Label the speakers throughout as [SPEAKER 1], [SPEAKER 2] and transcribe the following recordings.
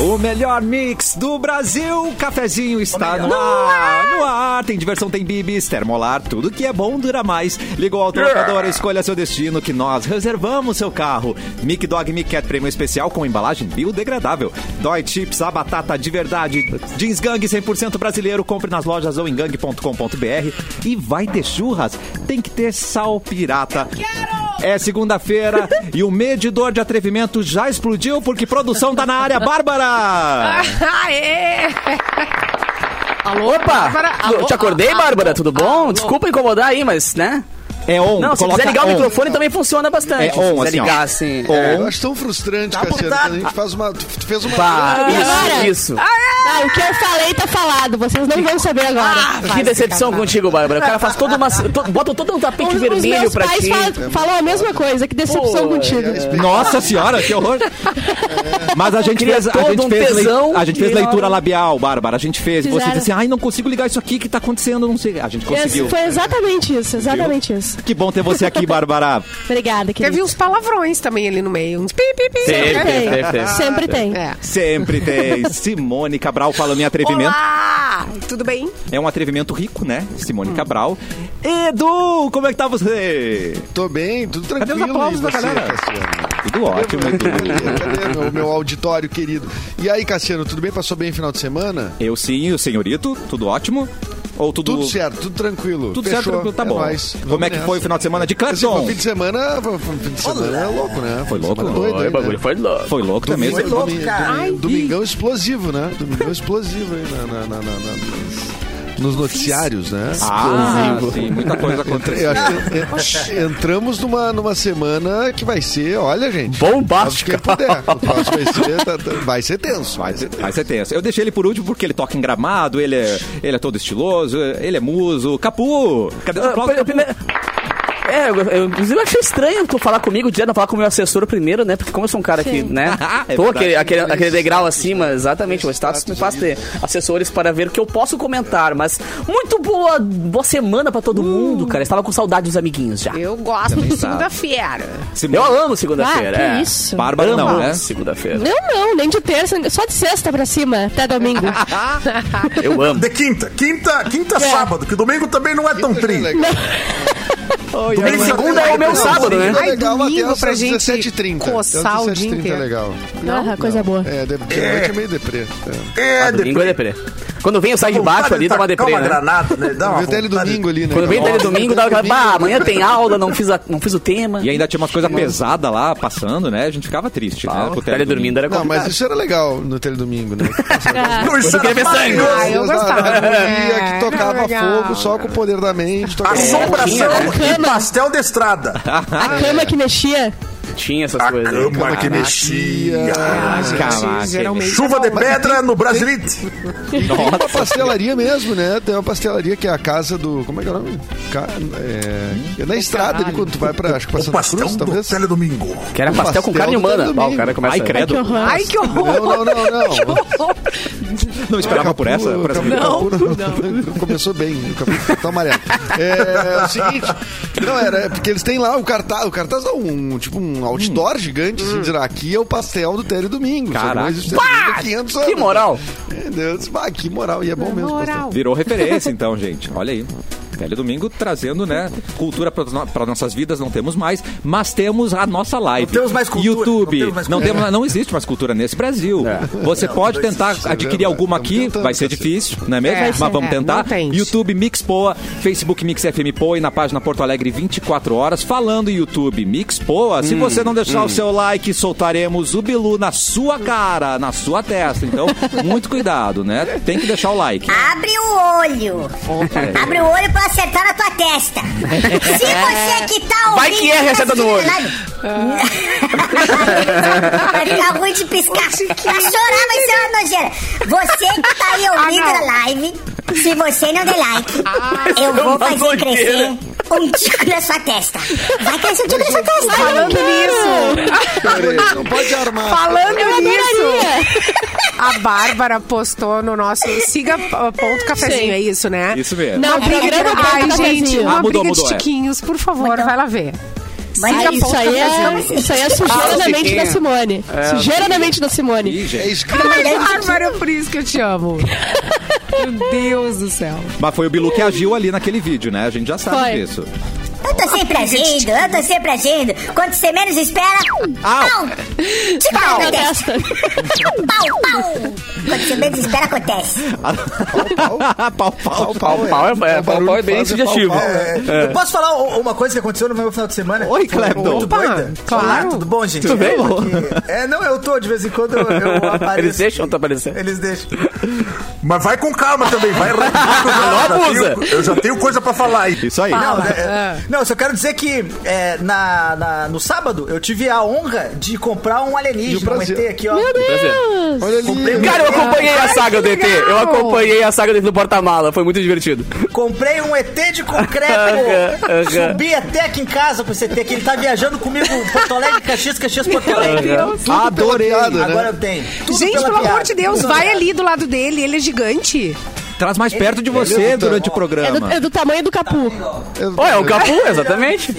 [SPEAKER 1] O melhor mix do Brasil. Cafezinho está no ar. No ar. Tem diversão, tem bibis, termolar. Tudo que é bom dura mais. Liga o autolocador, escolha seu destino que nós reservamos seu carro. Mic Dog Mic Cat Prêmio Especial com embalagem biodegradável. Dói Chips, a batata de verdade. Jeans Gang 100% brasileiro. Compre nas lojas ou em gang.com.br. E vai ter churras. Tem que ter sal pirata. É segunda-feira e o medidor de atrevimento já explodiu porque produção tá na área,
[SPEAKER 2] Ah.
[SPEAKER 1] Bárbara!
[SPEAKER 3] Tá, Aê!
[SPEAKER 2] Alô, opa!
[SPEAKER 3] Bárbara,
[SPEAKER 2] Tu-
[SPEAKER 3] alô,
[SPEAKER 2] te acordei,
[SPEAKER 3] a-
[SPEAKER 2] Bárbara? Tudo bom? Desculpa incomodar aí, mas, né?
[SPEAKER 1] É on,
[SPEAKER 2] Não, se
[SPEAKER 1] coloca
[SPEAKER 2] quiser ligar
[SPEAKER 1] on.
[SPEAKER 2] o microfone também funciona
[SPEAKER 1] É
[SPEAKER 2] bastante.
[SPEAKER 1] on,
[SPEAKER 2] se quiser
[SPEAKER 1] assim, ó.
[SPEAKER 2] ligar, assim.
[SPEAKER 1] On.
[SPEAKER 2] é.
[SPEAKER 4] Eu acho tão frustrante,
[SPEAKER 2] Tá
[SPEAKER 4] Cassiano,
[SPEAKER 2] apontado.
[SPEAKER 4] quando a gente faz uma. Tu tu fez uma.
[SPEAKER 2] Pá,
[SPEAKER 4] grande-
[SPEAKER 5] agora?
[SPEAKER 2] isso, isso.
[SPEAKER 5] Ah, o que eu falei tá falado, vocês não vão saber agora.
[SPEAKER 2] que decepção contigo, Bárbara. O cara faz toda uma. to- bota todo um tapete
[SPEAKER 5] Os, os
[SPEAKER 2] vermelho
[SPEAKER 5] meus
[SPEAKER 2] pra
[SPEAKER 5] pais
[SPEAKER 2] ti.
[SPEAKER 5] falam, falam a mesma coisa, que decepção
[SPEAKER 2] Pô,
[SPEAKER 5] contigo.
[SPEAKER 1] É.
[SPEAKER 4] é, Tá
[SPEAKER 1] Nossa senhora, que horror! Mas a gente
[SPEAKER 2] Cria
[SPEAKER 1] fez, a
[SPEAKER 2] todo
[SPEAKER 1] gente
[SPEAKER 2] um
[SPEAKER 1] fez, lei-
[SPEAKER 2] tesão
[SPEAKER 1] a gente fez
[SPEAKER 2] e-
[SPEAKER 1] leitura labial, Bárbara. A gente fez. Você
[SPEAKER 5] Fizeram.
[SPEAKER 1] disse assim, ai, não consigo ligar isso aqui, que tá acontecendo? Não sei. A gente conseguiu.
[SPEAKER 5] Foi exatamente isso, exatamente isso.
[SPEAKER 1] Que bom ter você aqui, Bárbara.
[SPEAKER 5] Obrigada,
[SPEAKER 3] Teve
[SPEAKER 5] querida.
[SPEAKER 3] uns palavrões também ali no meio. Uns pi, pi, pi.
[SPEAKER 5] Sempre
[SPEAKER 3] né?
[SPEAKER 5] tem. Sempre tem.
[SPEAKER 3] É.
[SPEAKER 1] Sempre tem. Simone Cabral falando em atrevimento.
[SPEAKER 3] Olá! Tudo bem?
[SPEAKER 1] É um atrevimento rico, né? Simone Cabral. Edu, como é que tá você?
[SPEAKER 4] Tô bem, tudo
[SPEAKER 1] Cadê os
[SPEAKER 4] tranquilo.
[SPEAKER 1] aplausos
[SPEAKER 4] e
[SPEAKER 1] da
[SPEAKER 4] você,
[SPEAKER 1] galera?
[SPEAKER 4] Cassiano?
[SPEAKER 1] Tudo ótimo, Edu.
[SPEAKER 4] Cadê meu, meu auditório querido? E aí, Cassiano, tudo bem? Passou bem o final de semana?
[SPEAKER 1] Eu sim, o senhorito, tudo ótimo? Ou tudo...
[SPEAKER 4] Tudo certo, tudo tranquilo.
[SPEAKER 1] Tudo certo,
[SPEAKER 4] Fechou,
[SPEAKER 1] tranquilo, tá
[SPEAKER 4] é
[SPEAKER 1] bom.
[SPEAKER 4] nóis.
[SPEAKER 1] Como
[SPEAKER 4] Vamos
[SPEAKER 1] é que
[SPEAKER 4] nessa.
[SPEAKER 1] foi o final de semana de
[SPEAKER 4] Assim, foi
[SPEAKER 1] Clapton?
[SPEAKER 4] fim de semana, foi- foi fim de semana é louco, né?
[SPEAKER 1] Foi
[SPEAKER 4] Fim de
[SPEAKER 1] louco,
[SPEAKER 4] semana
[SPEAKER 1] né?
[SPEAKER 4] Doido,
[SPEAKER 2] Oi,
[SPEAKER 4] aí,
[SPEAKER 2] bagulho
[SPEAKER 4] né?
[SPEAKER 2] foi louco.
[SPEAKER 1] Foi louco também.
[SPEAKER 4] Domingo-
[SPEAKER 1] Foi louco.
[SPEAKER 4] domingo- domingo- Domingão explosivo, né? Domingão explosivo aí na- na- na- na- na- nos noticiários, né?
[SPEAKER 1] Ah, sim, muita coisa
[SPEAKER 4] Entra-
[SPEAKER 1] aconteceu.
[SPEAKER 4] eu acho que en- entramos numa, numa semana que vai ser, olha, gente. faz
[SPEAKER 2] Bombástica.
[SPEAKER 4] Quem puder. O troço vai ser, tá- tá- vai ser tenso.
[SPEAKER 1] Vai ser, vai ser tenso. Eu deixei ele por último porque ele toca em gramado, ele é, ele é todo estiloso, ele é muso. Capu! Cadê o
[SPEAKER 2] Ah,
[SPEAKER 1] aplauso?
[SPEAKER 2] pri- primeiro- É, eu, eu, inclusive eu achei estranho tu falar comigo, direto, não falar com o meu assessor primeiro, né? Porque como eu sou um cara que, né?
[SPEAKER 1] É
[SPEAKER 2] tô
[SPEAKER 1] verdade.
[SPEAKER 2] aquele, aquele,
[SPEAKER 4] Esse
[SPEAKER 2] aquele degrau
[SPEAKER 4] status,
[SPEAKER 2] acima,
[SPEAKER 4] né?
[SPEAKER 2] exatamente,
[SPEAKER 4] Esse
[SPEAKER 2] o status me
[SPEAKER 4] status
[SPEAKER 2] faz
[SPEAKER 4] aí.
[SPEAKER 2] ter assessores para ver o que eu posso comentar. Mas muito boa, boa semana pra todo mundo, cara. Estava com saudade dos amiguinhos já. Uh. Eu,
[SPEAKER 3] Eu gosto de
[SPEAKER 1] tá.
[SPEAKER 3] segunda-feira.
[SPEAKER 1] Simone,
[SPEAKER 2] amo
[SPEAKER 5] Ah,
[SPEAKER 2] segunda-feira.
[SPEAKER 5] que
[SPEAKER 2] é.
[SPEAKER 5] isso.
[SPEAKER 1] Bárbara não,
[SPEAKER 2] amo
[SPEAKER 1] né?
[SPEAKER 2] segunda-feira.
[SPEAKER 5] Não, não, nem de terça, só de sexta pra cima, até domingo.
[SPEAKER 2] Eu amo.
[SPEAKER 6] De quinta. Quinta, quinta é sábado, que domingo também não é tão
[SPEAKER 4] Quinta já é
[SPEAKER 6] triste.
[SPEAKER 4] legal.
[SPEAKER 2] Domingo e Tá
[SPEAKER 6] Mas-
[SPEAKER 2] um segunda é o meu
[SPEAKER 4] Não,
[SPEAKER 2] sábado, né?
[SPEAKER 4] domingo é
[SPEAKER 3] Ai,
[SPEAKER 4] legal até
[SPEAKER 3] domingo
[SPEAKER 4] às
[SPEAKER 3] pra gente
[SPEAKER 4] 17h30.
[SPEAKER 3] coçar o
[SPEAKER 4] Até às
[SPEAKER 3] dia
[SPEAKER 4] 17h30 é
[SPEAKER 3] inteiro.
[SPEAKER 4] legal.
[SPEAKER 5] Ah, coisa boa.
[SPEAKER 4] É, de, de noite é meio deprê. É.
[SPEAKER 6] É,
[SPEAKER 2] Ah, domingo é deprê. Quando vem eu saio de baixo ali, dá uma deprê,
[SPEAKER 6] Uma
[SPEAKER 2] né?
[SPEAKER 6] granada, né? Dá uma
[SPEAKER 4] Viu até ele
[SPEAKER 6] vontade.
[SPEAKER 4] domingo ali, né?
[SPEAKER 2] Quando vem
[SPEAKER 4] cara?
[SPEAKER 2] dele domingo, dá uma...
[SPEAKER 4] Domingo,
[SPEAKER 2] Bah, amanhã tem aula, não fiz, a- não fiz o tema.
[SPEAKER 1] E ainda tinha umas coisas pesadas lá passando, né? A gente ficava triste, né?
[SPEAKER 2] Ah, dormindo era
[SPEAKER 4] Não, mas
[SPEAKER 2] complicado.
[SPEAKER 4] isso era legal no Teledomingo, né?
[SPEAKER 6] Não, isso
[SPEAKER 2] Eu queria
[SPEAKER 6] era
[SPEAKER 2] ver sangue.
[SPEAKER 6] maravilhoso.
[SPEAKER 3] Ah, eu
[SPEAKER 4] Deus da-
[SPEAKER 3] gostava.
[SPEAKER 4] da harmonia
[SPEAKER 3] É,
[SPEAKER 4] que tocava
[SPEAKER 3] legal.
[SPEAKER 4] fogo só com o poder da mente.
[SPEAKER 2] É,
[SPEAKER 4] tocava-
[SPEAKER 2] tinha,
[SPEAKER 6] Assombração
[SPEAKER 2] né?
[SPEAKER 6] e pastel de estrada.
[SPEAKER 5] A cama que mexia.
[SPEAKER 2] Tinha essas
[SPEAKER 6] A
[SPEAKER 2] coisas.
[SPEAKER 6] cama que
[SPEAKER 2] Caraca. Ah,
[SPEAKER 6] mexia.
[SPEAKER 1] Caraca,
[SPEAKER 3] geralmente-
[SPEAKER 6] Chuva de pedra no Brasilite.
[SPEAKER 4] Uma pastelaria mesmo, né? Tem uma pastelaria que é a casa do. Como é que é o nome? Ca- é, é na estrada ali quando tu vai pra. Acho que pra
[SPEAKER 6] O
[SPEAKER 4] Santa
[SPEAKER 6] pastel
[SPEAKER 4] Cruz,
[SPEAKER 6] do
[SPEAKER 4] talvez.
[SPEAKER 6] teledomingo.
[SPEAKER 2] Que era um
[SPEAKER 4] O
[SPEAKER 2] pastel com
[SPEAKER 4] pastel
[SPEAKER 2] carne
[SPEAKER 4] do
[SPEAKER 2] humana.
[SPEAKER 4] domingo.
[SPEAKER 2] Ah, o cara começa.
[SPEAKER 1] Ai, credo.
[SPEAKER 3] Ai, que horror!
[SPEAKER 4] Não, não, não, não.
[SPEAKER 1] Não esperava por essa?
[SPEAKER 4] O
[SPEAKER 1] Por essa
[SPEAKER 4] Capu- o Capu- Começou bem, o Capu tá amarelo. É, é o seguinte, não, era é porque eles têm lá o cartaz, o cartaz é um, tipo um outdoor gigante, assim, dizendo, aqui é o pastel do Tele Domingo. só que
[SPEAKER 1] Caraca.
[SPEAKER 4] não existe Tele Domingo há 500 anos.
[SPEAKER 2] Que moral.
[SPEAKER 4] Entendeu? Eu disse, "Bah, que moral, e é bom mesmo. pastel.
[SPEAKER 3] Moral.
[SPEAKER 1] Virou referência, então, gente. Olha aí. Velho Domingo trazendo, né, cultura para nossas vidas, não temos mais, mas temos a nossa live.
[SPEAKER 6] Não temos mais cultura,
[SPEAKER 1] YouTube. Não,
[SPEAKER 6] não temos mais cultura. É.
[SPEAKER 1] temos, não existe mais cultura nesse Brasil. Você pode tentar
[SPEAKER 4] existe, é
[SPEAKER 1] adquirir
[SPEAKER 4] verdade.
[SPEAKER 1] alguma aqui,
[SPEAKER 4] Estamos tentando,
[SPEAKER 1] vai ser
[SPEAKER 4] Cassiano.
[SPEAKER 1] difícil, não é mesmo?
[SPEAKER 3] É,
[SPEAKER 1] mas vamos
[SPEAKER 3] é, não
[SPEAKER 1] tentar.
[SPEAKER 3] tem.
[SPEAKER 1] YouTube Mix Poa, Facebook Mix FM Poa e na página Porto Alegre 24 horas. Falando em YouTube Mix Poa,
[SPEAKER 6] Hum,
[SPEAKER 1] se você não deixar o seu like, soltaremos o Bilu na sua cara, na sua testa. Então, muito cuidado, né? Tem que deixar o like.
[SPEAKER 7] Abre o olho. Abre o olho pra acertar na tua testa. Se você que tá ouvindo...
[SPEAKER 2] É. Vai que erra e acerta no olho.
[SPEAKER 7] Vai ficar ruim de piscar.
[SPEAKER 5] é?
[SPEAKER 7] Vai chorar, vai ser uma nojeira. Você que tá aí
[SPEAKER 5] Ah,
[SPEAKER 7] ouvindo a live, se você não der like,
[SPEAKER 5] Ah,
[SPEAKER 7] eu
[SPEAKER 2] é uma
[SPEAKER 7] vou fazer
[SPEAKER 2] nojeira.
[SPEAKER 7] crescer um tico na sua testa. Vai crescer um tico na sua testa.
[SPEAKER 3] Falando nisso,
[SPEAKER 4] Não pode armar.
[SPEAKER 3] falando nisso,
[SPEAKER 5] Adoraria.
[SPEAKER 3] a Bárbara postou no nosso siga uh, ponto cafezinho,
[SPEAKER 5] Sim.
[SPEAKER 3] é isso, né?
[SPEAKER 1] Isso mesmo.
[SPEAKER 5] Não,
[SPEAKER 3] Uma briga de...
[SPEAKER 5] programa ponto
[SPEAKER 3] Ai, gente, um
[SPEAKER 5] cafezinho.
[SPEAKER 3] uma
[SPEAKER 1] Ah, mudou,
[SPEAKER 3] briga de
[SPEAKER 1] mudou, é.
[SPEAKER 3] tiquinhos, por favor, vai lá ver.
[SPEAKER 5] Ah,
[SPEAKER 7] Bandido.
[SPEAKER 5] isso, aí é, isso aí é sujeira na mente da Simone. Sujeira na mente da Simone.
[SPEAKER 1] Ih,
[SPEAKER 4] É
[SPEAKER 1] gente.
[SPEAKER 4] escrito.
[SPEAKER 3] Bárbara, por isso que eu te amo. Meu Deus do céu.
[SPEAKER 1] Mas foi o Bilu que agiu ali naquele vídeo, né? A gente já sabe
[SPEAKER 5] Foi.
[SPEAKER 1] disso.
[SPEAKER 7] Eu tô sempre agindo, eu tô sempre agindo. Quando você menos espera, pau! Te
[SPEAKER 5] Na
[SPEAKER 7] pau na testa.
[SPEAKER 5] testa.
[SPEAKER 7] Pau, pau! Quando você menos espera, acontece.
[SPEAKER 1] pau, pau, pau.
[SPEAKER 2] Pau, pau é, é, pau, pau é bem sugestivo.
[SPEAKER 6] É. Eu posso falar o- uma coisa que aconteceu no meu final de semana?
[SPEAKER 1] Oi,
[SPEAKER 2] É
[SPEAKER 1] Clepton.
[SPEAKER 6] Muito
[SPEAKER 1] Opa,
[SPEAKER 6] doida.
[SPEAKER 3] claro.
[SPEAKER 6] Olá, tudo bom, gente?
[SPEAKER 1] Tudo bem?
[SPEAKER 6] porque- É, não, eu tô, de vez em quando eu,
[SPEAKER 8] um
[SPEAKER 6] eu apareço.
[SPEAKER 2] Eles deixam tu aparecer?
[SPEAKER 6] Eles deixam. Mas vai com calma também, vai rápido.
[SPEAKER 2] Não
[SPEAKER 6] Eu já
[SPEAKER 2] abusa.
[SPEAKER 6] tenho- Eu já tenho coisa pra falar aí.
[SPEAKER 1] Isso aí.
[SPEAKER 8] Não, é-
[SPEAKER 3] Ah.
[SPEAKER 8] não, eu só quero dizer que é, na, na- no sábado eu tive a honra de comprar um
[SPEAKER 4] E o
[SPEAKER 8] alienígena, um
[SPEAKER 4] Brasil?
[SPEAKER 8] ET aqui, ó.
[SPEAKER 4] Olha ali.
[SPEAKER 2] Cara, eu acompanhei a saga do ET. Eu
[SPEAKER 3] legal.
[SPEAKER 2] acompanhei a saga dentro do porta-mala. Foi muito divertido.
[SPEAKER 8] Comprei um ET de concreto. Subi até aqui em casa com esse ET, que ele tá viajando comigo Porto Alegre, Caxias, Caxias, Porto Alegre.
[SPEAKER 1] Adorei.
[SPEAKER 4] pela piada, né?
[SPEAKER 8] Agora eu tenho. Tudo
[SPEAKER 3] Gente,
[SPEAKER 8] pela
[SPEAKER 3] pelo amor
[SPEAKER 8] piada.
[SPEAKER 3] de Deus,
[SPEAKER 8] Tudo
[SPEAKER 3] vai
[SPEAKER 8] pela-
[SPEAKER 3] ali do lado dele, ele é gigante.
[SPEAKER 1] Traz mais perto de você
[SPEAKER 4] levanta.
[SPEAKER 1] durante o
[SPEAKER 5] É do,
[SPEAKER 1] programa.
[SPEAKER 5] é do tamanho do capu.
[SPEAKER 2] Ó, é o Capu, exatamente.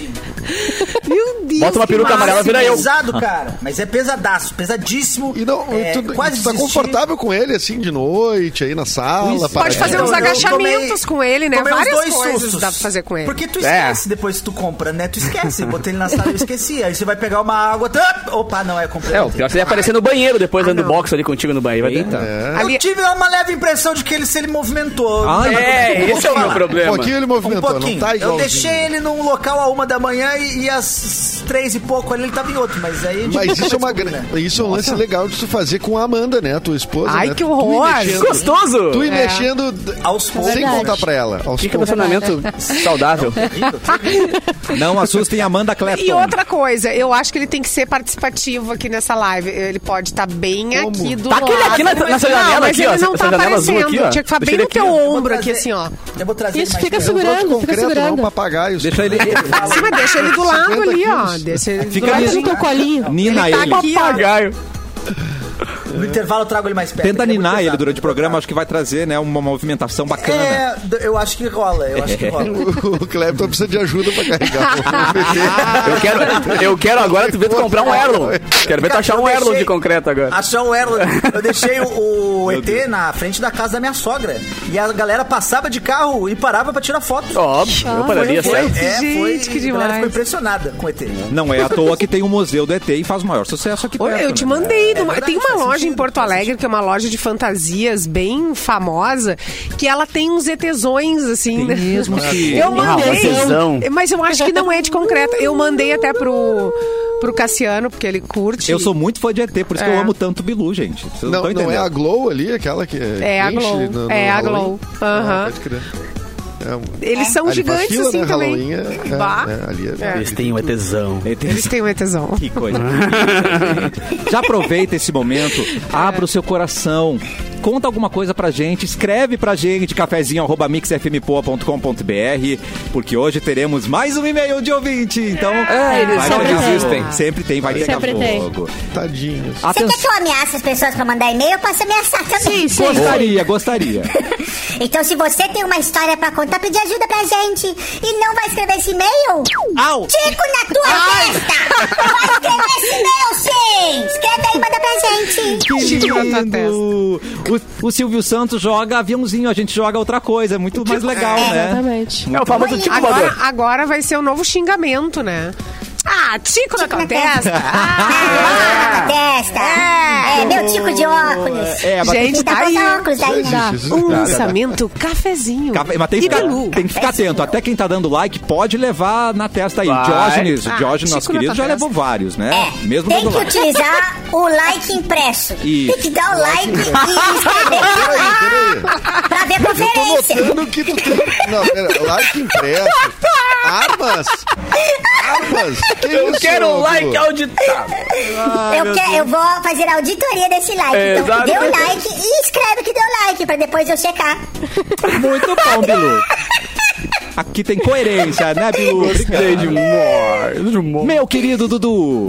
[SPEAKER 3] Meu Deus.
[SPEAKER 2] Bota uma
[SPEAKER 3] que
[SPEAKER 1] Tá
[SPEAKER 2] peruca
[SPEAKER 3] massa.
[SPEAKER 2] amarela, vira eu.
[SPEAKER 8] Pesado, cara. Mas é pesadaço, pesadíssimo.
[SPEAKER 4] E não,
[SPEAKER 8] é,
[SPEAKER 4] tu,
[SPEAKER 8] quase
[SPEAKER 4] tu tá
[SPEAKER 8] desisti.
[SPEAKER 4] confortável com ele, assim, de noite, aí na sala.
[SPEAKER 3] é. Pode
[SPEAKER 4] paradinho?
[SPEAKER 3] fazer uns
[SPEAKER 8] Eu- eu
[SPEAKER 3] agachamentos
[SPEAKER 8] tomei-
[SPEAKER 3] com ele, né?
[SPEAKER 8] tomei uns
[SPEAKER 3] Várias
[SPEAKER 8] dois
[SPEAKER 3] coisas
[SPEAKER 8] sustos.
[SPEAKER 3] dá pra fazer com ele.
[SPEAKER 8] Porque tu
[SPEAKER 4] É.
[SPEAKER 8] esquece depois que tu compra, né? Tu esquece. Botei ele na sala e eu esqueci. Aí você vai pegar uma água. tá? Opa, não, é comprei.
[SPEAKER 2] É, o pior é que você ia aparecer no banheiro depois, dentro do
[SPEAKER 3] não.
[SPEAKER 2] box ali contigo no banheiro. Vai
[SPEAKER 1] Eita.
[SPEAKER 2] ter.
[SPEAKER 8] Eu
[SPEAKER 3] Ali-
[SPEAKER 8] tive uma leve impressão de que ele se ele movimentou.
[SPEAKER 1] Ah,
[SPEAKER 8] Não,
[SPEAKER 2] É, esse é o meu
[SPEAKER 4] Um
[SPEAKER 2] problema.
[SPEAKER 4] pouquinho ele
[SPEAKER 8] Um
[SPEAKER 4] movimentou, não
[SPEAKER 8] pouquinho.
[SPEAKER 4] tá igual.
[SPEAKER 8] eu deixei ele num local a uma da manhã e, e às três e pouco ali ele tava em outro, mas aí...
[SPEAKER 4] Mas isso é, uma,
[SPEAKER 8] descobri, né?
[SPEAKER 4] gra- isso é um lance legal de tu fazer com a Amanda, né? Tua esposa.
[SPEAKER 3] Ai,
[SPEAKER 4] né?
[SPEAKER 3] que horror.
[SPEAKER 4] Tu ir mexendo,
[SPEAKER 2] Gostoso!
[SPEAKER 4] tu ir
[SPEAKER 3] É.
[SPEAKER 4] mexendo
[SPEAKER 8] Aos poucos.
[SPEAKER 4] sem contar pra ela. Aos
[SPEAKER 2] Que
[SPEAKER 4] poucos. um
[SPEAKER 2] relacionamento saudável.
[SPEAKER 1] Não assustem Amanda Clapton.
[SPEAKER 3] E outra coisa, eu acho que ele tem que ser participativo aqui nessa live. Ele pode estar bem aqui do
[SPEAKER 2] Tá
[SPEAKER 3] lado.
[SPEAKER 2] aquele aqui na- na sua
[SPEAKER 3] não,
[SPEAKER 2] janela
[SPEAKER 3] mas
[SPEAKER 2] aqui,
[SPEAKER 3] ele
[SPEAKER 2] ó,
[SPEAKER 3] não
[SPEAKER 2] essa
[SPEAKER 3] tá
[SPEAKER 2] janela azul
[SPEAKER 3] aparecendo.
[SPEAKER 2] aqui, ó.
[SPEAKER 3] Tinha que ficar
[SPEAKER 2] Deixa
[SPEAKER 3] bem
[SPEAKER 2] ele
[SPEAKER 3] no teu
[SPEAKER 2] aqui, ó.
[SPEAKER 3] ombro aqui, assim, ó.
[SPEAKER 8] Eu vou trazer
[SPEAKER 5] Isso,
[SPEAKER 8] mais
[SPEAKER 5] fica
[SPEAKER 8] perto.
[SPEAKER 4] Não,
[SPEAKER 5] segurando,
[SPEAKER 4] de
[SPEAKER 5] fica
[SPEAKER 4] um concreto, não,
[SPEAKER 5] segurando.
[SPEAKER 4] um papagaio.
[SPEAKER 1] Deixa ele.
[SPEAKER 3] Sim, mas deixa ele do lado ali, ó.
[SPEAKER 4] 50
[SPEAKER 3] Deixa ele
[SPEAKER 1] Fica
[SPEAKER 3] do lado
[SPEAKER 1] ali.
[SPEAKER 5] Bate
[SPEAKER 3] ali.
[SPEAKER 5] no teu colinho.
[SPEAKER 1] Nina
[SPEAKER 3] Ele tá
[SPEAKER 1] ele.
[SPEAKER 3] aqui, ó.
[SPEAKER 2] Papagaio.
[SPEAKER 8] No intervalo eu trago ele mais perto.
[SPEAKER 1] Tenta
[SPEAKER 8] ele é muito
[SPEAKER 1] ninar ele
[SPEAKER 8] pesado.
[SPEAKER 1] durante o programa, acho que vai trazer, né, uma movimentação bacana.
[SPEAKER 8] É, d- eu acho que rola, eu acho que rola.
[SPEAKER 4] O Clepton precisa de ajuda pra carregar.
[SPEAKER 2] Eu quero, eu quero agora tu ver tu comprar um Erlon. Quero ver tu achar um
[SPEAKER 8] Eu
[SPEAKER 2] Erlon de
[SPEAKER 8] deixei-
[SPEAKER 2] concreto agora.
[SPEAKER 8] Achar um Erlon. Eu deixei o, o ET na frente da casa da minha sogra. E a galera passava de carro e parava pra tirar foto.
[SPEAKER 2] Óbvio, eu pararia
[SPEAKER 8] foi,
[SPEAKER 2] certo.
[SPEAKER 8] é, foi.
[SPEAKER 3] Gente, que
[SPEAKER 8] A galera
[SPEAKER 3] demais.
[SPEAKER 8] ficou impressionada com o ET.
[SPEAKER 1] Não é à toa que tem o Museu do ET e faz o maior sucesso aqui
[SPEAKER 3] Olha,
[SPEAKER 1] perto,
[SPEAKER 3] eu te
[SPEAKER 1] né?
[SPEAKER 3] mandei.
[SPEAKER 2] É,
[SPEAKER 3] numa-
[SPEAKER 8] verdade,
[SPEAKER 3] tem uma
[SPEAKER 8] faz
[SPEAKER 3] loja em
[SPEAKER 8] sentido,
[SPEAKER 3] Porto
[SPEAKER 8] faz
[SPEAKER 3] Alegre, que é uma loja de fantasias bem famosa, que ela tem uns ETzões, assim, né?
[SPEAKER 1] Mesmo que.
[SPEAKER 3] Eu
[SPEAKER 2] tesão.
[SPEAKER 3] mandei. Mas eu acho que não é de concreto. Eu mandei até pro, pro Cassiano, porque ele curte.
[SPEAKER 1] Eu sou muito fã de ET, por isso que
[SPEAKER 3] É.
[SPEAKER 1] eu amo tanto o Bilu, gente. Vocês não,
[SPEAKER 4] Não,
[SPEAKER 1] estão
[SPEAKER 4] não é
[SPEAKER 1] entendendo.
[SPEAKER 4] a Glow ali, aquela que
[SPEAKER 3] É a
[SPEAKER 4] que enche
[SPEAKER 3] Glow.
[SPEAKER 4] no- no
[SPEAKER 3] É a
[SPEAKER 4] Halloween?
[SPEAKER 3] Glow. Aham.
[SPEAKER 4] Ah, pode crer. É um-
[SPEAKER 3] Eles são
[SPEAKER 4] ali faz
[SPEAKER 3] gigantes,
[SPEAKER 4] fila,
[SPEAKER 3] assim,
[SPEAKER 4] né,
[SPEAKER 3] também.
[SPEAKER 4] Halloween, é- é-
[SPEAKER 3] Bah.
[SPEAKER 4] é, ali é-
[SPEAKER 3] É.
[SPEAKER 4] ali-
[SPEAKER 2] têm um tesão.
[SPEAKER 3] Eles têm um ETzão.
[SPEAKER 1] Que tipo coisa. Já aproveita esse momento, abra o seu coração. Conta alguma coisa pra gente, escreve pra gente, cafezinho arroba mixfmpoa.com.br, porque hoje teremos mais um e-mail de ouvinte. Então,
[SPEAKER 2] eles
[SPEAKER 1] vai
[SPEAKER 5] sempre
[SPEAKER 1] pegar
[SPEAKER 5] tem.
[SPEAKER 1] fogo. Sempre tem, vai pegar
[SPEAKER 5] Sempre tem.
[SPEAKER 1] fogo.
[SPEAKER 4] Tadinhos.
[SPEAKER 3] Ah,
[SPEAKER 7] Você quer que
[SPEAKER 1] Atenção.
[SPEAKER 7] eu ameace as pessoas pra mandar e-mail? Eu posso ameaçar também.
[SPEAKER 5] Sim, sim.
[SPEAKER 1] Gostaria, gostaria.
[SPEAKER 7] Então, se você tem uma história pra contar, pedir ajuda pra gente. E não vai escrever esse e-mail?
[SPEAKER 1] Au!
[SPEAKER 7] Tico na tua testa! Vai escrever esse e-mail, sim! Escreve aí e manda pra gente.
[SPEAKER 3] Chico na tua testa.
[SPEAKER 1] O, o Silvio Santos joga aviãozinho, a gente joga outra coisa, é muito mais legal, né?
[SPEAKER 5] Exatamente.
[SPEAKER 2] É o famoso tipo
[SPEAKER 3] Agora,
[SPEAKER 2] voador.
[SPEAKER 3] agora vai ser o novo xingamento, né? Ah, tico na tua testa. Ah,
[SPEAKER 7] Ah, testa! É, meu tico de óculos.
[SPEAKER 1] É, mas
[SPEAKER 3] Gente,
[SPEAKER 7] Não dá
[SPEAKER 3] tá
[SPEAKER 7] pra
[SPEAKER 3] aí.
[SPEAKER 7] usar óculos daí,
[SPEAKER 4] Existe,
[SPEAKER 7] não.
[SPEAKER 4] existe.
[SPEAKER 3] Um
[SPEAKER 4] Tá, tá, tá.
[SPEAKER 3] lançamento cafezinho.
[SPEAKER 1] Café- Mas tem que,
[SPEAKER 3] E
[SPEAKER 1] ficar,
[SPEAKER 3] Bilu.
[SPEAKER 1] tem que ficar atento. Até quem tá dando like pode levar na testa aí.
[SPEAKER 2] Vai.
[SPEAKER 1] Diógenes, o
[SPEAKER 3] Ah,
[SPEAKER 1] Diógenes,
[SPEAKER 3] Chico
[SPEAKER 1] nosso
[SPEAKER 3] na
[SPEAKER 1] querido,
[SPEAKER 3] tua
[SPEAKER 1] já
[SPEAKER 3] testa.
[SPEAKER 1] levou vários, né? Mesmo
[SPEAKER 7] É. Tem
[SPEAKER 1] dando
[SPEAKER 7] que
[SPEAKER 1] like.
[SPEAKER 7] utilizar o like impresso.
[SPEAKER 1] Isso.
[SPEAKER 7] Tem que dar o like e escrever pra
[SPEAKER 4] Eu
[SPEAKER 7] ver
[SPEAKER 3] Ah,
[SPEAKER 4] tô
[SPEAKER 7] conferência.
[SPEAKER 4] notando que tu tem. um- Não, pera, like impresso. Armas? Armas? Que
[SPEAKER 2] Eu
[SPEAKER 4] isso,
[SPEAKER 2] quero um
[SPEAKER 4] Hugo?
[SPEAKER 2] like auditado.
[SPEAKER 7] eu, quero, eu vou fazer a auditoria desse like.
[SPEAKER 2] É,
[SPEAKER 7] então,
[SPEAKER 2] exato.
[SPEAKER 7] dê o like e escreve que deu like, pra depois eu checar.
[SPEAKER 1] Muito bom, Bilu. Aqui tem coerência, né, Bilu?
[SPEAKER 2] Gostei demais. demais.
[SPEAKER 1] Meu querido Dudu.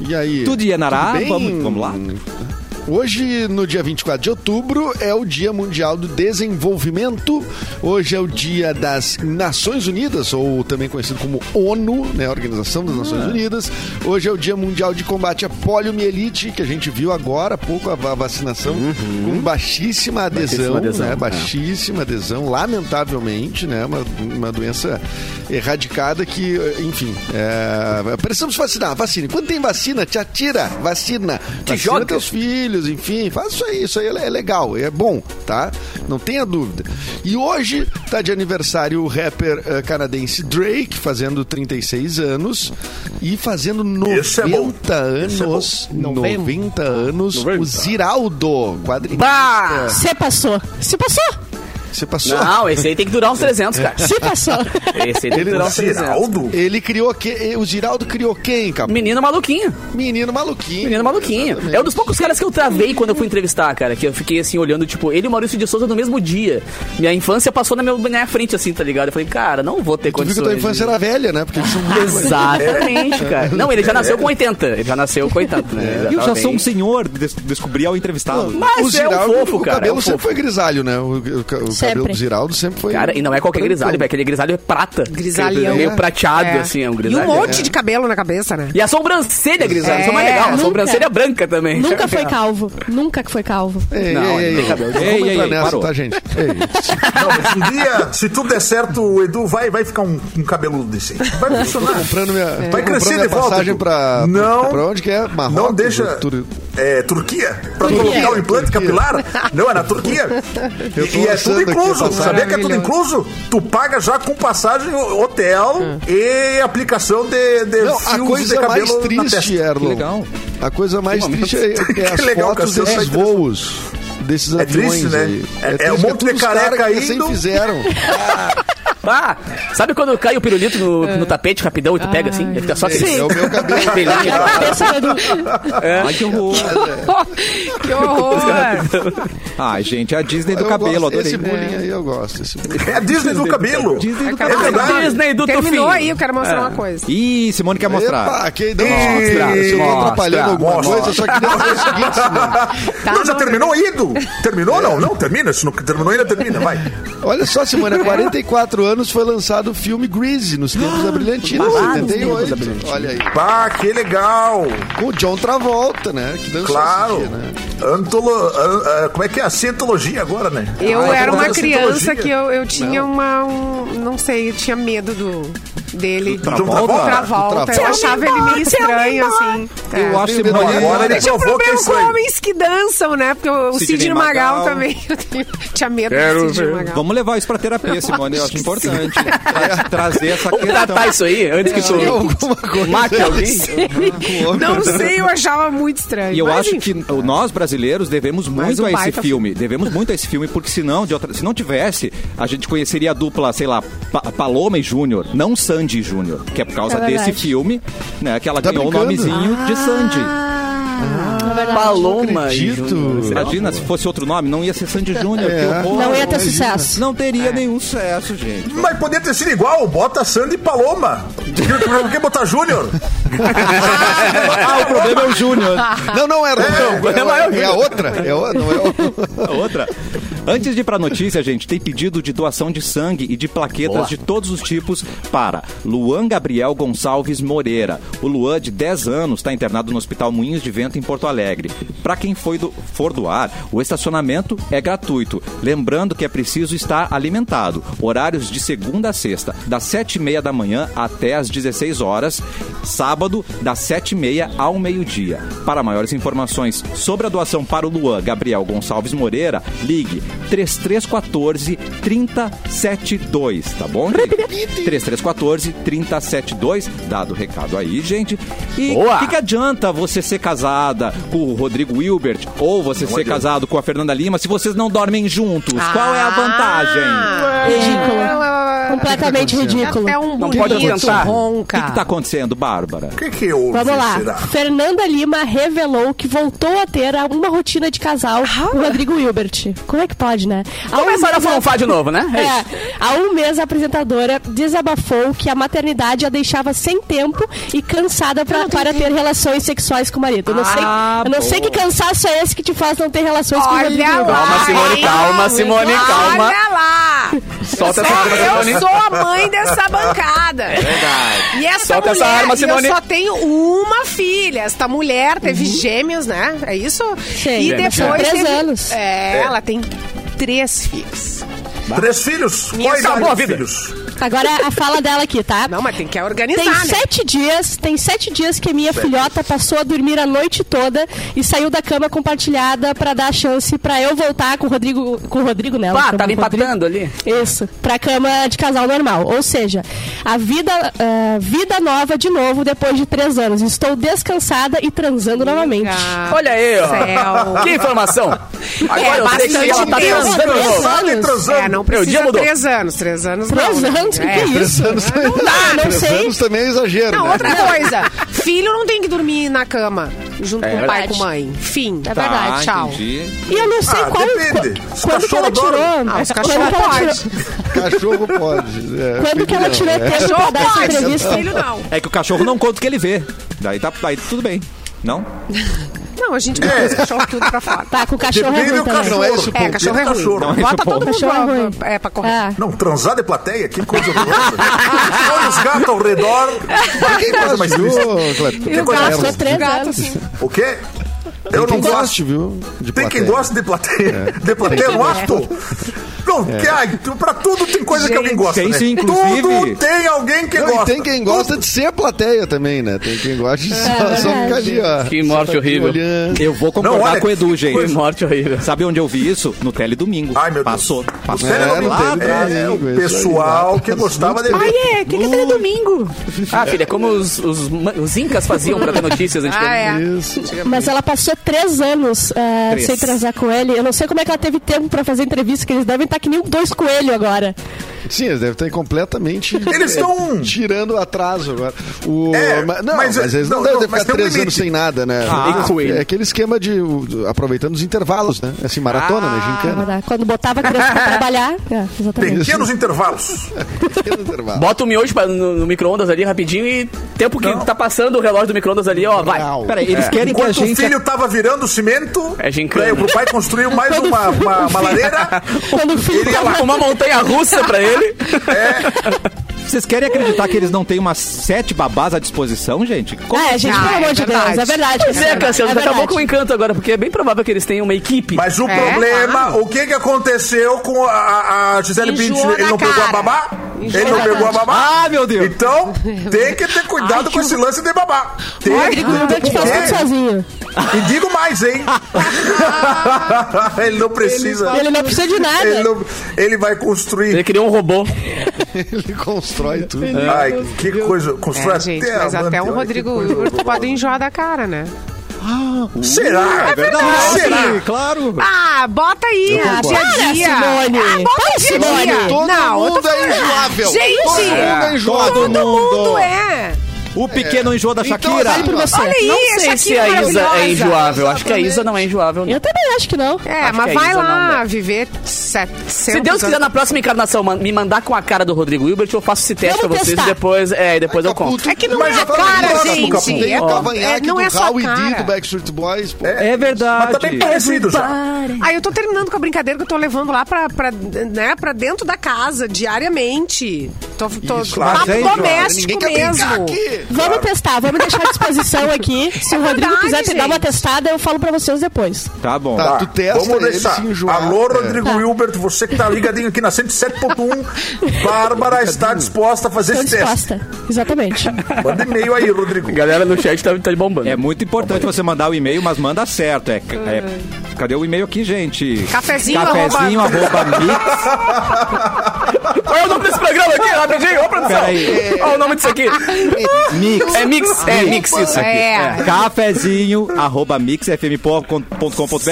[SPEAKER 4] E aí?
[SPEAKER 1] Tudo de Yanará?
[SPEAKER 4] Tudo bem?
[SPEAKER 1] Vamos, vamos lá?
[SPEAKER 4] Hoje, no dia 24 de outubro, é o Dia Mundial do Desenvolvimento. Hoje é o Dia das Nações Unidas, ou também conhecido como ONU, né? Organização das
[SPEAKER 2] Ah.
[SPEAKER 4] Nações Unidas. Hoje é o Dia Mundial de Combate à Poliomielite, que a gente viu agora há pouco a va- vacinação com baixíssima
[SPEAKER 2] Uhum.
[SPEAKER 4] adesão,
[SPEAKER 2] Baixíssima adesão,
[SPEAKER 4] né?
[SPEAKER 2] é.
[SPEAKER 4] Baixíssima adesão, lamentavelmente, né? Uma, uma doença erradicada que, enfim, é, precisamos vacinar. Vacine. Quando tem vacina, te atira, vacina. vacina
[SPEAKER 2] joga.
[SPEAKER 4] teus filhos, enfim, faz isso aí, isso aí é legal, é bom, tá? Não tenha dúvida. E hoje tá de aniversário o rapper eh, canadense Drake, fazendo 36 anos e fazendo 90
[SPEAKER 6] Esse é bom.
[SPEAKER 4] anos, 90, anos, o Ziraldo, quadrinho.
[SPEAKER 2] Bah!
[SPEAKER 5] Você passou. Se passou.
[SPEAKER 4] Você passou?
[SPEAKER 2] Não, esse aí tem que durar uns 300, cara.
[SPEAKER 5] Se passou.
[SPEAKER 2] Esse aí tem que durar uns 300.
[SPEAKER 6] Geraldo?
[SPEAKER 4] Ele criou que o Ziraldo criou quem, cara?
[SPEAKER 2] Menino maluquinho.
[SPEAKER 4] Menino maluquinho.
[SPEAKER 2] Menino maluquinho.
[SPEAKER 4] Exatamente.
[SPEAKER 2] É um dos poucos caras que eu travei quando eu fui entrevistar, cara. Que eu fiquei assim, olhando, tipo, ele e o Maurício de Souza no mesmo dia. Minha infância passou na minha, na minha frente, assim, tá ligado? Eu falei, cara, não vou ter
[SPEAKER 4] Tu viu
[SPEAKER 2] condições.
[SPEAKER 4] que a tua infância
[SPEAKER 2] de-
[SPEAKER 4] era É. velha, né? Porque eles são muito
[SPEAKER 2] Exatamente, cara. Não, ele já nasceu com 80. Ele já nasceu com 80,
[SPEAKER 4] É.
[SPEAKER 2] né? Ele
[SPEAKER 1] Eu
[SPEAKER 2] tava
[SPEAKER 1] já sou
[SPEAKER 2] bem-
[SPEAKER 1] um senhor, des descobri ao entrevistá-lo.
[SPEAKER 2] Mas
[SPEAKER 4] o
[SPEAKER 2] é um
[SPEAKER 4] Ziraldo,
[SPEAKER 2] fofo,
[SPEAKER 4] o
[SPEAKER 2] cara.
[SPEAKER 4] cabelo
[SPEAKER 2] é um
[SPEAKER 4] sempre
[SPEAKER 2] fofo.
[SPEAKER 4] foi grisalho, né? O, o- o cabelo
[SPEAKER 5] Sempre.
[SPEAKER 4] do Ziraldo sempre foi.
[SPEAKER 2] Cara, e não é qualquer grisalho, velho. Aquele grisalho é prata.
[SPEAKER 3] Grisalhão.
[SPEAKER 2] Meio prateado,
[SPEAKER 3] É.
[SPEAKER 2] assim, é um
[SPEAKER 3] E um
[SPEAKER 2] grisalho.
[SPEAKER 3] monte de cabelo na cabeça, né?
[SPEAKER 2] E a sobrancelha grisalha, isso é mais
[SPEAKER 3] É,
[SPEAKER 2] legal. A
[SPEAKER 5] nunca.
[SPEAKER 2] sobrancelha branca também.
[SPEAKER 5] Nunca foi calvo. Nunca que foi calvo.
[SPEAKER 4] Ei,
[SPEAKER 2] Não, ele
[SPEAKER 4] ei, ei,
[SPEAKER 6] é
[SPEAKER 2] tem
[SPEAKER 4] ei,
[SPEAKER 2] cabelo.
[SPEAKER 4] vamos
[SPEAKER 1] Ei,
[SPEAKER 4] entrar
[SPEAKER 1] ei,
[SPEAKER 4] nessa,
[SPEAKER 1] parou.
[SPEAKER 4] tá, gente? Ei,
[SPEAKER 6] Não, mas um dia, se tudo der certo, o Edu vai, vai ficar um, um cabeludo desse. Vai funcionar.
[SPEAKER 4] comprando minha, tô
[SPEAKER 6] É. Vai
[SPEAKER 4] comprando
[SPEAKER 6] crescer
[SPEAKER 4] minha
[SPEAKER 6] de volta,
[SPEAKER 4] passagem
[SPEAKER 6] Edu.
[SPEAKER 4] pra,
[SPEAKER 6] Não.
[SPEAKER 4] pra onde que é? Marrocos?
[SPEAKER 6] Não deixa.
[SPEAKER 4] Tur-
[SPEAKER 6] É, Turquia? Pra
[SPEAKER 5] Turquia.
[SPEAKER 6] colocar o implante
[SPEAKER 4] Turquia.
[SPEAKER 6] capilar? Não, é na Turquia.
[SPEAKER 4] Eu tô
[SPEAKER 6] E, e é
[SPEAKER 4] achando
[SPEAKER 6] tudo
[SPEAKER 4] aqui
[SPEAKER 6] incluso.
[SPEAKER 4] essa
[SPEAKER 6] Sabia que é tudo incluso? Tu paga já com passagem, ho- hotel e aplicação de, de
[SPEAKER 4] Hum. Não, a
[SPEAKER 6] fios de
[SPEAKER 4] coisa
[SPEAKER 6] cabelo
[SPEAKER 4] mais
[SPEAKER 6] na testa.
[SPEAKER 4] triste, Erlon.
[SPEAKER 1] legal.
[SPEAKER 4] A coisa mais triste é, é as
[SPEAKER 6] Que legal,
[SPEAKER 4] fotos
[SPEAKER 6] Cassiano,
[SPEAKER 4] desses
[SPEAKER 6] tá interessante.
[SPEAKER 4] voos. Desses
[SPEAKER 6] É
[SPEAKER 4] aviões
[SPEAKER 6] triste, né?
[SPEAKER 4] aí.
[SPEAKER 6] É- é um
[SPEAKER 4] triste,
[SPEAKER 6] monte
[SPEAKER 4] porque
[SPEAKER 6] de
[SPEAKER 4] todos os caras
[SPEAKER 6] careca
[SPEAKER 4] que
[SPEAKER 6] indo.
[SPEAKER 4] Recém fizeram.
[SPEAKER 2] Ah, sabe quando cai o pirulito no, no tapete rapidão e tu pega assim? É. Ele fica só aquele...
[SPEAKER 4] É o meu cabelo.
[SPEAKER 2] Pelinho,
[SPEAKER 5] É A
[SPEAKER 2] tá?
[SPEAKER 5] cabeça do Edu.
[SPEAKER 1] Ai, que horror.
[SPEAKER 3] Que horror!
[SPEAKER 1] Ai, gente, é a Disney do
[SPEAKER 4] Eu
[SPEAKER 1] cabelo,
[SPEAKER 4] gosto,
[SPEAKER 1] adorei.
[SPEAKER 4] Esse bullying aí eu gosto. Esse bullying.
[SPEAKER 6] É a Disney do cabelo.
[SPEAKER 1] Disney do É.
[SPEAKER 6] É
[SPEAKER 1] cabelo.
[SPEAKER 6] verdade.
[SPEAKER 2] Disney do
[SPEAKER 3] Terminou
[SPEAKER 2] Tufinho.
[SPEAKER 3] aí, eu quero mostrar uma coisa.
[SPEAKER 1] Ih, Simone quer mostrar.
[SPEAKER 4] Epa, quem deu
[SPEAKER 6] Mostra,
[SPEAKER 4] Se eu tô
[SPEAKER 2] mostra,
[SPEAKER 4] atrapalhando alguma
[SPEAKER 6] mostra.
[SPEAKER 4] coisa, eu só queria dizer o seguinte, Simone.
[SPEAKER 6] Ah, não, já terminou, Ido? Terminou? Não, não, termina. Se não terminou, ainda termina, vai.
[SPEAKER 4] Olha só, Simone, há 44 anos foi lançado o filme Greasy, nos tempos da Brilhantina, 78. Olha aí.
[SPEAKER 6] Pá, que legal.
[SPEAKER 4] Com o John Travolta, né? Que dançou
[SPEAKER 6] Claro.
[SPEAKER 4] esse dia, né?
[SPEAKER 6] Antolo... ah, ah, como é que é a cientologia agora, né?
[SPEAKER 3] Eu
[SPEAKER 6] Ah,
[SPEAKER 3] era uma
[SPEAKER 6] da
[SPEAKER 3] criança
[SPEAKER 6] cientologia.
[SPEAKER 3] que eu, eu tinha uma. um- não sei, eu tinha medo do dele.
[SPEAKER 6] Do John Travolta?
[SPEAKER 4] Do
[SPEAKER 3] Travolta.
[SPEAKER 4] Travolta.
[SPEAKER 3] Eu achava ele meio estranho, assim.
[SPEAKER 1] Eu
[SPEAKER 3] É.
[SPEAKER 1] acho
[SPEAKER 4] Bem,
[SPEAKER 1] Simone.
[SPEAKER 4] bem,
[SPEAKER 6] Agora ele
[SPEAKER 3] Eu tinha
[SPEAKER 6] provou que é
[SPEAKER 3] problema
[SPEAKER 6] isso
[SPEAKER 3] com
[SPEAKER 6] aí.
[SPEAKER 3] homens que dançam, né? Porque o
[SPEAKER 1] Sidney
[SPEAKER 3] Sidney, Magal,
[SPEAKER 1] Magal.
[SPEAKER 3] também. Eu tenho- tinha medo do Sidney Magal.
[SPEAKER 1] Vamos levar isso pra terapia, Simone. Eu acho importante tra- trazer essa
[SPEAKER 2] Vamos
[SPEAKER 1] questão.
[SPEAKER 2] tratar isso aí antes que
[SPEAKER 4] Tinha
[SPEAKER 2] tu
[SPEAKER 4] alguma coisa.
[SPEAKER 2] mate alguém?
[SPEAKER 3] Não sei, eu achava muito estranho.
[SPEAKER 1] E eu
[SPEAKER 3] Mas,
[SPEAKER 1] acho
[SPEAKER 3] enfim.
[SPEAKER 1] que o- nós brasileiros devemos
[SPEAKER 3] Mas
[SPEAKER 1] muito
[SPEAKER 3] um
[SPEAKER 1] a esse
[SPEAKER 3] baita-
[SPEAKER 1] filme. Devemos muito a esse filme, porque senão, de outra- se não tivesse, a gente conheceria a dupla, sei lá, Pa- Paloma e Júnior, não Sandy e Júnior, que é por causa
[SPEAKER 5] É
[SPEAKER 1] desse
[SPEAKER 5] verdade.
[SPEAKER 1] filme, né? Que ela
[SPEAKER 4] Tá
[SPEAKER 1] ganhou o
[SPEAKER 4] brincando?
[SPEAKER 1] nomezinho de Sandy.
[SPEAKER 2] Paloma e
[SPEAKER 4] acredito.
[SPEAKER 2] Júnior. Será?
[SPEAKER 1] Imagina, se fosse outro nome, não ia ser Sandy Júnior.
[SPEAKER 4] É.
[SPEAKER 1] que horror.
[SPEAKER 5] Não ia ter
[SPEAKER 4] Imagina.
[SPEAKER 5] sucesso.
[SPEAKER 1] Não teria nenhum sucesso, gente.
[SPEAKER 6] Mas poderia ter sido igual, bota Sandy e Paloma. Por que botar Júnior?
[SPEAKER 1] Ah, o problema é o Júnior.
[SPEAKER 4] Não, não era.
[SPEAKER 2] problema é o
[SPEAKER 4] É, a outra. É a outra. Não é a-
[SPEAKER 1] A Outra. Antes de ir pra notícia, gente, tem pedido de doação de sangue e de plaquetas de todos os tipos para Luan Gabriel Gonçalves Moreira. O Luan, de 10 anos, está internado no Hospital Moinhos de Vento, em Porto Alegre. Para quem foi do- for doar, o estacionamento é gratuito. Lembrando que é preciso estar alimentado. Horários de segunda a sexta, das 7h30 da manhã até às 16 horas. Sábado, das 7h30 ao meio-dia. Para maiores informações sobre a doação para o Luan Gabriel Gonçalves Moreira, ligue 3314 3072, tá bom? gente? 3314 3072, dado o recado aí, gente. E o
[SPEAKER 2] Boa!
[SPEAKER 1] que, que adianta você ser casada com o Rodrigo Wilbert ou você ser casado
[SPEAKER 5] Ah!
[SPEAKER 1] com a Fernanda Lima se vocês não dormem juntos? Qual é a vantagem?
[SPEAKER 5] Ridícula.
[SPEAKER 3] Ela-
[SPEAKER 5] Completamente ridículo.
[SPEAKER 3] Até um
[SPEAKER 2] Não pode
[SPEAKER 3] bonito
[SPEAKER 2] ostentar.
[SPEAKER 1] O que,
[SPEAKER 3] ronca.
[SPEAKER 1] que tá acontecendo, Bárbara?
[SPEAKER 6] O que que eu
[SPEAKER 5] Vamos lá.
[SPEAKER 6] Será?
[SPEAKER 5] Fernanda Lima revelou que voltou a ter uma rotina de casal com o Rodrigo Hilbert. Como é que pode, né? Há um
[SPEAKER 2] Começaram a
[SPEAKER 5] mês-
[SPEAKER 2] fanfar de novo, né? É isso.
[SPEAKER 5] É, há um mês a apresentadora desabafou que a maternidade a deixava sem tempo e cansada pra, para ter relações sexuais com o marido. Eu não sei,
[SPEAKER 1] Ah,
[SPEAKER 5] eu não sei que cansaço é esse que te faz não ter relações com o Rodrigo
[SPEAKER 3] Olha
[SPEAKER 5] Hilbert.
[SPEAKER 3] lá.
[SPEAKER 2] Calma, Simone,
[SPEAKER 3] Ai,
[SPEAKER 2] calma, Simone, calma.
[SPEAKER 3] Olha lá!
[SPEAKER 2] Solta essa arma,
[SPEAKER 3] Só eu
[SPEAKER 2] Simone.
[SPEAKER 3] sou a mãe dessa bancada. Verdade. E essa
[SPEAKER 2] Solta essa
[SPEAKER 3] mulher,
[SPEAKER 2] arma,
[SPEAKER 3] e
[SPEAKER 2] Simone. Uhum.
[SPEAKER 3] eu só tenho uma filha. Esta mulher teve gêmeos, né? É isso?
[SPEAKER 5] Sim.
[SPEAKER 3] E
[SPEAKER 5] Gêmeos,
[SPEAKER 3] depois
[SPEAKER 5] é. Três
[SPEAKER 3] teve-
[SPEAKER 5] anos.
[SPEAKER 3] É, ela tem três filhos.
[SPEAKER 6] Três filhos?
[SPEAKER 3] Minha
[SPEAKER 6] Qual a idade
[SPEAKER 2] salvou a
[SPEAKER 6] dos
[SPEAKER 2] vida.
[SPEAKER 6] filhos?
[SPEAKER 5] Agora a fala dela aqui, tá?
[SPEAKER 3] Não, mas tem que organizar,
[SPEAKER 5] Tem
[SPEAKER 3] né?
[SPEAKER 5] sete dias, tem sete dias que a minha filhota passou a dormir a noite toda e saiu da cama compartilhada pra dar a chance pra eu voltar com o Rodrigo, com o Rodrigo nela.
[SPEAKER 2] Pá,
[SPEAKER 5] Chama
[SPEAKER 2] tava
[SPEAKER 5] o Rodrigo.
[SPEAKER 2] empatando ali.
[SPEAKER 5] Isso, pra cama de casal normal. Ou seja, a vida, ah, vida nova de novo depois de três anos. Estou descansada e transando novamente.
[SPEAKER 3] Ah,
[SPEAKER 4] Ah,
[SPEAKER 2] Olha aí, ó.
[SPEAKER 3] Céu.
[SPEAKER 2] Que informação.
[SPEAKER 4] É,
[SPEAKER 2] Agora eu sei que
[SPEAKER 3] bastante
[SPEAKER 2] ela tá
[SPEAKER 3] tempo.
[SPEAKER 2] transando de novo.
[SPEAKER 6] Sabe
[SPEAKER 5] anos?
[SPEAKER 6] transando?
[SPEAKER 3] É,
[SPEAKER 2] Meu
[SPEAKER 3] não
[SPEAKER 2] dia
[SPEAKER 3] precisa
[SPEAKER 2] mudou.
[SPEAKER 3] três anos. Três anos não.
[SPEAKER 5] Três
[SPEAKER 3] né?
[SPEAKER 5] anos? O que, que é
[SPEAKER 3] É.
[SPEAKER 5] isso?
[SPEAKER 4] anos também, não
[SPEAKER 5] dá, não sei.
[SPEAKER 4] anos também é exagero,
[SPEAKER 3] Não,
[SPEAKER 4] né?
[SPEAKER 3] outra coisa. Filho não tem que dormir na cama
[SPEAKER 2] É
[SPEAKER 3] junto com o pai e com a mãe. Fim. Tá,
[SPEAKER 5] É verdade.
[SPEAKER 3] Tchau.
[SPEAKER 1] entendi.
[SPEAKER 5] E eu não sei
[SPEAKER 6] Ah,
[SPEAKER 5] qual.
[SPEAKER 6] depende.
[SPEAKER 5] qu-
[SPEAKER 6] Os
[SPEAKER 5] Quando que
[SPEAKER 6] cachorro
[SPEAKER 5] ela tirou?
[SPEAKER 6] adoram.
[SPEAKER 3] Ah, os
[SPEAKER 5] quando
[SPEAKER 3] cachorro
[SPEAKER 5] que ela
[SPEAKER 3] pode.
[SPEAKER 5] tirou-
[SPEAKER 4] Cachorro pode. é,
[SPEAKER 5] Quando que ela
[SPEAKER 4] não,
[SPEAKER 5] tirou
[SPEAKER 4] é.
[SPEAKER 5] tempo pra
[SPEAKER 3] Cachorro
[SPEAKER 5] dar essa
[SPEAKER 3] pode,
[SPEAKER 5] entrevista?
[SPEAKER 3] filho não.
[SPEAKER 1] É que o cachorro não conta o que ele vê. Daí tá daí tudo bem. Não?
[SPEAKER 3] Não, a gente
[SPEAKER 2] É.
[SPEAKER 3] botou os cachorros tudo pra fora.
[SPEAKER 5] Tá, com o cachorro é
[SPEAKER 6] Depende
[SPEAKER 5] ruim
[SPEAKER 6] do
[SPEAKER 5] também.
[SPEAKER 4] Não é isso,
[SPEAKER 3] É, cachorro é ruim.
[SPEAKER 6] Cachorro. Não,
[SPEAKER 1] esse é
[SPEAKER 3] Bota
[SPEAKER 1] o
[SPEAKER 3] todo
[SPEAKER 1] ponto.
[SPEAKER 3] mundo
[SPEAKER 5] Cachorro é
[SPEAKER 3] pra,
[SPEAKER 5] ruim.
[SPEAKER 3] pra- é, pra correr.
[SPEAKER 5] Ah,
[SPEAKER 6] Não, transar de plateia, que coisa horrorosa. Olha os gatos ao redor.
[SPEAKER 4] Quem passou, Clepton?
[SPEAKER 3] E o
[SPEAKER 6] coisa
[SPEAKER 3] gato, o
[SPEAKER 4] errada.
[SPEAKER 5] é Três
[SPEAKER 3] gato
[SPEAKER 5] anos.
[SPEAKER 3] assim.
[SPEAKER 6] O quê? Eu não
[SPEAKER 4] Quem
[SPEAKER 6] gosto.
[SPEAKER 4] gosta, viu? De
[SPEAKER 6] Tem quem
[SPEAKER 4] plateia. É.
[SPEAKER 6] gosta de plateia. De plateia no ato. Não, que- ai, tu- pra tudo tem coisa que alguém gosta.
[SPEAKER 1] tem
[SPEAKER 6] né?
[SPEAKER 1] sim, inclusive.
[SPEAKER 6] Tudo tem alguém que
[SPEAKER 4] Não,
[SPEAKER 6] gosta.
[SPEAKER 4] e tem quem gosta de ser a plateia também, né? Tem quem gosta de só, só ficar ali, ó.
[SPEAKER 2] Que morte
[SPEAKER 4] Só tá aqui
[SPEAKER 2] horrível.
[SPEAKER 4] olhando.
[SPEAKER 1] Eu vou concordar
[SPEAKER 6] Não, olha,
[SPEAKER 1] com o Edu,
[SPEAKER 6] que
[SPEAKER 1] gente.
[SPEAKER 2] Que morte horrível.
[SPEAKER 1] Sabe onde eu vi isso? No Teledomingo.
[SPEAKER 6] Ai, meu Deus.
[SPEAKER 1] Passou. Passou.
[SPEAKER 6] O
[SPEAKER 4] É, não
[SPEAKER 6] Teledomingo.
[SPEAKER 4] teve
[SPEAKER 6] É, é, o
[SPEAKER 4] domingo, isso aí.
[SPEAKER 6] pessoal que gostava de ver.
[SPEAKER 2] é, o que, que domingo? Ah, filha, como os, os, ma- os incas faziam pra ver notícias
[SPEAKER 3] Ah,
[SPEAKER 2] antigamente.
[SPEAKER 3] é.
[SPEAKER 4] Isso.
[SPEAKER 5] Mas ela passou três anos ah,
[SPEAKER 1] Três.
[SPEAKER 5] sem transar com ele. Eu não sei como é que ela teve tempo pra fazer entrevista, que eles devem estar que nem dois coelhos agora.
[SPEAKER 4] Sim, eles devem estar completamente.
[SPEAKER 6] Eles estão-
[SPEAKER 4] Tirando o atraso agora. O,
[SPEAKER 6] É,
[SPEAKER 4] ma- não,
[SPEAKER 6] mas-
[SPEAKER 4] mas, eles não,
[SPEAKER 6] não,
[SPEAKER 4] devem
[SPEAKER 6] não, mas
[SPEAKER 4] ficar
[SPEAKER 6] tem um
[SPEAKER 4] três
[SPEAKER 6] limite.
[SPEAKER 4] anos sem nada, né?
[SPEAKER 1] Ah,
[SPEAKER 4] É
[SPEAKER 2] coelho.
[SPEAKER 4] aquele esquema de. o- aproveitando os intervalos, né? Assim, maratona, né?
[SPEAKER 3] Ah.
[SPEAKER 4] Gincana.
[SPEAKER 5] Quando botava a criança pra trabalhar. É, exatamente.
[SPEAKER 6] Pequenos intervalos.
[SPEAKER 4] Pequeno intervalo.
[SPEAKER 2] Bota o miojo pra- no, no micro-ondas ali rapidinho e tempo que tá passando o relógio do micro-ondas ali, ó, vai.
[SPEAKER 4] Real.
[SPEAKER 1] Peraí, eles querem que a
[SPEAKER 6] Enquanto o
[SPEAKER 1] gente...
[SPEAKER 4] é-
[SPEAKER 6] filho tava virando cimento,
[SPEAKER 2] É gincana.
[SPEAKER 6] pra- pro pai construiu mais uma, uma, uma lareira.
[SPEAKER 5] Quando o filho
[SPEAKER 2] Tá lá, Uma montanha russa pra ele.
[SPEAKER 1] Vocês querem acreditar que eles não têm umas sete babás à disposição, gente? Como-
[SPEAKER 5] Ah, é, gente,
[SPEAKER 3] Ah,
[SPEAKER 5] pelo
[SPEAKER 3] é
[SPEAKER 5] amor de
[SPEAKER 3] verdade.
[SPEAKER 5] Deus, é verdade.
[SPEAKER 2] Pois é, Cassiano,
[SPEAKER 5] É
[SPEAKER 2] acabou
[SPEAKER 5] verdade.
[SPEAKER 2] com o encanto agora, porque é bem provável que eles tenham uma equipe.
[SPEAKER 6] Mas o
[SPEAKER 3] É,
[SPEAKER 6] problema,
[SPEAKER 3] claro.
[SPEAKER 6] o que que aconteceu com a- a, a Gisele
[SPEAKER 3] Enjoou
[SPEAKER 6] Bündchen? Ele
[SPEAKER 3] na
[SPEAKER 6] não pegou a
[SPEAKER 3] cara.
[SPEAKER 6] babá? Ele não
[SPEAKER 5] na
[SPEAKER 6] pegou a babá?
[SPEAKER 1] Ah, meu Deus.
[SPEAKER 6] Então, tem que ter cuidado com esse lance de babá. Tem
[SPEAKER 5] Rodrigo Hilbert faz
[SPEAKER 6] É.
[SPEAKER 5] tudo sozinho.
[SPEAKER 6] E digo mais, hein? ele não precisa.
[SPEAKER 5] Ele não precisa de nada.
[SPEAKER 6] Ele, não- ele vai construir.
[SPEAKER 2] Ele criou um robô.
[SPEAKER 4] Ele constrói tudo.
[SPEAKER 6] Ai, que coisa. Constrói
[SPEAKER 3] É, gente,
[SPEAKER 6] até a
[SPEAKER 3] mas até
[SPEAKER 6] amante,
[SPEAKER 3] um
[SPEAKER 6] olha
[SPEAKER 3] Rodrigo
[SPEAKER 6] que coisa
[SPEAKER 3] Hilbert pode
[SPEAKER 6] horrorosa.
[SPEAKER 3] enjoar da cara, né?
[SPEAKER 6] Será? É
[SPEAKER 1] Não,
[SPEAKER 6] Será?
[SPEAKER 1] sim, claro.
[SPEAKER 3] Ah, bota aí, ah, dia a dia.
[SPEAKER 5] Simone.
[SPEAKER 3] Ah, bota dia
[SPEAKER 5] Para,
[SPEAKER 3] a
[SPEAKER 5] Simone.
[SPEAKER 3] dia.
[SPEAKER 4] Todo
[SPEAKER 3] não, eu tô
[SPEAKER 4] mundo é
[SPEAKER 3] falando.
[SPEAKER 4] enjoável.
[SPEAKER 3] Gente,
[SPEAKER 4] Todo mundo é enjoável.
[SPEAKER 3] todo mundo é.
[SPEAKER 1] O pequeno enjoa da
[SPEAKER 4] Então,
[SPEAKER 1] Shakira.
[SPEAKER 4] assim,
[SPEAKER 5] Por você.
[SPEAKER 3] Olha aí,
[SPEAKER 2] Não
[SPEAKER 3] essa
[SPEAKER 2] sei
[SPEAKER 3] aqui
[SPEAKER 2] se a Isa
[SPEAKER 3] maravilhosa.
[SPEAKER 2] é enjoável. Acho que a Isa não é enjoável, não.
[SPEAKER 5] Eu também acho que não.
[SPEAKER 3] É,
[SPEAKER 2] Acho
[SPEAKER 3] mas
[SPEAKER 2] que a
[SPEAKER 3] vai
[SPEAKER 2] Isa não
[SPEAKER 3] lá
[SPEAKER 2] dá.
[SPEAKER 3] viver 700
[SPEAKER 2] Se Deus
[SPEAKER 3] um
[SPEAKER 2] quiser, na próxima encarnação, man- me mandar com a cara do Rodrigo Hilbert, eu faço esse teste
[SPEAKER 5] Vamos
[SPEAKER 2] pra vocês
[SPEAKER 5] testar.
[SPEAKER 2] e depois, é, e depois eu
[SPEAKER 4] Caputo.
[SPEAKER 2] conto.
[SPEAKER 3] É que não
[SPEAKER 6] Mas
[SPEAKER 3] é
[SPEAKER 6] eu
[SPEAKER 3] a
[SPEAKER 6] falo
[SPEAKER 3] cara,
[SPEAKER 6] agora,
[SPEAKER 3] gente.
[SPEAKER 6] Capu.
[SPEAKER 4] Tem
[SPEAKER 3] É-
[SPEAKER 4] o cavanhaque
[SPEAKER 3] é- não
[SPEAKER 4] do
[SPEAKER 3] é só a
[SPEAKER 4] Howie D
[SPEAKER 3] cara.
[SPEAKER 4] do Backstreet Boys. pô.
[SPEAKER 1] É verdade.
[SPEAKER 6] Mas tá bem parecido já.
[SPEAKER 3] Aí eu tô terminando com a brincadeira que eu tô levando lá pra, pra, né, pra dentro da casa, diariamente. Tô, tô
[SPEAKER 4] Isso,
[SPEAKER 1] mas
[SPEAKER 3] papo
[SPEAKER 1] é enjoado.
[SPEAKER 3] doméstico
[SPEAKER 4] brincar
[SPEAKER 3] mesmo.
[SPEAKER 4] aqui.
[SPEAKER 5] Vamos testar, vamos deixar à disposição aqui. Se o Rodrigo
[SPEAKER 3] verdade,
[SPEAKER 5] quiser te dar uma
[SPEAKER 3] gente.
[SPEAKER 5] testada, eu falo pra vocês depois.
[SPEAKER 1] Tá bom.
[SPEAKER 4] Tá. Tu testa
[SPEAKER 6] Ah, Vamos
[SPEAKER 4] ele
[SPEAKER 6] deixar.
[SPEAKER 4] se enjoar.
[SPEAKER 6] Alô,
[SPEAKER 4] É.
[SPEAKER 6] Rodrigo Hilbert, você que tá ligadinho aqui na 107.1. Bárbara está disposta a fazer
[SPEAKER 5] Estou
[SPEAKER 6] esse teste.
[SPEAKER 5] disposta. Exatamente.
[SPEAKER 6] Manda e-mail aí, Rodrigo.
[SPEAKER 2] A galera no chat tá, tá bombando.
[SPEAKER 1] É muito importante você mandar o e-mail, mas manda certo. É, é- cadê o e-mail aqui, gente?
[SPEAKER 3] Cafezinho,
[SPEAKER 1] Cafezinho, arroba mix.
[SPEAKER 2] Qual é o nome desse programa aqui, rapidinho? Ô, produção.
[SPEAKER 1] Peraí.
[SPEAKER 2] Qual é o nome disso aqui?
[SPEAKER 1] Mix.
[SPEAKER 2] É mix, é mix isso aqui.
[SPEAKER 3] É.
[SPEAKER 1] Cafezinho, arroba mixfm.com.br. É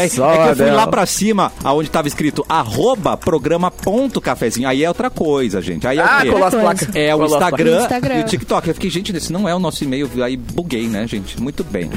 [SPEAKER 1] que eu fui
[SPEAKER 2] Deus.
[SPEAKER 1] lá pra cima, aonde tava escrito arroba programa.cafezinho. Aí é outra coisa, gente. Aí é
[SPEAKER 2] Ah,
[SPEAKER 1] o quê?
[SPEAKER 2] colou as placas.
[SPEAKER 1] É o
[SPEAKER 2] Colou as
[SPEAKER 1] Instagram,
[SPEAKER 5] placas. Instagram.
[SPEAKER 1] e o TikTok. Eu fiquei, gente, esse não é o nosso e-mail. Aí buguei, né, gente? Muito bem.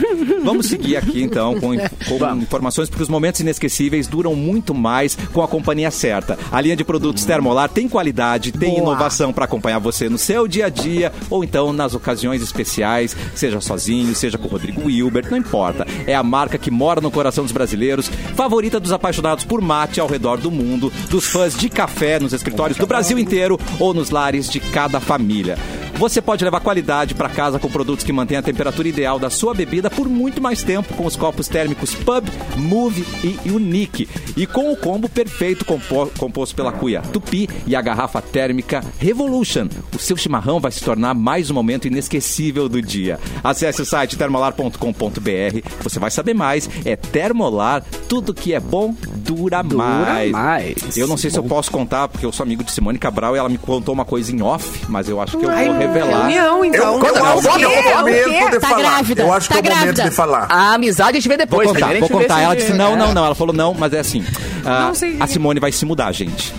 [SPEAKER 1] Vamos seguir aqui, então, com, in- com informações, porque os momentos inesquecíveis duram muito mais com a companhia certa. A linha de produtos Termolar tem qualidade, tem inovação para acompanhar você no seu dia a dia ou então nas ocasiões especiais, seja sozinho, seja com o Rodrigo Hilbert, não importa. É a marca que mora no coração dos brasileiros, favorita dos apaixonados por mate ao redor do mundo, dos fãs de café nos escritórios do Brasil inteiro ou nos lares de cada família. Você pode levar qualidade para casa com produtos que mantêm a temperatura ideal da sua bebida por muito mais tempo com os copos térmicos Pub, Move e Unique. E com o combo perfeito compo- composto pela cuia Tupi e a garrafa térmica Revolution. O seu chimarrão vai se tornar mais um momento inesquecível do dia. Acesse o site termolar.com.br. Você vai saber mais. É Termolar. Tudo que é bom dura, mais.
[SPEAKER 2] mais.
[SPEAKER 1] Eu não sei se eu posso contar, porque eu sou amigo de Simone Cabral e ela me contou uma coisa em off, mas eu acho que eu
[SPEAKER 3] Ai,
[SPEAKER 1] vou revelar.
[SPEAKER 3] Reunião, então.
[SPEAKER 6] Eu, quando eu
[SPEAKER 3] O
[SPEAKER 6] vou, eu
[SPEAKER 3] quê?
[SPEAKER 6] vou
[SPEAKER 3] O
[SPEAKER 6] momento
[SPEAKER 3] quê?
[SPEAKER 6] de
[SPEAKER 5] Tá
[SPEAKER 6] falar.
[SPEAKER 5] grávida,
[SPEAKER 6] Eu acho que é
[SPEAKER 5] tá
[SPEAKER 6] o momento
[SPEAKER 5] grávida.
[SPEAKER 6] de falar.
[SPEAKER 2] A amizade a gente vê
[SPEAKER 1] Vou
[SPEAKER 2] depois.
[SPEAKER 1] contar,
[SPEAKER 2] primeiro a
[SPEAKER 1] vou
[SPEAKER 2] gente vê
[SPEAKER 1] contar.
[SPEAKER 2] se
[SPEAKER 1] Ela
[SPEAKER 2] a gente-
[SPEAKER 1] disse, não, não, não. Ela falou, não, mas é assim. ah,
[SPEAKER 3] Não
[SPEAKER 5] é.
[SPEAKER 3] sei.
[SPEAKER 1] a Simone vai se mudar, gente.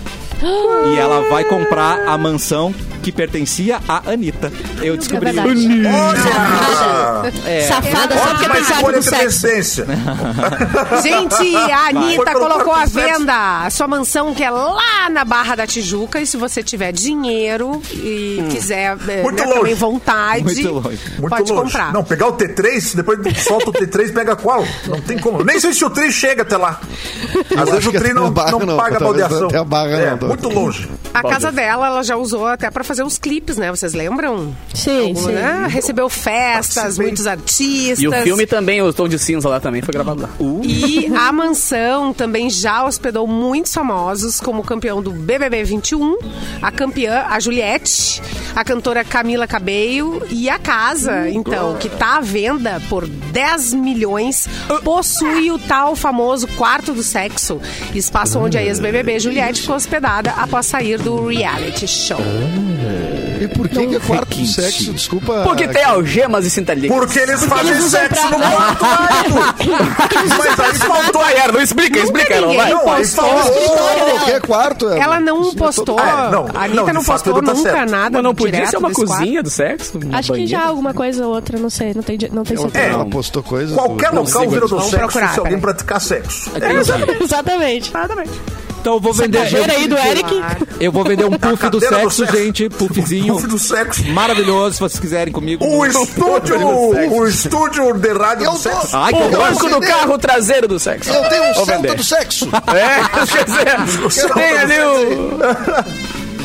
[SPEAKER 1] E ela vai comprar a mansão que pertencia à Anitta. Eu
[SPEAKER 5] É
[SPEAKER 1] descobri.
[SPEAKER 5] verdade.
[SPEAKER 6] Olha!
[SPEAKER 5] É. Safada, só porque
[SPEAKER 6] Ótima
[SPEAKER 5] tem saco
[SPEAKER 6] escolha
[SPEAKER 5] do
[SPEAKER 6] de
[SPEAKER 5] sexo.
[SPEAKER 6] adolescência.
[SPEAKER 3] Gente, a
[SPEAKER 6] Foi
[SPEAKER 3] Anitta
[SPEAKER 6] pelo
[SPEAKER 3] colocou à
[SPEAKER 6] próprio sexo.
[SPEAKER 3] venda a sua mansão, que é lá na Barra da Tijuca. E se você tiver dinheiro e quiser eh,
[SPEAKER 6] Hum. Muito
[SPEAKER 3] né,
[SPEAKER 6] longe.
[SPEAKER 3] também vontade,
[SPEAKER 1] Muito longe.
[SPEAKER 6] Muito
[SPEAKER 3] pode
[SPEAKER 6] longe.
[SPEAKER 3] comprar.
[SPEAKER 6] Não, pegar o T3, depois solta o T3, pega qual? Não tem como. Nem sei se o trem chega até lá. Às vezes
[SPEAKER 4] acho
[SPEAKER 6] o
[SPEAKER 4] que
[SPEAKER 6] trem
[SPEAKER 4] até
[SPEAKER 6] não,
[SPEAKER 4] a barra
[SPEAKER 6] não
[SPEAKER 4] não,
[SPEAKER 6] paga a
[SPEAKER 4] talvez
[SPEAKER 6] baldeação.
[SPEAKER 4] até a barra
[SPEAKER 6] é,
[SPEAKER 4] não, tá.
[SPEAKER 6] muito longe.
[SPEAKER 3] A casa dela, ela já usou até pra fazer uns clipes, né? Vocês lembram?
[SPEAKER 5] Sim, sim.
[SPEAKER 3] Né? Recebeu festas,
[SPEAKER 6] Participei.
[SPEAKER 3] muitos artistas.
[SPEAKER 2] E o filme também, o Tom de Cinza lá também foi gravado lá.
[SPEAKER 3] E a mansão também já hospedou muitos famosos, como o campeão do BBB 21, a campeã, a Juliette, a cantora Camila Cabello e a
[SPEAKER 6] Hum,
[SPEAKER 3] casa, então, que tá à venda por 10 milhões,
[SPEAKER 6] Ah.
[SPEAKER 3] possui o tal famoso quarto do sexo, espaço
[SPEAKER 2] Hum.
[SPEAKER 3] onde a ex-BBB Juliette ficou hospedada após sair do reality show.
[SPEAKER 4] E por que, que é quarto do
[SPEAKER 1] requinte.
[SPEAKER 4] sexo? Desculpa.
[SPEAKER 2] Porque tem algemas e cinta liga.
[SPEAKER 6] Porque eles fazem
[SPEAKER 5] eles usam
[SPEAKER 6] sexo
[SPEAKER 5] pra-
[SPEAKER 6] no quarto alto. Mas aí faltou
[SPEAKER 2] a Erno, explica, explica, Erno,
[SPEAKER 3] ninguém- né?
[SPEAKER 2] vai.
[SPEAKER 6] Não, aí faltou.
[SPEAKER 4] Qualquer quarto.
[SPEAKER 6] Tá
[SPEAKER 4] é-
[SPEAKER 3] Ela não postou,
[SPEAKER 6] Ah, não,
[SPEAKER 3] a
[SPEAKER 6] não,
[SPEAKER 3] Anitta
[SPEAKER 6] de
[SPEAKER 3] não,
[SPEAKER 6] fato,
[SPEAKER 3] postou
[SPEAKER 6] não tá
[SPEAKER 3] nunca
[SPEAKER 6] certo.
[SPEAKER 3] nada
[SPEAKER 2] Mas não podia
[SPEAKER 3] direto
[SPEAKER 2] ser uma
[SPEAKER 3] desse quarto.
[SPEAKER 2] cozinha do sexo? Um
[SPEAKER 5] Acho que
[SPEAKER 2] banheiro?
[SPEAKER 5] já alguma coisa ou outra, não sei, não tem, não
[SPEAKER 4] É,
[SPEAKER 5] tem certeza.
[SPEAKER 4] Ela postou coisa.
[SPEAKER 6] Qualquer
[SPEAKER 4] do-
[SPEAKER 6] local vira do
[SPEAKER 3] Vamos
[SPEAKER 6] sexo
[SPEAKER 3] procurar,
[SPEAKER 6] se alguém
[SPEAKER 3] peraí.
[SPEAKER 6] praticar
[SPEAKER 1] É
[SPEAKER 6] sexo.
[SPEAKER 5] Exatamente.
[SPEAKER 1] Então eu vou vender.
[SPEAKER 5] Sacadeira aí do Eric.
[SPEAKER 1] Eu vou vender um puff do
[SPEAKER 6] Cadeira do
[SPEAKER 1] sexo,
[SPEAKER 6] sexo.
[SPEAKER 1] gente. Puffzinho.
[SPEAKER 6] Puff do sexo.
[SPEAKER 1] Maravilhoso, se vocês quiserem comigo. Um
[SPEAKER 6] O estúdio, o estúdio de rádio
[SPEAKER 4] Eu
[SPEAKER 6] do sexo.
[SPEAKER 1] Ai, que
[SPEAKER 2] O
[SPEAKER 1] horror.
[SPEAKER 2] banco do carro traseiro do sexo.
[SPEAKER 4] Eu tenho um
[SPEAKER 2] Vou
[SPEAKER 4] Celta
[SPEAKER 2] vender.
[SPEAKER 4] do sexo.
[SPEAKER 2] É, quer dizer, tem ali o...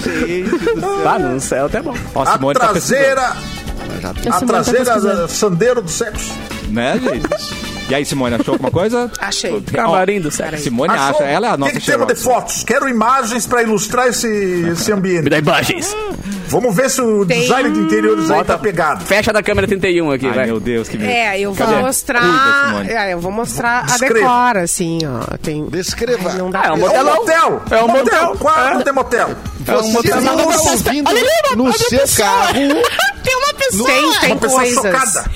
[SPEAKER 2] Ah, não, céu, até bom.
[SPEAKER 1] Ó,
[SPEAKER 6] A
[SPEAKER 1] Simone tá pesquisando,
[SPEAKER 6] traseira,
[SPEAKER 5] Eu
[SPEAKER 6] a
[SPEAKER 5] sou muito
[SPEAKER 6] traseira
[SPEAKER 5] tá
[SPEAKER 6] né?
[SPEAKER 5] pesquisando.
[SPEAKER 6] da- sandeiro do sexo.
[SPEAKER 1] né, gente? E aí, Simone, achou alguma coisa?
[SPEAKER 3] Achei.
[SPEAKER 2] Camarim do sexo.
[SPEAKER 1] Simone
[SPEAKER 6] Achou?
[SPEAKER 1] acha, ela é a
[SPEAKER 6] O
[SPEAKER 1] nossa
[SPEAKER 6] que, que temos de
[SPEAKER 1] Xerox.
[SPEAKER 6] fotos? Quero imagens para ilustrar esse, esse ambiente.
[SPEAKER 2] Me dá imagens.
[SPEAKER 6] Vamos ver se o
[SPEAKER 3] Tem.
[SPEAKER 6] design de interiores aí tá pegado.
[SPEAKER 2] Fecha da câmera 31 aqui,
[SPEAKER 1] Ai,
[SPEAKER 2] vai.
[SPEAKER 1] meu Deus, que medo.
[SPEAKER 3] É, eu vou
[SPEAKER 1] Cadê? Cuida,
[SPEAKER 3] mostrar.
[SPEAKER 1] Simone.
[SPEAKER 3] é, eu vou mostrar
[SPEAKER 6] Descreva.
[SPEAKER 3] a decora, assim, ó. Tem...
[SPEAKER 4] Descreva.
[SPEAKER 3] Ai, não dá
[SPEAKER 2] Ah, é um
[SPEAKER 3] pra-
[SPEAKER 6] É um
[SPEAKER 2] motelão.
[SPEAKER 6] motel.
[SPEAKER 2] É um motel.
[SPEAKER 6] Quarto de motel.
[SPEAKER 4] Você
[SPEAKER 2] motel.
[SPEAKER 4] não tá ouvindo
[SPEAKER 5] Olha ali, uma-
[SPEAKER 4] no
[SPEAKER 5] olha a
[SPEAKER 4] seu
[SPEAKER 5] pessoa.
[SPEAKER 4] carro.
[SPEAKER 5] Ah, Tem uma pessoa.
[SPEAKER 4] é
[SPEAKER 3] Tem, tem
[SPEAKER 6] é Uma pessoa
[SPEAKER 3] coisas.
[SPEAKER 6] chocada.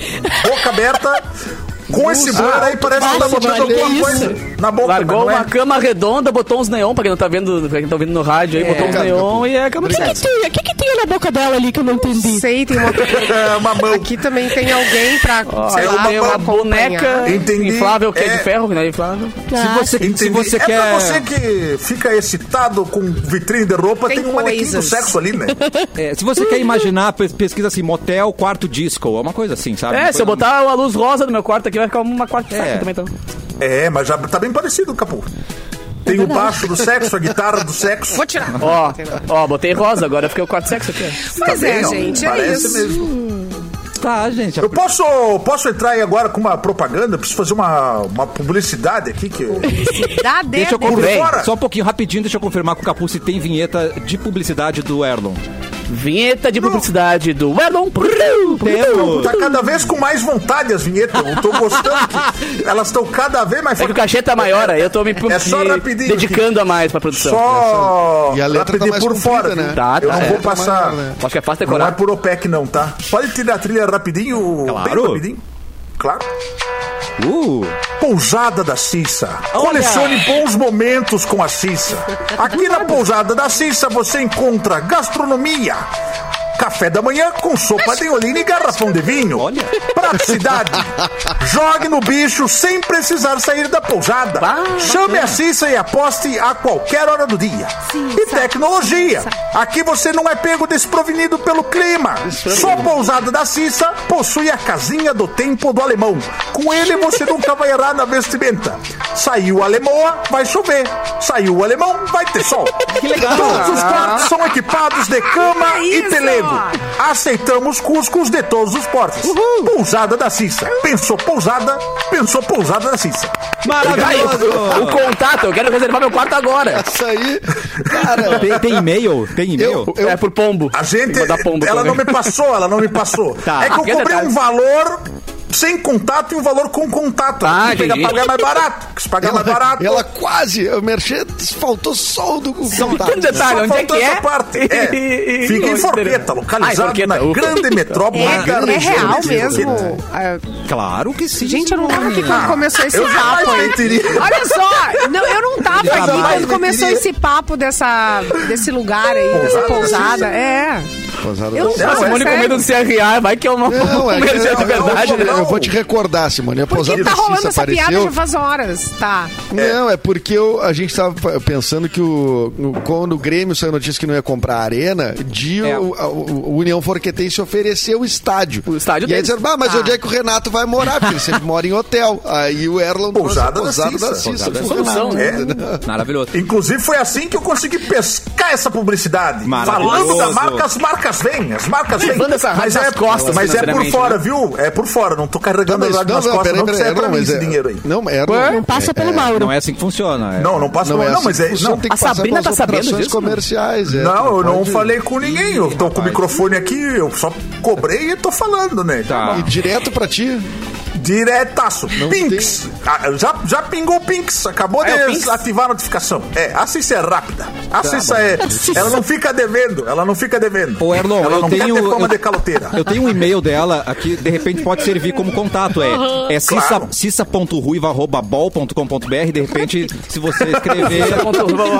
[SPEAKER 6] Boca aberta. Com esse
[SPEAKER 4] Nossa,
[SPEAKER 6] bolo aí, parece que tá
[SPEAKER 4] nossa,
[SPEAKER 6] botando
[SPEAKER 4] olha
[SPEAKER 6] alguma
[SPEAKER 4] isso.
[SPEAKER 6] coisa na boca.
[SPEAKER 2] Largou
[SPEAKER 6] não é?
[SPEAKER 2] uma cama redonda, botou uns neon, pra quem não tá vendo, pra quem tá ouvindo no rádio aí, botou uns
[SPEAKER 4] Cara,
[SPEAKER 2] neon e é a cama
[SPEAKER 5] O
[SPEAKER 2] do
[SPEAKER 5] que que
[SPEAKER 2] sexo.
[SPEAKER 5] tem? O que que tem na boca dela ali que eu não entendi?
[SPEAKER 3] Sei, tem uma...
[SPEAKER 6] É, uma mão.
[SPEAKER 3] Aqui também tem alguém pra. sei
[SPEAKER 2] Aí
[SPEAKER 3] lá,
[SPEAKER 2] tem é uma
[SPEAKER 3] acompanhar.
[SPEAKER 2] boneca
[SPEAKER 6] Entendi.
[SPEAKER 2] inflável, que é,
[SPEAKER 6] É.
[SPEAKER 2] de ferro, né? Inflável.
[SPEAKER 1] Se
[SPEAKER 3] Tá.
[SPEAKER 5] Ah,
[SPEAKER 1] você,
[SPEAKER 6] Entendi.
[SPEAKER 1] se você
[SPEAKER 6] é
[SPEAKER 1] quer.
[SPEAKER 6] pra você que fica excitado com vitrine de roupa, tem,
[SPEAKER 3] Tem
[SPEAKER 6] um manequim do
[SPEAKER 3] coisas.
[SPEAKER 6] sexo ali, né?
[SPEAKER 1] É, se você quer imaginar, pes- pesquisa assim, motel, quarto disco, é uma coisa assim, sabe?
[SPEAKER 6] Tá,
[SPEAKER 1] Uma
[SPEAKER 2] É, se eu
[SPEAKER 1] coisa-
[SPEAKER 2] botar uma luz rosa no meu quarto aqui, vai ficar uma quarto de
[SPEAKER 1] É.
[SPEAKER 2] saco também, então.
[SPEAKER 6] É, mas já tá bem parecido, Capu. Tem o baixo do sexo, a guitarra do sexo.
[SPEAKER 3] Vou tirar.
[SPEAKER 2] Ó, ó, botei rosa agora, fiquei o quarto sexo aqui, ó.
[SPEAKER 3] Mas
[SPEAKER 6] Tá
[SPEAKER 3] é,
[SPEAKER 6] bem, ó,
[SPEAKER 3] gente, é
[SPEAKER 6] parece
[SPEAKER 3] isso.
[SPEAKER 6] mesmo.
[SPEAKER 1] Tá, gente.
[SPEAKER 6] Eu posso, posso entrar aí agora com uma propaganda? Eu Preciso fazer uma, uma publicidade aqui que eu-
[SPEAKER 3] Dá é de...
[SPEAKER 1] Deixa eu
[SPEAKER 6] Por
[SPEAKER 1] confirmar.
[SPEAKER 6] fora.
[SPEAKER 1] Só um pouquinho, rapidinho, deixa eu confirmar com o Capu se tem vinheta de publicidade do Erlon.
[SPEAKER 2] Vinheta de publicidade do Elon.
[SPEAKER 1] Temos.
[SPEAKER 6] Tá cada vez com mais vontade as vinhetas. Eu tô gostando que elas estão cada vez mais
[SPEAKER 2] É que o cachê tá maior, aí eu tô me,
[SPEAKER 6] É só
[SPEAKER 2] me
[SPEAKER 6] rapidinho
[SPEAKER 2] dedicando a mais pra produção.
[SPEAKER 6] Só
[SPEAKER 4] E a letra
[SPEAKER 6] rapidinho
[SPEAKER 4] tá mais
[SPEAKER 6] por
[SPEAKER 4] comprida,
[SPEAKER 6] fora,
[SPEAKER 4] né?
[SPEAKER 6] viu?
[SPEAKER 2] Tá,
[SPEAKER 6] Eu
[SPEAKER 2] tá,
[SPEAKER 6] não
[SPEAKER 2] é.
[SPEAKER 6] vou passar.
[SPEAKER 4] Tá maior, né?
[SPEAKER 2] Acho que é fácil
[SPEAKER 6] Não é
[SPEAKER 2] decorar.
[SPEAKER 6] por OPEC, não, tá? Pode tirar a trilha rapidinho,
[SPEAKER 1] Claro.
[SPEAKER 6] bem rapidinho. Claro.
[SPEAKER 1] Uh,
[SPEAKER 6] Pousada da Cissa. Colecione bons momentos com a Cissa.
[SPEAKER 2] Tá
[SPEAKER 6] Aqui na Pousada da Cissa você encontra gastronomia. Café da manhã com sopa de olina e garrafão de vinho.
[SPEAKER 1] Olha.
[SPEAKER 6] Praticidade. Jogue no bicho sem precisar sair da pousada. Chame a Cissa e aposte a qualquer hora do dia. e tecnologia. Aqui você não é pego desprevenido pelo clima. Só a pousada da Cissa possui a casinha do tempo do alemão. Com ele você nunca vai errar na vestimenta. Saiu a alemoa, vai chover. Saiu o alemão, vai ter sol. Que legal. Todos os quartos são equipados de cama e
[SPEAKER 3] Isso.
[SPEAKER 6] pelego. Aceitamos cuscos de todos os portes. Pousada da Cissa. Pensou pousada, pensou pousada da Cissa.
[SPEAKER 2] Aí, o, o
[SPEAKER 1] maravilhoso.
[SPEAKER 2] contato, eu quero reservar meu quarto agora.
[SPEAKER 4] Essa aí, cara,
[SPEAKER 1] Tem, tem e-mail? Tem e-mail?
[SPEAKER 4] Eu- eu-
[SPEAKER 2] é por pombo.
[SPEAKER 6] A gente.
[SPEAKER 2] Tem que mandar pombo
[SPEAKER 6] ela
[SPEAKER 2] também.
[SPEAKER 6] não me passou, ela não me passou.
[SPEAKER 1] Tá.
[SPEAKER 6] É que eu
[SPEAKER 2] Aqui é
[SPEAKER 6] cobrei
[SPEAKER 2] detalhe.
[SPEAKER 6] um valor sem contato e um valor com contato.
[SPEAKER 2] Ah,
[SPEAKER 6] que
[SPEAKER 2] entendi.
[SPEAKER 6] pagar mais barato. Que se pagar mais
[SPEAKER 4] ela,
[SPEAKER 6] barato.
[SPEAKER 4] ela quase, o Merchan faltou só o do
[SPEAKER 2] Tanto
[SPEAKER 4] contato.
[SPEAKER 2] detalhe,
[SPEAKER 6] Só
[SPEAKER 2] onde é que
[SPEAKER 6] faltou
[SPEAKER 2] é?
[SPEAKER 6] essa parte. É.
[SPEAKER 2] E- e-
[SPEAKER 6] Fica em
[SPEAKER 2] e-
[SPEAKER 6] Forqueta,
[SPEAKER 2] Ah, em
[SPEAKER 6] localizado
[SPEAKER 2] Forqueta,
[SPEAKER 6] na
[SPEAKER 2] ufa.
[SPEAKER 6] grande metrópole.
[SPEAKER 3] É,
[SPEAKER 6] da grande
[SPEAKER 3] é
[SPEAKER 6] região
[SPEAKER 3] real
[SPEAKER 2] né?
[SPEAKER 6] de
[SPEAKER 3] mesmo.
[SPEAKER 6] Forqueta.
[SPEAKER 3] Ah,
[SPEAKER 1] Claro que sim.
[SPEAKER 3] Gente, eu não tava aqui quando começou esse
[SPEAKER 6] Eu jamais
[SPEAKER 3] papo aí.
[SPEAKER 6] mentiria.
[SPEAKER 3] Olha só, não, eu não tava aqui
[SPEAKER 1] jamais
[SPEAKER 3] quando começou
[SPEAKER 4] mentiria.
[SPEAKER 3] esse papo dessa, desse lugar aí, dessa
[SPEAKER 6] Pousada,
[SPEAKER 3] pousada.
[SPEAKER 6] né?
[SPEAKER 3] É.
[SPEAKER 4] Pousada
[SPEAKER 3] Eu
[SPEAKER 4] da
[SPEAKER 3] não-
[SPEAKER 4] Cissa.
[SPEAKER 2] A Simone
[SPEAKER 3] Sério? Tá
[SPEAKER 2] com medo do CRA, vai que é uma
[SPEAKER 4] Não, é que-
[SPEAKER 2] comercial de
[SPEAKER 4] eu- eu-
[SPEAKER 2] verdade,
[SPEAKER 4] eu,
[SPEAKER 2] né?
[SPEAKER 4] eu vou te recordar, Simone. A
[SPEAKER 3] Por
[SPEAKER 4] pousada
[SPEAKER 3] que tá
[SPEAKER 4] da Cissa
[SPEAKER 3] rolando essa piada já
[SPEAKER 4] apareceu.
[SPEAKER 3] faz horas? Tá.
[SPEAKER 4] Não, é porque eu- a gente estava pensando que o, no- quando o Grêmio saiu a notícia que não ia comprar a arena, de
[SPEAKER 6] É.
[SPEAKER 4] o, a- o- o União Forquetense ofereceu o estádio.
[SPEAKER 2] O estádio
[SPEAKER 4] E aí
[SPEAKER 2] deles.
[SPEAKER 4] disseram, ah, mas onde é que o Renato vai morar? Porque ele sempre mora em hotel. Aí o Erlon trouxe a
[SPEAKER 6] Pousada da Cissa.
[SPEAKER 1] Pousada
[SPEAKER 4] Cissa.
[SPEAKER 1] da
[SPEAKER 4] pro
[SPEAKER 1] Cissa.
[SPEAKER 4] Renato.
[SPEAKER 6] É.
[SPEAKER 1] Maravilhoso.
[SPEAKER 6] Inclusive foi assim que eu consegui pescar essa publicidade.
[SPEAKER 1] Maravilhoso.
[SPEAKER 6] Falando da marca, as marcas vêm, as marcas vêm.
[SPEAKER 2] Levando essa rádio
[SPEAKER 6] mas
[SPEAKER 2] nas
[SPEAKER 6] é,
[SPEAKER 2] costas, né?
[SPEAKER 6] mas é por
[SPEAKER 2] financeiramente,
[SPEAKER 6] fora, viu? É por fora, não tô
[SPEAKER 4] Não,
[SPEAKER 6] carregando
[SPEAKER 4] mas
[SPEAKER 6] a
[SPEAKER 4] não,
[SPEAKER 6] rádio nas
[SPEAKER 4] não,
[SPEAKER 6] costas,
[SPEAKER 4] peraí,
[SPEAKER 6] não, que
[SPEAKER 4] peraí,
[SPEAKER 6] serve pra
[SPEAKER 4] Erlon,
[SPEAKER 6] mim
[SPEAKER 4] mas
[SPEAKER 6] esse
[SPEAKER 4] é-
[SPEAKER 6] dinheiro aí.
[SPEAKER 4] Não, Erlon...
[SPEAKER 5] Não passa pelo Mauro.
[SPEAKER 1] Não é assim que funciona. é.
[SPEAKER 6] Não, não passa
[SPEAKER 4] Não,
[SPEAKER 6] não,
[SPEAKER 4] é
[SPEAKER 6] não
[SPEAKER 4] assim
[SPEAKER 6] mas
[SPEAKER 4] que
[SPEAKER 6] é.
[SPEAKER 4] funciona,
[SPEAKER 6] Não,
[SPEAKER 4] tem que
[SPEAKER 2] A
[SPEAKER 4] passar
[SPEAKER 2] Sabrina
[SPEAKER 4] pelas
[SPEAKER 2] tá sabendo
[SPEAKER 4] operações
[SPEAKER 2] disso?
[SPEAKER 4] comerciais. é, tu
[SPEAKER 6] não eu não
[SPEAKER 4] pode-
[SPEAKER 6] falei com ninguém. Eu tô com o microfone aqui, eu só cobrei e tô falando, né?
[SPEAKER 1] Tá.
[SPEAKER 4] E direto pra ti?
[SPEAKER 6] Diretaço. Pinks. Ah, já, já pingou o Pinks. Acabou
[SPEAKER 2] É, o
[SPEAKER 6] de
[SPEAKER 2] Pinks.
[SPEAKER 6] ativar a notificação. É, a Cissa é rápida. A Cissa é. Ela não fica devendo. Ela não fica devendo.
[SPEAKER 1] Tá, Ô, Erlon,
[SPEAKER 6] ela
[SPEAKER 1] eu
[SPEAKER 6] não
[SPEAKER 1] tenho-
[SPEAKER 6] quer ter fama
[SPEAKER 1] eu-
[SPEAKER 6] de caloteira.
[SPEAKER 1] Eu tenho um e-mail dela aqui, de repente pode servir como contato. É, é cissa-
[SPEAKER 6] Claro.
[SPEAKER 1] cissa.ruiva.bol.com.br. De repente, se você escrever.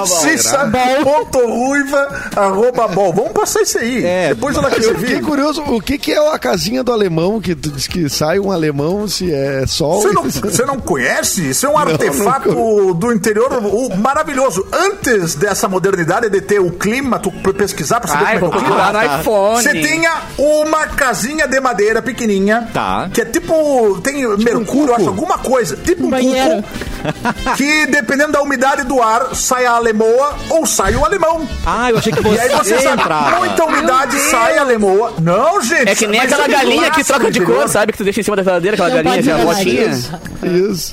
[SPEAKER 6] Cissa.ruiva, arroba bol. Vamos passar isso aí.
[SPEAKER 1] É,
[SPEAKER 6] Depois ela quer
[SPEAKER 4] Eu fiquei
[SPEAKER 6] ouvir.
[SPEAKER 4] curioso, o que, que é a casinha do alemão, que tu diz que sai um alemão se é sol?
[SPEAKER 6] Você não, você não conhece? Isso é um artefato do interior o- maravilhoso. Antes dessa modernidade de ter o clima, tu p- pesquisar pra saber
[SPEAKER 2] Ai, vou
[SPEAKER 6] como é que é o
[SPEAKER 2] procurar tá.
[SPEAKER 6] clima.
[SPEAKER 2] no iPhone.
[SPEAKER 6] Você tinha uma casinha de madeira pequenininha.
[SPEAKER 1] Tá.
[SPEAKER 6] Que é tipo. Tem mercúrio, acho, alguma coisa. Tipo um
[SPEAKER 5] Banheiro.
[SPEAKER 6] cuco. Que dependendo da umidade do ar, sai a alemoa ou sai o alemão.
[SPEAKER 1] Ah, eu achei que
[SPEAKER 6] E aí você
[SPEAKER 1] você Ah,
[SPEAKER 6] sabe,
[SPEAKER 1] entrava.
[SPEAKER 6] muita umidade sai a lemoa. Não, gente.
[SPEAKER 2] É que nem
[SPEAKER 6] mas
[SPEAKER 2] aquela
[SPEAKER 6] é
[SPEAKER 2] galinha que
[SPEAKER 6] clássico,
[SPEAKER 2] troca de
[SPEAKER 6] entendeu?
[SPEAKER 2] cor, sabe? Que tu deixa em cima da geladeira, aquela
[SPEAKER 5] Não
[SPEAKER 2] galinha,
[SPEAKER 5] pode
[SPEAKER 2] já
[SPEAKER 5] revelar
[SPEAKER 2] botinha.
[SPEAKER 5] isso.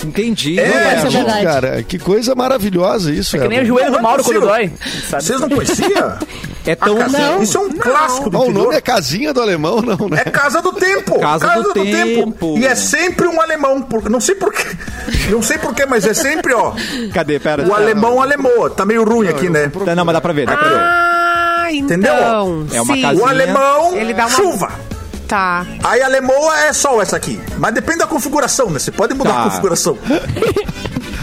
[SPEAKER 4] Isso.
[SPEAKER 1] Entendi.
[SPEAKER 6] É,
[SPEAKER 5] Isso é
[SPEAKER 1] Erlon.
[SPEAKER 5] verdade.
[SPEAKER 4] Cara, que coisa maravilhosa isso.
[SPEAKER 2] Que nem o
[SPEAKER 4] Erlon.
[SPEAKER 2] joelho
[SPEAKER 6] Não
[SPEAKER 2] do
[SPEAKER 6] é
[SPEAKER 2] Mauro quando
[SPEAKER 6] possível.
[SPEAKER 2] dói. sabe?
[SPEAKER 6] Vocês não conheciam?
[SPEAKER 1] É tão.
[SPEAKER 6] A casinha-
[SPEAKER 5] Não.
[SPEAKER 6] Isso é um clássico do
[SPEAKER 4] Ó, o
[SPEAKER 6] interior.
[SPEAKER 4] nome é casinha do alemão, não, né?
[SPEAKER 6] É Casa do Tempo.
[SPEAKER 1] Casa do Tempo.
[SPEAKER 6] E é sempre um alemão. por- Não sei porquê. Não sei porquê, mas é sempre, ó.
[SPEAKER 1] Cadê? Pera.
[SPEAKER 6] O alemão alemoa. Tá meio ruim aqui, né?
[SPEAKER 1] Tá, Não, mas dá pra ver. Dá pra ver.
[SPEAKER 3] Ah,
[SPEAKER 6] Entendeu?
[SPEAKER 3] então.
[SPEAKER 1] É uma
[SPEAKER 3] sim.
[SPEAKER 1] casinha.
[SPEAKER 6] O alemão,
[SPEAKER 3] Ele dá uma-
[SPEAKER 6] chuva.
[SPEAKER 3] Tá.
[SPEAKER 6] Aí a lemoa é sol essa aqui. Mas depende da configuração, né? Você pode mudar
[SPEAKER 1] Tá.
[SPEAKER 6] a configuração.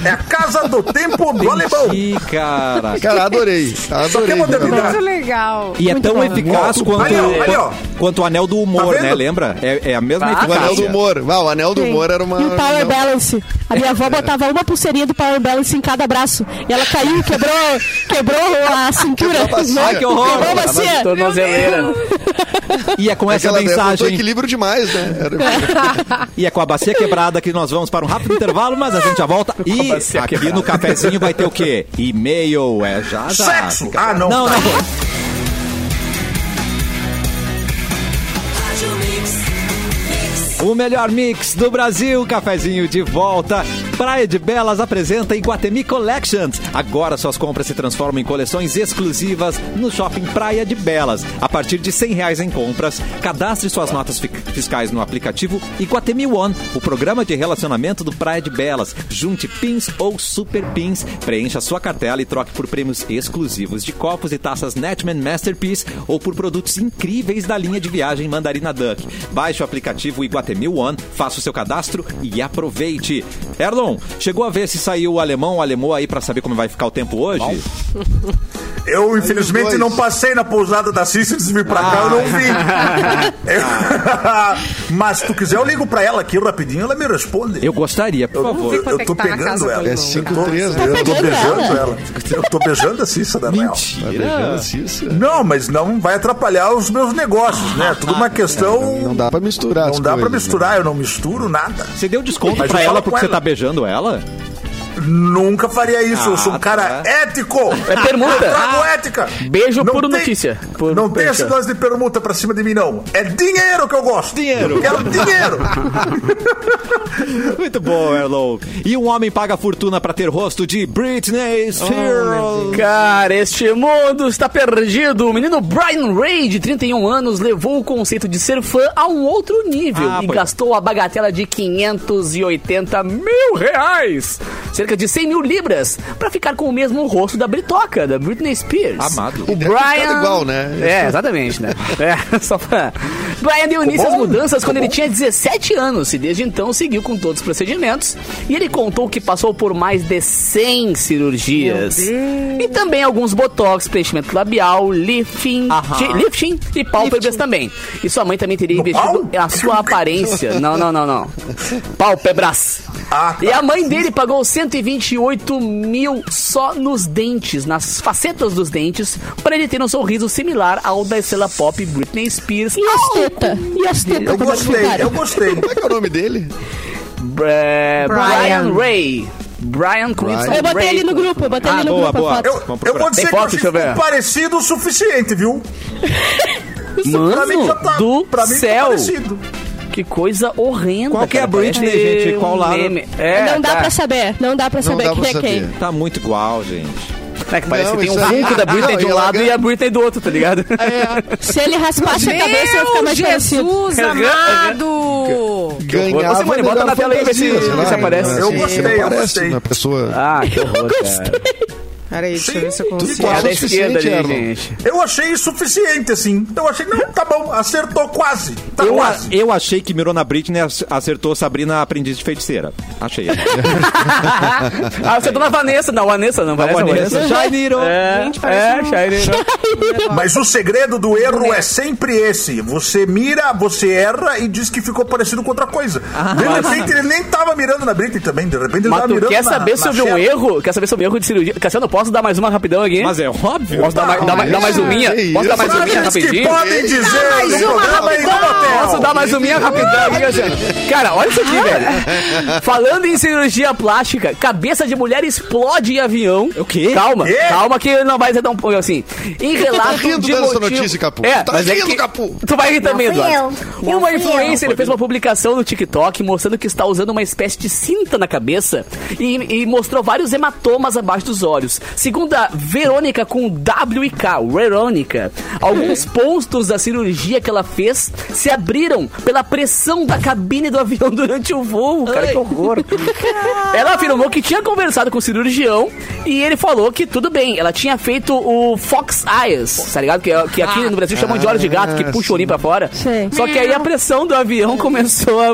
[SPEAKER 6] É a casa do tempo do alemão.
[SPEAKER 1] Ih, cara.
[SPEAKER 4] Cara, adorei.
[SPEAKER 6] Só que é
[SPEAKER 4] Adorei.
[SPEAKER 6] modernidade.
[SPEAKER 3] Muito legal.
[SPEAKER 1] E é tão eficaz
[SPEAKER 6] Ó,
[SPEAKER 1] quanto,
[SPEAKER 6] ali, ó, ali, ó.
[SPEAKER 1] quanto- quanto o anel do humor,
[SPEAKER 6] Tá vendo?
[SPEAKER 1] né? Lembra? É, é a mesma
[SPEAKER 4] O anel do
[SPEAKER 1] eficácia.
[SPEAKER 4] humor. Ah, o anel do humor era uma.
[SPEAKER 5] E o Power
[SPEAKER 4] não. É.
[SPEAKER 5] Balance. A minha avó botava uma pulseirinha do Power Balance em cada braço. E ela caiu e quebrou, quebrou a cintura.
[SPEAKER 4] Quebrou a bacia.
[SPEAKER 1] né? Ai, que horror.
[SPEAKER 5] Quebrou a
[SPEAKER 2] Tava de
[SPEAKER 5] bacia.
[SPEAKER 2] tornozeleira.
[SPEAKER 1] E é com essa
[SPEAKER 4] Aquela dela botou
[SPEAKER 1] mensagem.
[SPEAKER 4] equilíbrio demais, né? Era-
[SPEAKER 1] E é com a bacia quebrada que nós vamos para um rápido intervalo, mas a gente já volta. E aqui
[SPEAKER 2] bacia quebrada.
[SPEAKER 1] no cafezinho vai ter o quê? E-mail, é já. já
[SPEAKER 6] Sexo!
[SPEAKER 1] fica-
[SPEAKER 6] Ah, não.
[SPEAKER 1] Não,
[SPEAKER 6] Tá.
[SPEAKER 1] não. O melhor mix do Brasil, cafezinho de volta. Praia de Belas apresenta Iguatemi Collections. Agora suas compras se transformam em coleções exclusivas no Shopping Praia de Belas. A partir de R$ 100 reais em compras, cadastre suas notas fi- fiscais no aplicativo Iguatemi One, o programa de relacionamento do Praia de Belas. Junte pins ou super pins, preencha sua cartela e troque por prêmios exclusivos de copos e taças Netman Masterpiece ou por produtos incríveis da linha de viagem Mandarina Duck. Baixe o aplicativo Iguatemi One, faça o seu cadastro e aproveite. Erlon, chegou a ver se saiu o alemão, o alemão aí pra saber como vai ficar o tempo hoje?
[SPEAKER 6] Eu, infelizmente,
[SPEAKER 4] dois.
[SPEAKER 6] não passei na pousada da Cícia antes de vir pra cá, eu não
[SPEAKER 4] Ah.
[SPEAKER 6] vi. Eu- Mas se tu quiser, eu ligo pra ela aqui rapidinho, ela me responde.
[SPEAKER 1] Eu gostaria, por
[SPEAKER 3] Vamos
[SPEAKER 1] favor.
[SPEAKER 3] ver quanto
[SPEAKER 6] Eu
[SPEAKER 3] é
[SPEAKER 6] tô
[SPEAKER 3] que tá na casa
[SPEAKER 6] pegando
[SPEAKER 3] do
[SPEAKER 6] ela.
[SPEAKER 4] É
[SPEAKER 3] irmão.
[SPEAKER 4] 5-3,
[SPEAKER 5] Tá
[SPEAKER 6] Eu tô
[SPEAKER 5] pegando
[SPEAKER 6] beijando
[SPEAKER 5] ela.
[SPEAKER 6] ela. Eu tô beijando a Cissa, Daniel.
[SPEAKER 1] Mentira.
[SPEAKER 4] é.
[SPEAKER 6] Não, mas não vai atrapalhar os meus negócios,
[SPEAKER 1] Ah,
[SPEAKER 6] né? Tudo
[SPEAKER 1] tá.
[SPEAKER 6] uma questão.
[SPEAKER 4] Não dá pra misturar as
[SPEAKER 6] Não dá pra
[SPEAKER 4] coisas, né?
[SPEAKER 6] misturar, eu não misturo nada.
[SPEAKER 1] Você deu desconto
[SPEAKER 6] Mas
[SPEAKER 1] pra
[SPEAKER 6] eu
[SPEAKER 1] ela
[SPEAKER 6] falo
[SPEAKER 1] porque
[SPEAKER 6] com
[SPEAKER 1] você
[SPEAKER 6] ela.
[SPEAKER 1] tá beijando ela?
[SPEAKER 6] Nunca faria isso, eu sou um
[SPEAKER 1] Ah,
[SPEAKER 6] cara
[SPEAKER 1] tá.
[SPEAKER 6] ético.
[SPEAKER 2] É permuta.
[SPEAKER 6] Eu trago ética.
[SPEAKER 2] Beijo por notícia. Por-
[SPEAKER 6] não tem
[SPEAKER 2] por-
[SPEAKER 6] esse negócio de permuta pra cima de mim, não. É dinheiro que eu gosto.
[SPEAKER 1] Dinheiro.
[SPEAKER 6] Eu quero dinheiro.
[SPEAKER 1] Muito bom, Erlon. E um homem paga fortuna pra ter rosto de Britney Spears.
[SPEAKER 2] Cara, este mundo está perdido. O menino Brian Ray, de 31 anos, levou o conceito de ser fã a um outro nível
[SPEAKER 1] Ah,
[SPEAKER 2] e
[SPEAKER 1] pois é.
[SPEAKER 2] gastou a bagatela de 580 mil reais, cerca de 100 mil libras, pra ficar com o mesmo rosto da Britoca, da Britney Spears.
[SPEAKER 1] Amado.
[SPEAKER 2] O
[SPEAKER 1] E
[SPEAKER 4] deve ter
[SPEAKER 2] Brian.
[SPEAKER 4] ficado igual, né?
[SPEAKER 2] É, exatamente, né? É, só pra... Brian deu início às
[SPEAKER 6] Tá bom.
[SPEAKER 2] mudanças quando ele tinha 17 anos e desde então seguiu com todos os procedimentos. E ele contou que passou por mais de 100 cirurgias. E também alguns botox, preenchimento labial, lifting, ti- lifting e pálpebras também. E sua mãe também teria investido
[SPEAKER 6] pau?
[SPEAKER 2] a sua aparência. Não, não, não, não. Pálpebras.
[SPEAKER 6] Ah,
[SPEAKER 2] E a mãe dele pagou 128 mil só nos dentes, nas facetas dos dentes, para ele ter um sorriso similar ao da estrela pop Britney Spears.
[SPEAKER 5] E as tetas? E as tetas
[SPEAKER 6] Eu
[SPEAKER 5] como é que
[SPEAKER 6] gostei, eu
[SPEAKER 5] ficaram?
[SPEAKER 6] gostei.
[SPEAKER 4] Como é que é o nome dele?
[SPEAKER 2] Bra- é, Brian
[SPEAKER 3] Brian.
[SPEAKER 2] Ray. Brian com Y.
[SPEAKER 5] Eu botei ele no grupo, eu botei ele no
[SPEAKER 1] boa,
[SPEAKER 5] grupo
[SPEAKER 1] boa.
[SPEAKER 5] a foto.
[SPEAKER 6] Eu, eu vou dizer
[SPEAKER 2] Tem
[SPEAKER 6] que eu
[SPEAKER 2] foto,
[SPEAKER 6] achei
[SPEAKER 2] deixa eu ver.
[SPEAKER 6] ficou parecido o suficiente, viu? pra mim já
[SPEAKER 2] Mano
[SPEAKER 6] tá-
[SPEAKER 2] do
[SPEAKER 6] pra mim tá
[SPEAKER 2] céu.
[SPEAKER 6] parecido.
[SPEAKER 2] Que coisa horrenda.
[SPEAKER 1] Qual que é
[SPEAKER 2] cara.
[SPEAKER 1] a Britney,
[SPEAKER 2] Parece um
[SPEAKER 1] gente? Qual lado?
[SPEAKER 2] meme. É,
[SPEAKER 5] não dá
[SPEAKER 2] tá.
[SPEAKER 5] pra saber, não dá pra
[SPEAKER 4] Não
[SPEAKER 5] saber
[SPEAKER 4] dá
[SPEAKER 5] quem
[SPEAKER 4] pra
[SPEAKER 5] é quem.
[SPEAKER 4] saber.
[SPEAKER 1] Tá muito igual, gente.
[SPEAKER 2] É que parece
[SPEAKER 4] Não,
[SPEAKER 2] que tem um
[SPEAKER 4] isso aí-
[SPEAKER 2] vulco da Britney
[SPEAKER 4] Não,
[SPEAKER 2] de um
[SPEAKER 4] e ela
[SPEAKER 2] lado
[SPEAKER 4] ganha-
[SPEAKER 2] e a Britney do outro, tá ligado?
[SPEAKER 5] Se ele raspasse a cabeça, ia ficar
[SPEAKER 3] Meu
[SPEAKER 5] mais parecido.
[SPEAKER 3] Jesus amado!
[SPEAKER 4] Ganhava
[SPEAKER 2] Ô, Simone, bota
[SPEAKER 4] melhor
[SPEAKER 2] na tela aí, vê se-
[SPEAKER 4] fantasia,
[SPEAKER 2] vê se
[SPEAKER 4] né?
[SPEAKER 2] aparece.
[SPEAKER 4] Assim,
[SPEAKER 6] Eu gostei,
[SPEAKER 4] não
[SPEAKER 6] eu
[SPEAKER 4] aparece
[SPEAKER 6] gostei.
[SPEAKER 4] Uma pessoa...
[SPEAKER 2] Ah, que horror, cara.
[SPEAKER 3] Peraí, deixa eu ver se eu
[SPEAKER 4] tudo
[SPEAKER 3] consigo.
[SPEAKER 4] igual.
[SPEAKER 2] É da
[SPEAKER 4] o suficiente,
[SPEAKER 2] esquerda ali,
[SPEAKER 4] Erlon.
[SPEAKER 2] gente.
[SPEAKER 6] Eu achei suficiente, assim. Eu achei, não, tá bom, acertou quase. Tá
[SPEAKER 1] Eu, a-
[SPEAKER 6] quase.
[SPEAKER 1] eu achei que mirou na Britney ac- acertou Sabrina Aprendiz de Feiticeira. Achei.
[SPEAKER 2] Ah, você tá na Vanessa. Não, Vanessa não, parece a Vanessa.
[SPEAKER 1] Janeiro.
[SPEAKER 2] É,
[SPEAKER 3] Gente, parece
[SPEAKER 2] é, Shiny.
[SPEAKER 6] Mas o segredo do erro é sempre esse. Você mira, você erra e diz que ficou parecido com outra coisa. de repente ele nem tava mirando na Britney também. De repente ele
[SPEAKER 2] Ah, Mas
[SPEAKER 6] tava
[SPEAKER 2] tu
[SPEAKER 6] mirando
[SPEAKER 2] quer
[SPEAKER 6] na-
[SPEAKER 2] saber
[SPEAKER 6] na
[SPEAKER 2] se houve um
[SPEAKER 6] Cher.
[SPEAKER 2] erro? Quer saber se houve erro de cirurgia? Cassiano, posso dar mais uma rapidão aqui?
[SPEAKER 1] Mas é óbvio.
[SPEAKER 2] Posso dar, mais- dar mais- dar mais
[SPEAKER 4] isso,
[SPEAKER 2] uma minha?
[SPEAKER 4] que
[SPEAKER 2] Posso dar
[SPEAKER 4] isso.
[SPEAKER 2] mais uma
[SPEAKER 6] Sabe
[SPEAKER 2] minha
[SPEAKER 6] eles que
[SPEAKER 2] rapidinho?
[SPEAKER 6] podem dizer no programa e no hotel.
[SPEAKER 2] Posso dar mais uma minha rapidão aqui, Cassiano? Cara, olha isso aqui, velho. Falando em cirurgia plástica, cabeça de mulher explode em avião.
[SPEAKER 1] O quê?
[SPEAKER 2] Calma,
[SPEAKER 6] Quê?
[SPEAKER 2] calma que não vai ser tão assim. Em relato
[SPEAKER 4] rindo
[SPEAKER 2] de
[SPEAKER 4] dessa
[SPEAKER 2] motivo...
[SPEAKER 4] notícia, Capu?
[SPEAKER 2] É,
[SPEAKER 4] Tá
[SPEAKER 2] mas é
[SPEAKER 4] rindo,
[SPEAKER 2] que...
[SPEAKER 4] Capu?
[SPEAKER 2] Tu vai rir também,
[SPEAKER 7] fui
[SPEAKER 2] Eduardo.
[SPEAKER 7] eu. Não
[SPEAKER 2] Uma
[SPEAKER 7] fui eu.
[SPEAKER 2] influencer ele fez uma publicação no TikTok mostrando que está usando uma espécie de cinta na cabeça e, e mostrou vários hematomas abaixo dos olhos. Segundo a Verônica com W e K, Verônica, alguns pontos da cirurgia que ela fez se abriram pela pressão da cabine do avião durante o voo. Cara, que horror. ela afirmou que tinha conversado com o cirurgião e ele falou que tudo bem. Ela tinha feito o Fox Eyes, tá ligado? Que, que
[SPEAKER 4] Ah.
[SPEAKER 2] aqui no Brasil chamam de olho de gato, que puxa o olhinho pra fora.
[SPEAKER 5] Sim.
[SPEAKER 2] Só que aí a pressão do avião começou a.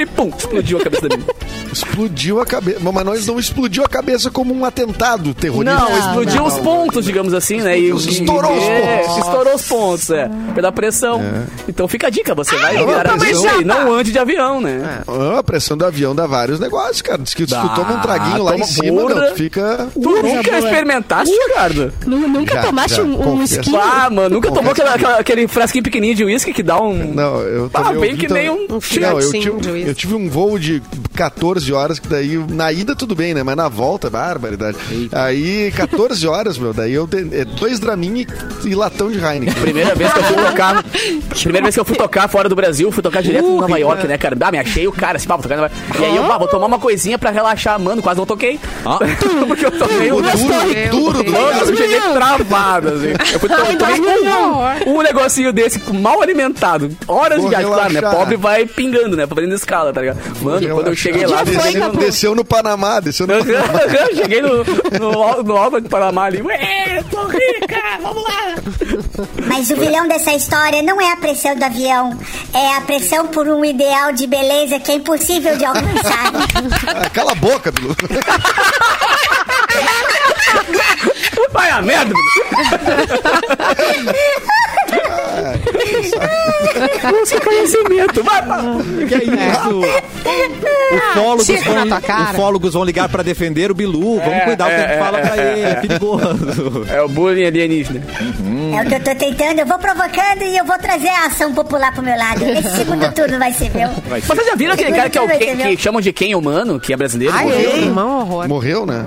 [SPEAKER 2] E pum, explodiu a cabeça da menina.
[SPEAKER 4] Explodiu a cabeça. Mas nós não explodiu a cabeça como um atentado terrorista.
[SPEAKER 2] Não, explodiu os pontos, digamos assim, né? E,
[SPEAKER 4] Estourou os
[SPEAKER 2] é,
[SPEAKER 4] pontos. É.
[SPEAKER 2] Estourou os pontos, é. Pela pressão. Então fica a dica, você
[SPEAKER 4] Ah,
[SPEAKER 2] vai virar
[SPEAKER 4] mas
[SPEAKER 2] avião
[SPEAKER 4] já
[SPEAKER 2] e não ande de avião, né?
[SPEAKER 4] Ah, a pressão do avião dá vários negócios, cara. Diz que se tu
[SPEAKER 2] Dá,
[SPEAKER 4] toma um traguinho lá em
[SPEAKER 2] toma-
[SPEAKER 4] cima,
[SPEAKER 2] porra.
[SPEAKER 4] não, tu fica...
[SPEAKER 2] Tu nunca experimentaste, Ricardo?
[SPEAKER 5] Nu- Nunca
[SPEAKER 4] Já,
[SPEAKER 5] tomaste
[SPEAKER 4] já,
[SPEAKER 5] um, um
[SPEAKER 4] confesso.
[SPEAKER 5] skin?
[SPEAKER 2] Ah, mano, nunca tomou
[SPEAKER 4] Confesso.
[SPEAKER 2] aquela- aquela- aquele frasquinho pequenininho de uísque que dá um.
[SPEAKER 4] Não, eu
[SPEAKER 2] Ah,
[SPEAKER 4] também
[SPEAKER 2] bem
[SPEAKER 4] ouvi,
[SPEAKER 2] que nem um
[SPEAKER 4] Não, eu
[SPEAKER 3] filhotinho de
[SPEAKER 4] tive,
[SPEAKER 3] uísque.
[SPEAKER 4] eu tive um voo de 14 horas, que daí na ida tudo bem, né? Mas na volta, barbaridade. Aí, 14 horas, meu, daí eu dei- é dois Dramin e, e latão de Heineken.
[SPEAKER 2] Primeira vez que eu fui tocar. primeira vez que eu fui tocar fora do Brasil, fui tocar direto em Nova
[SPEAKER 1] Ribeirão.
[SPEAKER 2] York, né, cara? Ah, me achei o cara, assim, pá, vou tocar em Nova York. E aí eu, pá, vou tomar uma coisinha pra relaxar, mano, quase não toquei.
[SPEAKER 4] Ah.
[SPEAKER 2] Porque eu tomei
[SPEAKER 5] é
[SPEAKER 2] um...
[SPEAKER 3] Meu
[SPEAKER 4] duro, duro do
[SPEAKER 3] Deus.
[SPEAKER 2] Mano, eu cheguei travado, assim. Eu fui
[SPEAKER 3] Ai,
[SPEAKER 2] tomar
[SPEAKER 3] mas que horror.
[SPEAKER 2] um, um negocinho desse, mal alimentado. Horas
[SPEAKER 4] Vou
[SPEAKER 2] de viagem, claro, né?
[SPEAKER 4] relaxar.
[SPEAKER 2] Pobre vai pingando, né? Fazendo escala, tá ligado? Mano, quando eu cheguei lá...
[SPEAKER 5] dia foi,
[SPEAKER 2] eu-
[SPEAKER 5] Capu?
[SPEAKER 4] Desceu no Panamá, desceu no Panamá.
[SPEAKER 2] Eu Cheguei no, no, al- no Alto de Panamá ali. Ué, tô rica, vamos lá.
[SPEAKER 7] Mas o vilão dessa história não é a pressão do avião, é a pressão por um ideal de beleza que é impossível de alcançar.
[SPEAKER 4] Ah, Cala a boca, Bilu.
[SPEAKER 2] Vai a merda. Busca conhecimento. Vai, pra-
[SPEAKER 1] Que é isso? Ufólogos
[SPEAKER 3] Tiro na
[SPEAKER 1] vão,
[SPEAKER 3] tua cara.
[SPEAKER 1] ufólogos vão ligar pra defender o Bilu. Vamos
[SPEAKER 2] É,
[SPEAKER 1] cuidar o que
[SPEAKER 2] é,
[SPEAKER 1] ele
[SPEAKER 2] é,
[SPEAKER 1] fala pra
[SPEAKER 2] é,
[SPEAKER 1] ele. É perigoso.
[SPEAKER 2] É o bullying alienígena.
[SPEAKER 7] É o que eu tô tentando, eu vou provocando e eu vou trazer a ação popular pro meu lado. Esse segundo turno vai ser meu.
[SPEAKER 2] Mas vocês já viram aquele cara que, é o Ken- que chamam de Ken humano, que é brasileiro?
[SPEAKER 3] Ai,
[SPEAKER 2] Morreu?
[SPEAKER 3] ei, irmão, horror.
[SPEAKER 4] Morreu, né?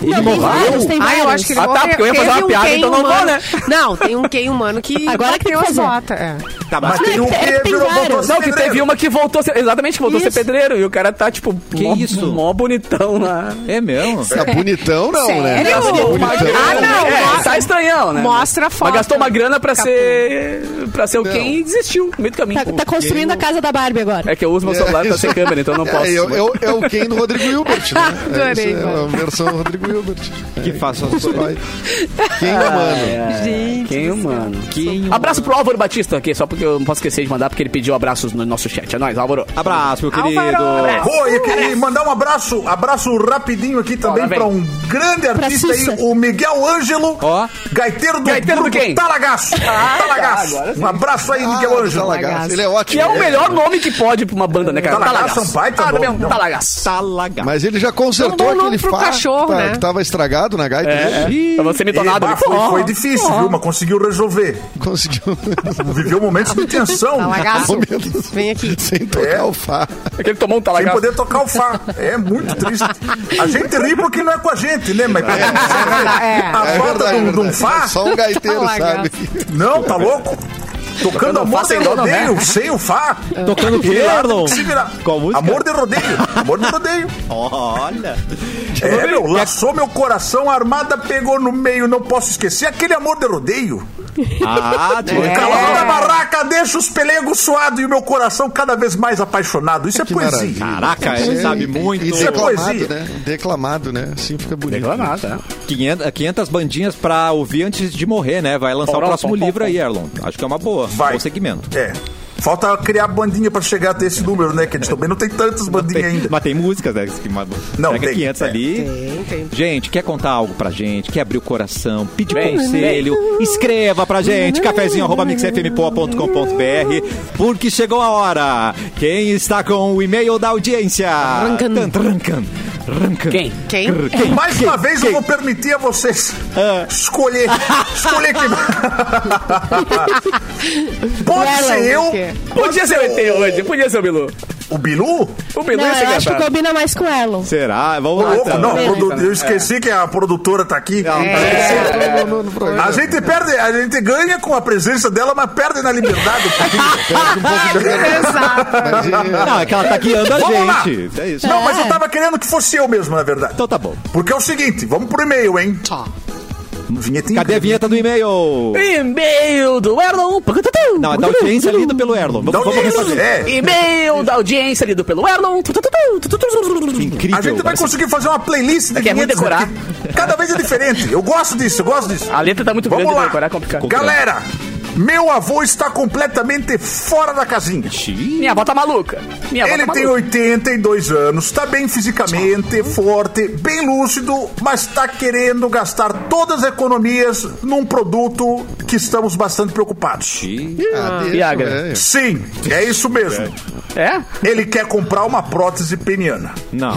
[SPEAKER 5] Não, tem vários, tem vários.
[SPEAKER 3] Ah, eu acho que ele
[SPEAKER 2] Ah, tá,
[SPEAKER 3] morreu.
[SPEAKER 2] porque eu ia fazer
[SPEAKER 3] Teve
[SPEAKER 2] uma
[SPEAKER 3] um
[SPEAKER 2] piada,
[SPEAKER 3] quem
[SPEAKER 2] então não vou,
[SPEAKER 3] humano-
[SPEAKER 2] né?
[SPEAKER 3] Não, tem um quem humano que
[SPEAKER 5] Agora que tem
[SPEAKER 3] bateu
[SPEAKER 5] que
[SPEAKER 3] as
[SPEAKER 5] fazer.
[SPEAKER 3] botas. é.
[SPEAKER 1] Tá, mas
[SPEAKER 6] Mas tem um
[SPEAKER 5] é,
[SPEAKER 6] que
[SPEAKER 5] tem
[SPEAKER 6] virou, voltou a
[SPEAKER 5] vários.
[SPEAKER 6] ser
[SPEAKER 2] Não, que teve
[SPEAKER 6] pedreiro.
[SPEAKER 2] uma que voltou a ser, Exatamente, que voltou a ser
[SPEAKER 3] Isso.
[SPEAKER 2] pedreiro. E o cara tá, tipo, que mó,
[SPEAKER 1] isso?
[SPEAKER 2] mó bonitão lá.
[SPEAKER 1] É mesmo?
[SPEAKER 4] Tá bonitão, não, né?
[SPEAKER 3] Sério?
[SPEAKER 4] Tá bonitão.
[SPEAKER 3] É Ah, não,
[SPEAKER 2] É,
[SPEAKER 3] mostra-
[SPEAKER 2] tá estranhão, né?
[SPEAKER 3] mostra a foto.
[SPEAKER 2] Mas gastou uma grana pra
[SPEAKER 3] Capu.
[SPEAKER 2] ser. pra ser o Ken e desistiu no meio do caminho.
[SPEAKER 5] Tá, tá construindo a casa da Barbie agora.
[SPEAKER 2] É que eu uso meu celular pra
[SPEAKER 4] isso.
[SPEAKER 2] ser câmera, então eu não posso.
[SPEAKER 4] É, eu- eu- é o Ken do Rodrigo Hilbert, né?
[SPEAKER 3] Adorei,
[SPEAKER 4] É, isso, é
[SPEAKER 3] mano.
[SPEAKER 4] a versão Rodrigo Hilbert.
[SPEAKER 1] Que faça as
[SPEAKER 4] Isso vai.
[SPEAKER 1] coisas.
[SPEAKER 4] Quem humano?
[SPEAKER 3] Gente
[SPEAKER 2] Quem, mano?
[SPEAKER 1] Quem um-
[SPEAKER 2] Abraço pro Álvaro Batista aqui, só porque eu não posso esquecer de mandar, porque ele pediu abraços no nosso chat. É nóis, Álvaro.
[SPEAKER 1] Abraço, meu querido.
[SPEAKER 3] Álvaro.
[SPEAKER 6] Pô,
[SPEAKER 2] Uh.
[SPEAKER 6] eu queria mandar um abraço, abraço rapidinho aqui também
[SPEAKER 2] lá vem.
[SPEAKER 6] pra um grande artista aí,
[SPEAKER 5] Sussa.
[SPEAKER 6] o Miguel Ângelo,
[SPEAKER 1] Ó.
[SPEAKER 6] gaiteiro do,
[SPEAKER 2] Gaiteiro do quem? Ah, tá,
[SPEAKER 6] Talagaço. Talagaço. Um abraço
[SPEAKER 4] Ah,
[SPEAKER 6] aí, Miguel Ângelo.
[SPEAKER 4] Talagaço. Ele é ótimo.
[SPEAKER 2] Que é o melhor nome que pode pra uma banda, né, cara?
[SPEAKER 6] Talagaço é um baita
[SPEAKER 2] Ah,
[SPEAKER 6] nome,
[SPEAKER 2] mesmo,
[SPEAKER 6] não.
[SPEAKER 2] Talagaço.
[SPEAKER 1] Tá Salagaço.
[SPEAKER 4] Mas ele já
[SPEAKER 3] Não
[SPEAKER 4] consertou
[SPEAKER 3] dá o nome
[SPEAKER 4] aquele
[SPEAKER 3] pro
[SPEAKER 4] fato
[SPEAKER 3] cachorro,
[SPEAKER 4] tá-
[SPEAKER 3] né?
[SPEAKER 4] que tava estragado na gaita.
[SPEAKER 2] É,
[SPEAKER 4] dele.
[SPEAKER 2] é. Pra você me tornar
[SPEAKER 6] Bah, foi, foi difícil, viu? Mas conseguiu resolver.
[SPEAKER 4] Conseguiu.
[SPEAKER 6] Viveu momentos de tensão.
[SPEAKER 4] Tá
[SPEAKER 3] Talagaço.
[SPEAKER 4] menos.
[SPEAKER 3] Tá Vem aqui.
[SPEAKER 4] Sem tocar
[SPEAKER 6] É.
[SPEAKER 4] o Fá.
[SPEAKER 2] Aquele que tomou um
[SPEAKER 6] Sem
[SPEAKER 2] talagaço.
[SPEAKER 6] poder tocar o Fá. É muito triste. A gente ri porque não é com a gente, né? Mas
[SPEAKER 3] É.
[SPEAKER 6] a
[SPEAKER 4] É
[SPEAKER 6] falta
[SPEAKER 4] verdade,
[SPEAKER 6] de
[SPEAKER 4] é
[SPEAKER 6] um- de um
[SPEAKER 4] verdade.
[SPEAKER 6] Fá.
[SPEAKER 4] É Só um gaiteiro, sabe?
[SPEAKER 3] Talagaço.
[SPEAKER 6] Não, tá louco? Tocando
[SPEAKER 2] Fá
[SPEAKER 6] amor de
[SPEAKER 2] sem dó, não, né?
[SPEAKER 6] rodeio, sem o Fá.
[SPEAKER 1] Tocando o quê, Arlon?
[SPEAKER 6] Se virar.
[SPEAKER 1] Qual música?
[SPEAKER 6] Amor de rodeio. Amor de rodeio.
[SPEAKER 1] Olha.
[SPEAKER 6] É, meu, laçou meu coração, a armada pegou no meio, não posso esquecer. Aquele amor de rodeio.
[SPEAKER 1] Ah,
[SPEAKER 6] Então,
[SPEAKER 1] tu
[SPEAKER 3] É.
[SPEAKER 6] Cavalo na barraca, deixa os pelegos suados e o meu coração cada vez mais apaixonado. Isso é
[SPEAKER 4] Que
[SPEAKER 6] poesia.
[SPEAKER 4] maravilha.
[SPEAKER 1] Caraca,
[SPEAKER 4] É,
[SPEAKER 1] ele sabe
[SPEAKER 4] e-
[SPEAKER 1] muito.
[SPEAKER 4] E
[SPEAKER 6] Isso é
[SPEAKER 4] declamado,
[SPEAKER 6] poesia.
[SPEAKER 4] né? Declamado, né? Assim fica bonito.
[SPEAKER 2] Reclamada.
[SPEAKER 1] 500, 500 eh, bandinhas pra ouvir antes de morrer, né? Vai lançar o
[SPEAKER 2] Porão,
[SPEAKER 1] próximo
[SPEAKER 2] pom, pom,
[SPEAKER 1] livro
[SPEAKER 2] pom.
[SPEAKER 1] aí, Erlon. Acho que é uma boa.
[SPEAKER 6] Vai.
[SPEAKER 1] Bom segmento.
[SPEAKER 6] É. Falta criar bandinha pra chegar até esse número, né? Que eles também não tem tantas bandinhas
[SPEAKER 1] Tem-
[SPEAKER 6] ainda.
[SPEAKER 1] mas tem músicas, né? Que uma,
[SPEAKER 6] Não,
[SPEAKER 1] pega
[SPEAKER 6] tem,
[SPEAKER 1] 500
[SPEAKER 6] é.
[SPEAKER 1] ali.
[SPEAKER 3] Tem, tem.
[SPEAKER 1] Gente, quer contar algo pra gente? Quer abrir o coração? Pedir
[SPEAKER 2] Vem,
[SPEAKER 1] conselho? Escreva pra gente, cafezinho arroba mixfmpoa.com.br, porque chegou a hora. Quem está com o e-mail da audiência?
[SPEAKER 3] Rancan.
[SPEAKER 1] Tan, Rancan. Rancan.
[SPEAKER 2] Quem?
[SPEAKER 3] Quem?
[SPEAKER 1] Grr, quem?
[SPEAKER 6] Mais
[SPEAKER 1] Quem?
[SPEAKER 6] uma vez
[SPEAKER 1] Quem?
[SPEAKER 6] eu vou permitir a vocês escolher. Escolher quem. Pode
[SPEAKER 5] Ellen,
[SPEAKER 6] ser eu.
[SPEAKER 3] por quê?
[SPEAKER 6] pode
[SPEAKER 2] Podia ser o ET hoje, podia ser o Bilu.
[SPEAKER 6] O Bilu?
[SPEAKER 2] O Bilu
[SPEAKER 5] Não,
[SPEAKER 2] ia
[SPEAKER 5] eu acho que
[SPEAKER 2] ser
[SPEAKER 5] combina mais com ela.
[SPEAKER 1] Será? Vamos
[SPEAKER 6] Ô,
[SPEAKER 1] lá.
[SPEAKER 6] louco,
[SPEAKER 1] então.
[SPEAKER 6] não,
[SPEAKER 5] bem,
[SPEAKER 6] produ-
[SPEAKER 2] então.
[SPEAKER 6] eu esqueci que a produtora tá aqui.
[SPEAKER 4] É. No, no programa.
[SPEAKER 6] A gente perde, a gente ganha com a presença dela, mas perde na liberdade.
[SPEAKER 4] Perde um pouco de liberdade.
[SPEAKER 3] Exato.
[SPEAKER 4] Mas, é,
[SPEAKER 1] Não, é que ela tá guiando a
[SPEAKER 6] Vamos lá.
[SPEAKER 1] gente. É isso.
[SPEAKER 6] Não, mas eu tava querendo que fosse eu mesmo, na verdade.
[SPEAKER 1] Então tá bom.
[SPEAKER 6] Porque é o seguinte, vamos pro e-mail, hein?
[SPEAKER 2] Tá.
[SPEAKER 6] Vinhetinha.
[SPEAKER 1] Cadê a vinheta do e-mail?
[SPEAKER 2] E-mail do Erlon.
[SPEAKER 1] Não, é da audiência lido pelo Erlon.
[SPEAKER 6] Da
[SPEAKER 1] Vamos, vamos
[SPEAKER 6] audiência.
[SPEAKER 1] refazer.
[SPEAKER 6] É.
[SPEAKER 2] E-mail da audiência lido pelo Erlon.
[SPEAKER 1] Incrível.
[SPEAKER 6] é. A gente vai
[SPEAKER 1] parece-
[SPEAKER 6] conseguir fazer uma playlist de
[SPEAKER 2] É que é muito
[SPEAKER 6] vinhetas,
[SPEAKER 2] decorar.
[SPEAKER 6] porque Cada vez é diferente. Eu gosto disso, eu gosto disso.
[SPEAKER 2] A letra tá muito
[SPEAKER 6] Vamos
[SPEAKER 2] grande,
[SPEAKER 6] lá.
[SPEAKER 2] né? Agora é complicado.
[SPEAKER 6] Galera, meu avô está completamente fora da casinha.
[SPEAKER 1] Xiii.
[SPEAKER 2] Minha avó tá maluca. Minha avó
[SPEAKER 6] Ele
[SPEAKER 2] tá
[SPEAKER 6] tem
[SPEAKER 2] maluca.
[SPEAKER 6] 82 anos, tá bem fisicamente, forte, bem lúcido, mas tá querendo gastar todas as economias num produto que estamos bastante preocupados.
[SPEAKER 4] ah, deixa,
[SPEAKER 2] Viagra.
[SPEAKER 4] velho.
[SPEAKER 6] Sim, é isso mesmo.
[SPEAKER 2] É?
[SPEAKER 6] Ele quer comprar uma prótese peniana.
[SPEAKER 1] Não.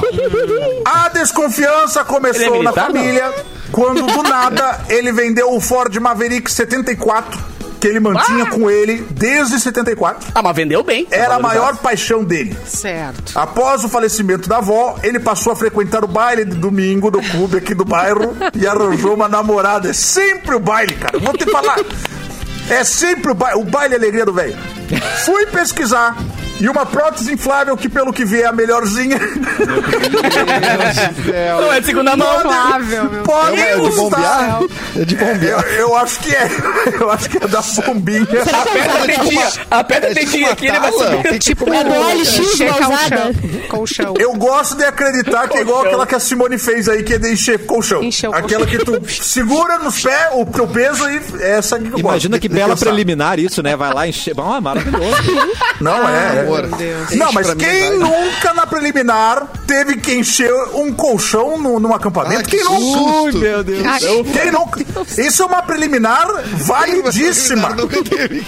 [SPEAKER 6] A desconfiança
[SPEAKER 2] Ele é
[SPEAKER 6] começou na
[SPEAKER 2] militar, não?
[SPEAKER 6] família quando do nada ele vendeu o Ford Maverick 74 que ele mantinha com ele desde 74.
[SPEAKER 2] Ah, mas vendeu bem.
[SPEAKER 6] Era a maior paixão dele.
[SPEAKER 3] Certo.
[SPEAKER 6] Após o falecimento da avó, ele passou a frequentar o baile de domingo do clube aqui do bairro e arranjou uma namorada. É sempre o baile, cara. Vou te falar. É sempre o baile. O baile é a alegria do velho. Fui pesquisar. E uma prótese inflável que, pelo que vê, é a melhorzinha.
[SPEAKER 2] Não é de segunda mão.
[SPEAKER 6] Pode, pode
[SPEAKER 4] É de bombear?
[SPEAKER 6] custar.
[SPEAKER 4] É de
[SPEAKER 6] Eu,
[SPEAKER 4] bombear.
[SPEAKER 6] eu acho que é. Eu acho que é da bombinha.
[SPEAKER 2] Aperta a tetinha. Aperta a
[SPEAKER 4] É
[SPEAKER 2] tetinha aqui, né, ele vai subir.
[SPEAKER 3] Tá
[SPEAKER 4] Tipo,
[SPEAKER 3] um
[SPEAKER 5] É do LX
[SPEAKER 3] Encher
[SPEAKER 5] usada.
[SPEAKER 3] colchão. Colchão.
[SPEAKER 6] Eu gosto de acreditar que é igual aquela que a Simone fez aí, que é de encher colchão.
[SPEAKER 3] Encher o
[SPEAKER 6] aquela que tu segura nos pés o teu peso e é essa que eu
[SPEAKER 1] Imagina
[SPEAKER 6] gosto
[SPEAKER 1] que
[SPEAKER 6] de- de
[SPEAKER 1] bela
[SPEAKER 6] pensar.
[SPEAKER 1] preliminar isso, né? Vai lá encher. Bom, é maravilhoso.
[SPEAKER 6] Não, é. é.
[SPEAKER 4] Ah, amor.
[SPEAKER 6] Não,
[SPEAKER 4] Enche
[SPEAKER 6] mas
[SPEAKER 4] pra mim, é
[SPEAKER 6] quem
[SPEAKER 4] vai.
[SPEAKER 6] nunca na preliminar teve que encher um colchão no, num acampamento?
[SPEAKER 4] Ah, que
[SPEAKER 6] quem nunca?
[SPEAKER 1] Ui, meu Deus.
[SPEAKER 3] Tá,
[SPEAKER 6] Quem nunca? Isso é uma preliminar validíssima.
[SPEAKER 4] Nunca teve.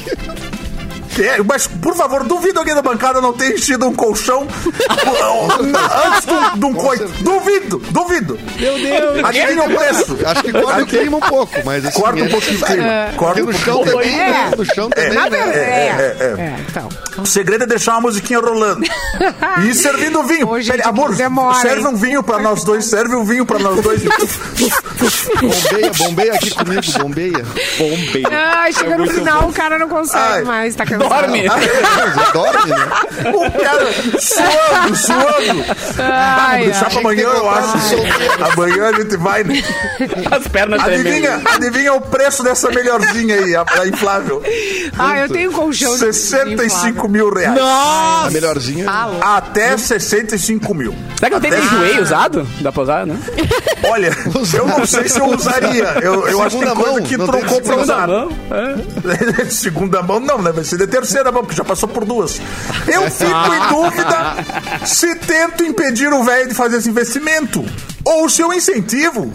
[SPEAKER 6] É, mas, por favor, duvido alguém da bancada não ter enchido um colchão antes de um- de um coito. Duvido, duvido.
[SPEAKER 1] Meu Deus.
[SPEAKER 6] Adivinha o preço.
[SPEAKER 4] Acho que corta e queima um pouco, mas assim.
[SPEAKER 6] Corta um
[SPEAKER 4] é
[SPEAKER 6] pouquinho o
[SPEAKER 4] necessário.
[SPEAKER 6] clima. Corta
[SPEAKER 4] Porque
[SPEAKER 6] um
[SPEAKER 4] no
[SPEAKER 6] pouquinho.
[SPEAKER 4] chão também, né? No chão também,
[SPEAKER 3] Nada-
[SPEAKER 4] né?
[SPEAKER 6] é,
[SPEAKER 3] é. então.
[SPEAKER 6] O segredo é deixar uma musiquinha rolando. E ir servindo vinho.
[SPEAKER 3] Ô, gente,
[SPEAKER 6] Pera- amor,
[SPEAKER 3] demora,
[SPEAKER 6] serve
[SPEAKER 3] hein?
[SPEAKER 6] um vinho pra nós dois, serve um vinho pra nós dois.
[SPEAKER 4] Bombeia, bombeia aqui comigo, bombeia.
[SPEAKER 1] Bombeiro.
[SPEAKER 6] É,
[SPEAKER 3] Ai, chega no final, o cara não consegue
[SPEAKER 6] Ai.
[SPEAKER 3] mais, tá cansado.
[SPEAKER 2] Dorme.
[SPEAKER 4] Você dorme, né?
[SPEAKER 6] o cara suando, suando. Ah,
[SPEAKER 3] Ai,
[SPEAKER 6] deixar
[SPEAKER 3] ai.
[SPEAKER 6] pra amanhã, eu acho. Amanhã a gente vai, né?
[SPEAKER 2] As pernas
[SPEAKER 6] Adivinha,
[SPEAKER 2] tremendo.
[SPEAKER 6] adivinha o preço dessa melhorzinha aí, a, a inflável.
[SPEAKER 3] Ah, eu tenho um colchão de- de
[SPEAKER 6] 65
[SPEAKER 3] inflável.
[SPEAKER 6] mil reais.
[SPEAKER 4] A melhorzinha.
[SPEAKER 6] Até 65 mil.
[SPEAKER 2] Será que não tem
[SPEAKER 6] Ah.
[SPEAKER 2] nem joelho usado? Dá pra usar, né?
[SPEAKER 6] Olha, eu não sei se eu usaria. Eu, eu acho que tem
[SPEAKER 4] Segunda
[SPEAKER 6] coisa
[SPEAKER 4] mão,
[SPEAKER 6] que
[SPEAKER 4] não tem
[SPEAKER 6] trocou pra
[SPEAKER 4] segunda
[SPEAKER 6] usar.
[SPEAKER 2] Não?
[SPEAKER 6] De Segunda mão não, né? Vai ser de terceira mão, porque já passou por duas. Eu fico em dúvida se tento impedir o velho de fazer esse investimento. Ou se eu incentivo.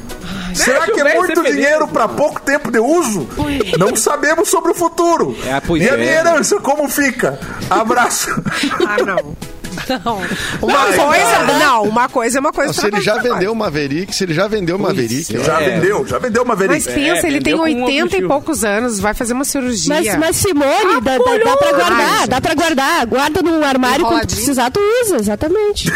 [SPEAKER 6] Será
[SPEAKER 2] Deixa
[SPEAKER 6] que
[SPEAKER 2] o
[SPEAKER 6] é
[SPEAKER 2] velho ser
[SPEAKER 6] muito
[SPEAKER 2] feliz.
[SPEAKER 6] dinheiro para pouco tempo de uso? Não sabemos sobre o futuro.
[SPEAKER 1] É, pois
[SPEAKER 6] e a
[SPEAKER 1] é.
[SPEAKER 6] minha herança, como fica? Abraço.
[SPEAKER 3] Ah, não. Não. Uma
[SPEAKER 6] Ai,
[SPEAKER 3] coisa, não, uma coisa é uma coisa.
[SPEAKER 4] Se ele
[SPEAKER 3] outra
[SPEAKER 4] já
[SPEAKER 3] coisa é outra
[SPEAKER 4] vendeu o Maverick, se ele já vendeu o Maverick,
[SPEAKER 6] Já vendeu, já vendeu uma
[SPEAKER 3] Mas
[SPEAKER 6] vez.
[SPEAKER 3] pensa, ele tem
[SPEAKER 2] vendeu com um
[SPEAKER 3] 80 e
[SPEAKER 2] objetivo.
[SPEAKER 3] poucos anos, vai fazer uma cirurgia.
[SPEAKER 5] Mas, mas Simone, dá, dá, dá pra guardar, dá pra guardar. Guarda num armário, quando tu
[SPEAKER 3] Enroladinho.
[SPEAKER 5] precisar, tu usa, exatamente.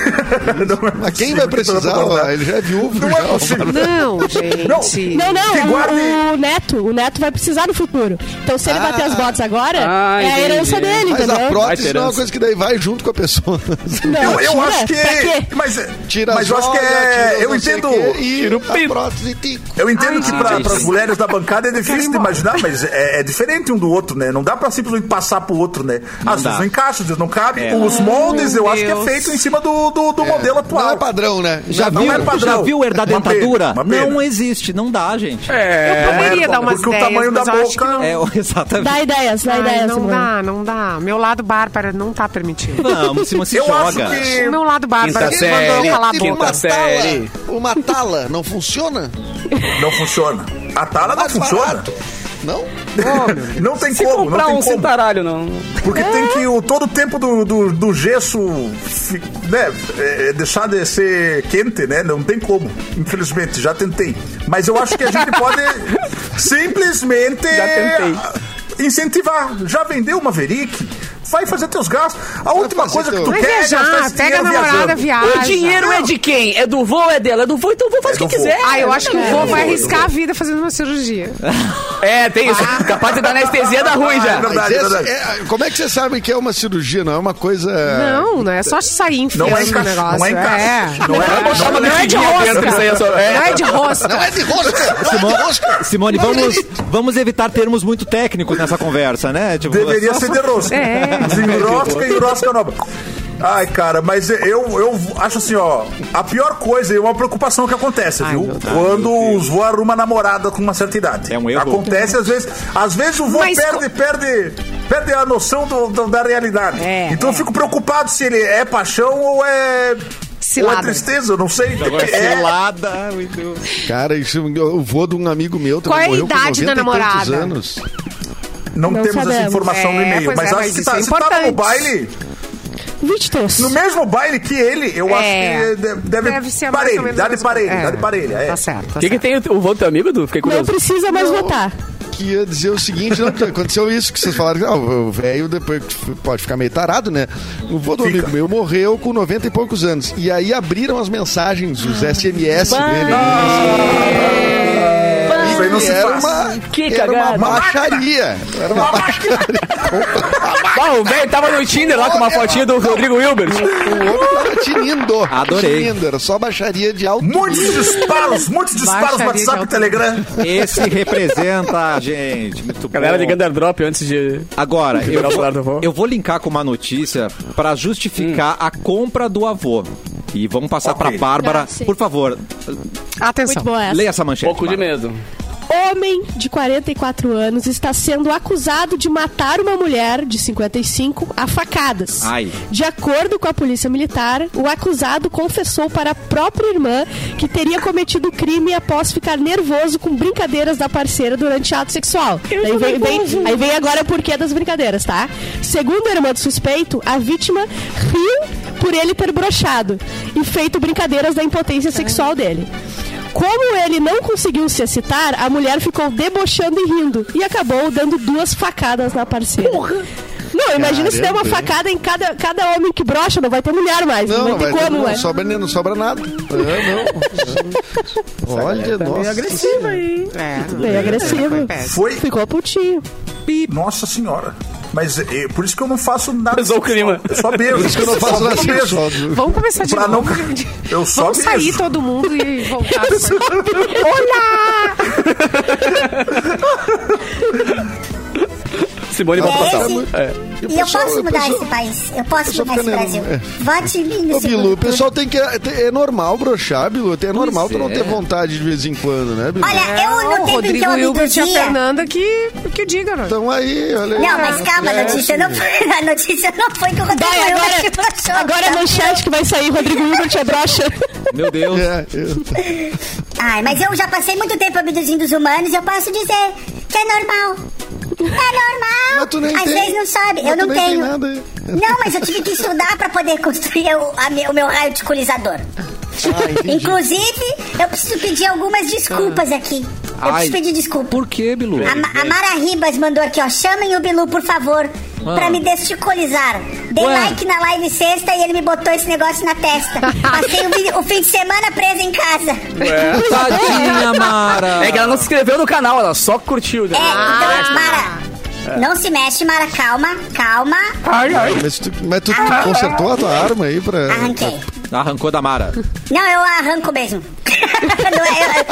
[SPEAKER 4] mas quem vai precisar? ó, Ele já é viúvo.
[SPEAKER 6] Não
[SPEAKER 4] já,
[SPEAKER 6] é possível.
[SPEAKER 3] Não, gente.
[SPEAKER 5] Não, não,
[SPEAKER 6] Que
[SPEAKER 5] é o,
[SPEAKER 6] guarde.
[SPEAKER 5] o neto. O neto vai precisar no futuro. Então, se ele bater as botas agora,
[SPEAKER 2] Ah,
[SPEAKER 5] é a herança
[SPEAKER 2] entendi.
[SPEAKER 5] dele,
[SPEAKER 4] Mas a
[SPEAKER 5] entendeu?
[SPEAKER 4] prótese
[SPEAKER 2] Vai,
[SPEAKER 4] não é uma
[SPEAKER 2] herança.
[SPEAKER 4] coisa que daí vai junto com a pessoa.
[SPEAKER 5] Não,
[SPEAKER 6] Eu, eu
[SPEAKER 5] tira.
[SPEAKER 6] acho que.
[SPEAKER 5] Pra quê?
[SPEAKER 6] Mas,
[SPEAKER 4] Tira
[SPEAKER 6] mas eu acho que é. Eu entendo.
[SPEAKER 4] Tira
[SPEAKER 2] Tira o
[SPEAKER 4] a
[SPEAKER 2] pinto.
[SPEAKER 4] prótese tico.
[SPEAKER 6] Eu entendo
[SPEAKER 3] Ai,
[SPEAKER 6] que para
[SPEAKER 1] gente.
[SPEAKER 6] as mulheres da bancada é difícil de imaginar, mas é, é diferente um do outro, né? Não dá para simplesmente passar pro outro, né? Às
[SPEAKER 1] dá.
[SPEAKER 6] vezes não encaixa, às vezes não cabe. Os moldes eu acho que é
[SPEAKER 3] Deus.
[SPEAKER 6] feito em cima do, do, do modelo atual.
[SPEAKER 4] Não é padrão, né?
[SPEAKER 1] Já
[SPEAKER 6] Não
[SPEAKER 1] viu,
[SPEAKER 6] é padrão.
[SPEAKER 1] já viu herdar
[SPEAKER 6] Uma pena,
[SPEAKER 1] dentadura?
[SPEAKER 6] uma pena.
[SPEAKER 1] Não existe, não dá, gente. É,
[SPEAKER 3] Eu poderia dar umas
[SPEAKER 6] porque o
[SPEAKER 3] 10,
[SPEAKER 6] tamanho da
[SPEAKER 3] mas eu acho que
[SPEAKER 6] boca-
[SPEAKER 3] não.
[SPEAKER 1] exatamente.
[SPEAKER 5] Dá ideias, dá
[SPEAKER 3] Ai,
[SPEAKER 5] ideias,
[SPEAKER 3] não
[SPEAKER 5] Simone.
[SPEAKER 3] dá, não dá. Meu lado Bárbara não tá permitido.
[SPEAKER 1] Vamos, Simone, se
[SPEAKER 6] Eu acho
[SPEAKER 1] joga.
[SPEAKER 6] que-
[SPEAKER 3] Meu lado
[SPEAKER 6] tá
[SPEAKER 3] Bárbara,
[SPEAKER 2] Quinta
[SPEAKER 3] quem mandou
[SPEAKER 2] série,
[SPEAKER 3] eu calar a
[SPEAKER 2] quinta
[SPEAKER 3] boca?
[SPEAKER 2] série.
[SPEAKER 4] Tala, uma tala não funciona?
[SPEAKER 6] Não funciona. A tala não
[SPEAKER 4] Mais
[SPEAKER 6] funciona.
[SPEAKER 4] barato. Não?
[SPEAKER 6] Não tem
[SPEAKER 2] Se
[SPEAKER 6] como, não
[SPEAKER 2] comprar
[SPEAKER 6] tem
[SPEAKER 2] um
[SPEAKER 6] como.
[SPEAKER 2] cintaralho, não.
[SPEAKER 6] Porque
[SPEAKER 3] É.
[SPEAKER 6] tem que o, todo o tempo do, do, do gesso fi- né, é, é, deixar de ser quente, né? Não tem como. Infelizmente, já tentei. Mas eu acho que a gente pode simplesmente
[SPEAKER 2] Já tentei.
[SPEAKER 6] incentivar. Já vendeu uma Veric? Vai fazer teus gastos. A última
[SPEAKER 4] fazer
[SPEAKER 6] coisa que
[SPEAKER 4] teu-
[SPEAKER 6] tu
[SPEAKER 3] Vai
[SPEAKER 6] quer é gastar
[SPEAKER 3] viajar,
[SPEAKER 6] esse
[SPEAKER 3] pega a
[SPEAKER 6] dinheiro
[SPEAKER 3] namorada,
[SPEAKER 6] viajando.
[SPEAKER 3] viaja.
[SPEAKER 2] O dinheiro é de quem? É do vô ou é dela? É do vô, então o vô faz
[SPEAKER 6] É
[SPEAKER 2] o que
[SPEAKER 6] do vô.
[SPEAKER 2] quiser.
[SPEAKER 3] Ah, eu acho que o
[SPEAKER 2] É.
[SPEAKER 3] vô vai arriscar Ah. a vida fazendo uma cirurgia.
[SPEAKER 2] É, tem isso. Capaz de dar anestesia da ruim já.
[SPEAKER 6] Não.
[SPEAKER 4] é. Mas
[SPEAKER 6] Ah, Verdade,
[SPEAKER 4] esse-
[SPEAKER 6] verdade.
[SPEAKER 4] é- como é que você sabe que é uma cirurgia? Não é uma coisa...
[SPEAKER 3] Não, não é só sair enfiando
[SPEAKER 6] Não é
[SPEAKER 3] o
[SPEAKER 6] encaixe,
[SPEAKER 3] negócio.
[SPEAKER 6] não é encaixe. Não é, não
[SPEAKER 2] Chama
[SPEAKER 3] Não é de
[SPEAKER 2] definir dentro, isso aí é
[SPEAKER 3] rosca.
[SPEAKER 2] só- é.
[SPEAKER 3] Não é de rosca.
[SPEAKER 4] Não é de rosca! Não é de rosca!
[SPEAKER 1] Simone, vamos, vamos evitar termos muito técnicos nessa conversa, né? Tipo,
[SPEAKER 6] Deveria
[SPEAKER 1] só-
[SPEAKER 6] ser de rosca.
[SPEAKER 3] É.
[SPEAKER 6] Desenrosca e rosca nova. Ai, cara, mas eu, eu acho assim, ó. A pior coisa é uma preocupação que acontece, viu? Quando os vô arruma namorada com uma certa idade.
[SPEAKER 1] É um erro.
[SPEAKER 6] Acontece às vezes. Às vezes o vô
[SPEAKER 3] Mas
[SPEAKER 6] perde, perde. Perde a noção do- do- da realidade.
[SPEAKER 3] É,
[SPEAKER 6] então eu fico preocupado se ele é paixão ou é. Ou é
[SPEAKER 3] Cilada.
[SPEAKER 6] tristeza, eu não sei.
[SPEAKER 1] Agora,
[SPEAKER 6] É-
[SPEAKER 1] selada, meu Deus.
[SPEAKER 4] Cara, isso, eu vou de um amigo meu também
[SPEAKER 3] Qual é a
[SPEAKER 4] morreu
[SPEAKER 3] idade
[SPEAKER 4] com
[SPEAKER 3] da
[SPEAKER 4] 90 e tantos
[SPEAKER 3] namorada?
[SPEAKER 4] anos.
[SPEAKER 6] não,
[SPEAKER 5] Não
[SPEAKER 6] temos essa
[SPEAKER 5] sabemos.
[SPEAKER 6] informação no
[SPEAKER 3] É,
[SPEAKER 6] e-mail.
[SPEAKER 3] pois
[SPEAKER 6] Mas
[SPEAKER 3] é,
[SPEAKER 6] acho
[SPEAKER 3] mas
[SPEAKER 6] que
[SPEAKER 3] isso
[SPEAKER 6] tá,
[SPEAKER 3] é
[SPEAKER 6] se tá no
[SPEAKER 3] importante.
[SPEAKER 6] baile,
[SPEAKER 5] 23.
[SPEAKER 6] No mesmo baile que ele, eu
[SPEAKER 3] É.
[SPEAKER 6] acho que de- deve,
[SPEAKER 3] Deve ser mais ou
[SPEAKER 6] parelho,
[SPEAKER 3] menos
[SPEAKER 6] dá
[SPEAKER 3] a
[SPEAKER 6] de
[SPEAKER 3] mesma
[SPEAKER 6] parelho,
[SPEAKER 3] coisa.
[SPEAKER 6] dá de parelho. É.
[SPEAKER 3] Tá certo.
[SPEAKER 2] O
[SPEAKER 3] tá
[SPEAKER 2] que, que
[SPEAKER 3] certo.
[SPEAKER 2] tem o- o vô do teu amigo, Du? Fiquei
[SPEAKER 5] Não
[SPEAKER 2] curioso.
[SPEAKER 5] precisa mais
[SPEAKER 4] Não.
[SPEAKER 5] votar.
[SPEAKER 4] que ia dizer o seguinte, não, porque aconteceu isso que vocês falaram, que, ah, o velho depois pode ficar meio tarado, né? O vô do
[SPEAKER 6] Fica.
[SPEAKER 4] amigo meu morreu com 90 e poucos anos. E aí abriram as mensagens, os SMS dele.
[SPEAKER 6] Isso aí não
[SPEAKER 4] E
[SPEAKER 6] se
[SPEAKER 4] era
[SPEAKER 6] faz.
[SPEAKER 4] uma,
[SPEAKER 2] Que
[SPEAKER 4] era uma
[SPEAKER 2] cagada.
[SPEAKER 4] baixaria. Era uma baixaria.
[SPEAKER 2] Ah, o velho tava no Tinder lá com uma fotinha do Rodrigo Wilbert.
[SPEAKER 4] O outro tava tinindo.
[SPEAKER 1] Adorei.
[SPEAKER 4] Tinindo, era só baixaria de alto.
[SPEAKER 6] Muitos disparos, muitos disparos no
[SPEAKER 3] Baixaria de
[SPEAKER 6] WhatsApp e
[SPEAKER 3] alto.
[SPEAKER 6] Telegram.
[SPEAKER 1] Esse representa a gente. Muito bom.
[SPEAKER 2] Galera ligando airdrop antes de.
[SPEAKER 1] Agora, eu
[SPEAKER 2] Liberar o celular do
[SPEAKER 1] vou,
[SPEAKER 2] avô. Hum.
[SPEAKER 1] eu vou linkar com uma notícia pra justificar a compra do avô. E vamos passar
[SPEAKER 6] Ok.
[SPEAKER 1] pra Bárbara.
[SPEAKER 5] Ah, sim. É.
[SPEAKER 1] Por favor,
[SPEAKER 3] Atenção.
[SPEAKER 5] Muito boa essa.
[SPEAKER 1] leia essa manchete.
[SPEAKER 2] Pouco de
[SPEAKER 1] Bárbara.
[SPEAKER 2] medo.
[SPEAKER 5] Homem de 44 anos está sendo acusado de matar uma mulher de 55 a facadas.
[SPEAKER 1] Ai.
[SPEAKER 5] De acordo com a polícia militar, o acusado confessou para a própria irmã que teria cometido o crime após ficar nervoso com brincadeiras da parceira durante ato sexual. Aí vem, vem- aí vem agora o porquê das brincadeiras, tá? Segundo a irmã do suspeito, a vítima riu por ele ter brochado e feito brincadeiras da impotência sexual dele. Como ele não conseguiu se excitar, a mulher ficou debochando e rindo e acabou dando duas facadas na parceira. Não, imagina se der uma
[SPEAKER 4] Caramba, hein?
[SPEAKER 5] facada em cada, cada homem que brocha, não vai ter mulher mais, não, vai ter como,
[SPEAKER 4] não,
[SPEAKER 5] né?
[SPEAKER 4] sobra, nem- não sobra nada. Ah, não. Olha, nossa.
[SPEAKER 8] agressiva aí.
[SPEAKER 5] Bem agressivo.
[SPEAKER 4] É.
[SPEAKER 6] Foi.
[SPEAKER 5] Ficou putinho.
[SPEAKER 6] Nossa senhora. Mas é, por isso que eu não façço nada.
[SPEAKER 2] Pesou o clima.
[SPEAKER 6] Eu só beijo.
[SPEAKER 4] Por isso que eu não faço nada
[SPEAKER 6] Eu
[SPEAKER 4] assim,
[SPEAKER 6] beijo.
[SPEAKER 4] só.
[SPEAKER 3] Vamos começar de
[SPEAKER 6] Pra não.
[SPEAKER 3] novo.
[SPEAKER 6] Eu só
[SPEAKER 3] Vamos sair
[SPEAKER 6] beijo.
[SPEAKER 3] todo mundo e voltar. pra-
[SPEAKER 2] Simone vai
[SPEAKER 7] É
[SPEAKER 2] passar.
[SPEAKER 7] esse?
[SPEAKER 2] É.
[SPEAKER 7] E eu
[SPEAKER 4] tá Pessoal,
[SPEAKER 7] posso mudar
[SPEAKER 4] pessoal-
[SPEAKER 7] esse país. Eu É. posso
[SPEAKER 4] pessoal
[SPEAKER 7] mudar esse
[SPEAKER 4] fica
[SPEAKER 7] Brasil.
[SPEAKER 4] nervo-
[SPEAKER 7] Vote em mim no
[SPEAKER 6] é
[SPEAKER 4] Ô, Bilu,
[SPEAKER 7] segundo
[SPEAKER 4] o
[SPEAKER 7] turno.
[SPEAKER 4] pessoal tem que. É normal broxar, Bilu. É normal tu não ter vontade de vez em quando, né, Bilu?
[SPEAKER 7] Olha, eu
[SPEAKER 3] Não,
[SPEAKER 7] no tempo em que
[SPEAKER 3] Rodrigo
[SPEAKER 7] eu me
[SPEAKER 3] Hilbert e a
[SPEAKER 7] dormia-
[SPEAKER 3] Fernanda que, que o diga, né?
[SPEAKER 4] Então aí, olha aí. É,
[SPEAKER 7] Não, mas calma, a notícia não foi. A notícia não foi que o Rodrigo
[SPEAKER 5] Vai,
[SPEAKER 7] Hilbert broxou.
[SPEAKER 5] agora, agora é a manchete que vai sair, Rodrigo Hilbert é brocha.
[SPEAKER 1] Meu Deus.
[SPEAKER 4] É, eu-
[SPEAKER 7] Ai, mas eu já passei muito tempo abduzindo os humanos e eu posso dizer que é normal. É normal.
[SPEAKER 4] Mas tu nem
[SPEAKER 7] Às
[SPEAKER 4] tem.
[SPEAKER 7] vezes não sabe,
[SPEAKER 4] Mas
[SPEAKER 7] eu
[SPEAKER 4] tu
[SPEAKER 7] não
[SPEAKER 4] nem tem
[SPEAKER 7] tenho.
[SPEAKER 4] nada aí.
[SPEAKER 7] Não, mas eu tive que estudar pra poder construir o, a me- o meu radiculizador.
[SPEAKER 1] Ah,
[SPEAKER 7] Inclusive, eu preciso pedir algumas desculpas aqui. Eu
[SPEAKER 1] Ah. Ai.
[SPEAKER 7] preciso pedir desculpa.
[SPEAKER 1] Por É. que, Bilu?
[SPEAKER 7] A, Ma- a Mara Ribas mandou aqui, ó. Chamem o Bilu, por favor, pra me desticolizar. Dei
[SPEAKER 1] Ah. Ué.
[SPEAKER 7] like na live sexta e ele me botou esse negócio na testa. Passei o, vi- o fim de semana presa em casa.
[SPEAKER 1] Tadinha, Mara.
[SPEAKER 2] É que ela não se inscreveu no canal, ela só curtiu. Né?
[SPEAKER 7] É,
[SPEAKER 1] Ah.
[SPEAKER 7] então,
[SPEAKER 1] É.
[SPEAKER 7] Mara, não se mexe, Mara. Calma, calma.
[SPEAKER 4] Mas tu, mas tu, tu consertou a tua arma aí pra.
[SPEAKER 7] Ah.
[SPEAKER 1] tá.
[SPEAKER 7] Arranquei.
[SPEAKER 1] Arrancou da Mara.
[SPEAKER 7] Não, eu arranco mesmo. não é, eu, é-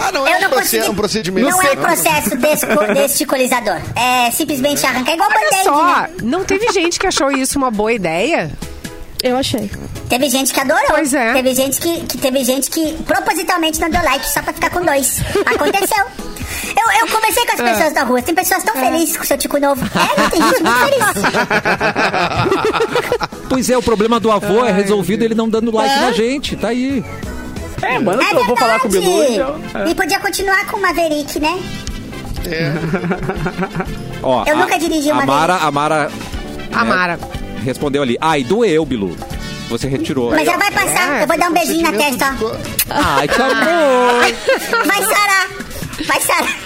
[SPEAKER 4] Ah, não é um processo, é um procedimento.
[SPEAKER 7] Não é
[SPEAKER 4] Não.
[SPEAKER 7] processo desco- desticolizador. É simplesmente arrancar. Igual
[SPEAKER 3] Olha
[SPEAKER 7] band-aid,
[SPEAKER 3] só,
[SPEAKER 7] né?
[SPEAKER 3] não teve gente que achou isso uma boa ideia?
[SPEAKER 5] Eu achei.
[SPEAKER 7] Teve gente que adorou.
[SPEAKER 3] Pois é.
[SPEAKER 7] Teve gente que, que teve gente que propositalmente não deu like só pra ficar com dois. Aconteceu. Eu, eu conversei com
[SPEAKER 2] É.
[SPEAKER 7] as pessoas da rua. Tem pessoas tão felizes com seu tico novo. É, tem gente muito feliz.
[SPEAKER 1] Pois é, o problema do avô é resolvido ele não dando like na gente. Tá aí.
[SPEAKER 2] É, mano,
[SPEAKER 7] É
[SPEAKER 2] eu vou falar com o Bilu. então.
[SPEAKER 7] verdade. E podia continuar com o Maverick, né?
[SPEAKER 1] Ó,
[SPEAKER 7] Eu nunca dirigi uma
[SPEAKER 1] a Mara, a Mara né,
[SPEAKER 3] A Mara.
[SPEAKER 1] respondeu ali. Ai, doeu, Bilu. Você retirou.
[SPEAKER 7] Mas já vai
[SPEAKER 2] É,
[SPEAKER 7] passar. Eu vou dar um beijinho na testa, ó.
[SPEAKER 1] Ai, que amor.
[SPEAKER 7] Vai sarar. Vai sarar.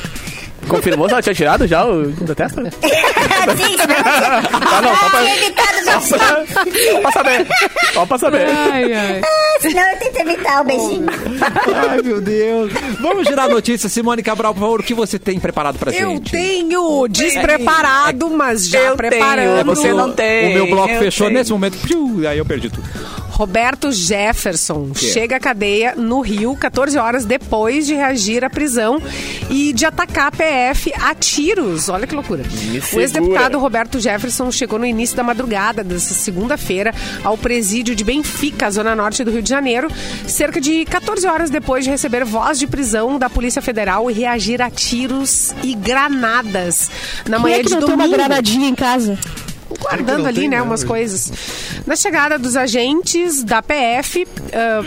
[SPEAKER 2] Confirmou se ela tinha tirado já o da testa?
[SPEAKER 7] Sim, um tá
[SPEAKER 2] não, só pra-
[SPEAKER 7] evitado o
[SPEAKER 2] Só
[SPEAKER 7] beijinho.
[SPEAKER 2] pra saber. Só pra saber.
[SPEAKER 3] Ai, ai.
[SPEAKER 7] Ah, Senão eu tento evitar o beijinho.
[SPEAKER 1] Ai, meu Deus. Vamos girar a notícia. Simone Cabral, por favor, o que você tem preparado pra
[SPEAKER 3] Eu
[SPEAKER 1] gente?
[SPEAKER 3] tenho despreparado, mas já
[SPEAKER 2] Eu
[SPEAKER 3] preparando.
[SPEAKER 2] tenho, você não tem.
[SPEAKER 1] O meu bloco
[SPEAKER 2] Eu
[SPEAKER 1] fechou
[SPEAKER 2] tenho.
[SPEAKER 1] nesse momento. Piu, aí eu perdi tudo.
[SPEAKER 3] Roberto Jefferson chega à cadeia no Rio 14 horas depois de reagir à prisão e de atacar a PF a tiros. Olha que loucura. O
[SPEAKER 2] segura.
[SPEAKER 3] ex-deputado Roberto Jefferson chegou no início da madrugada dessa segunda-feira ao presídio de Benfica, zona norte do Rio de Janeiro, cerca de 14 horas depois de receber voz de prisão da Polícia Federal e reagir a tiros e granadas na
[SPEAKER 5] Quem
[SPEAKER 3] manhã
[SPEAKER 5] é que
[SPEAKER 3] de
[SPEAKER 5] não tem
[SPEAKER 3] domingo
[SPEAKER 5] uma granadinha em casa?
[SPEAKER 3] guardando ali, né, umas coisas. Na chegada dos agentes da PF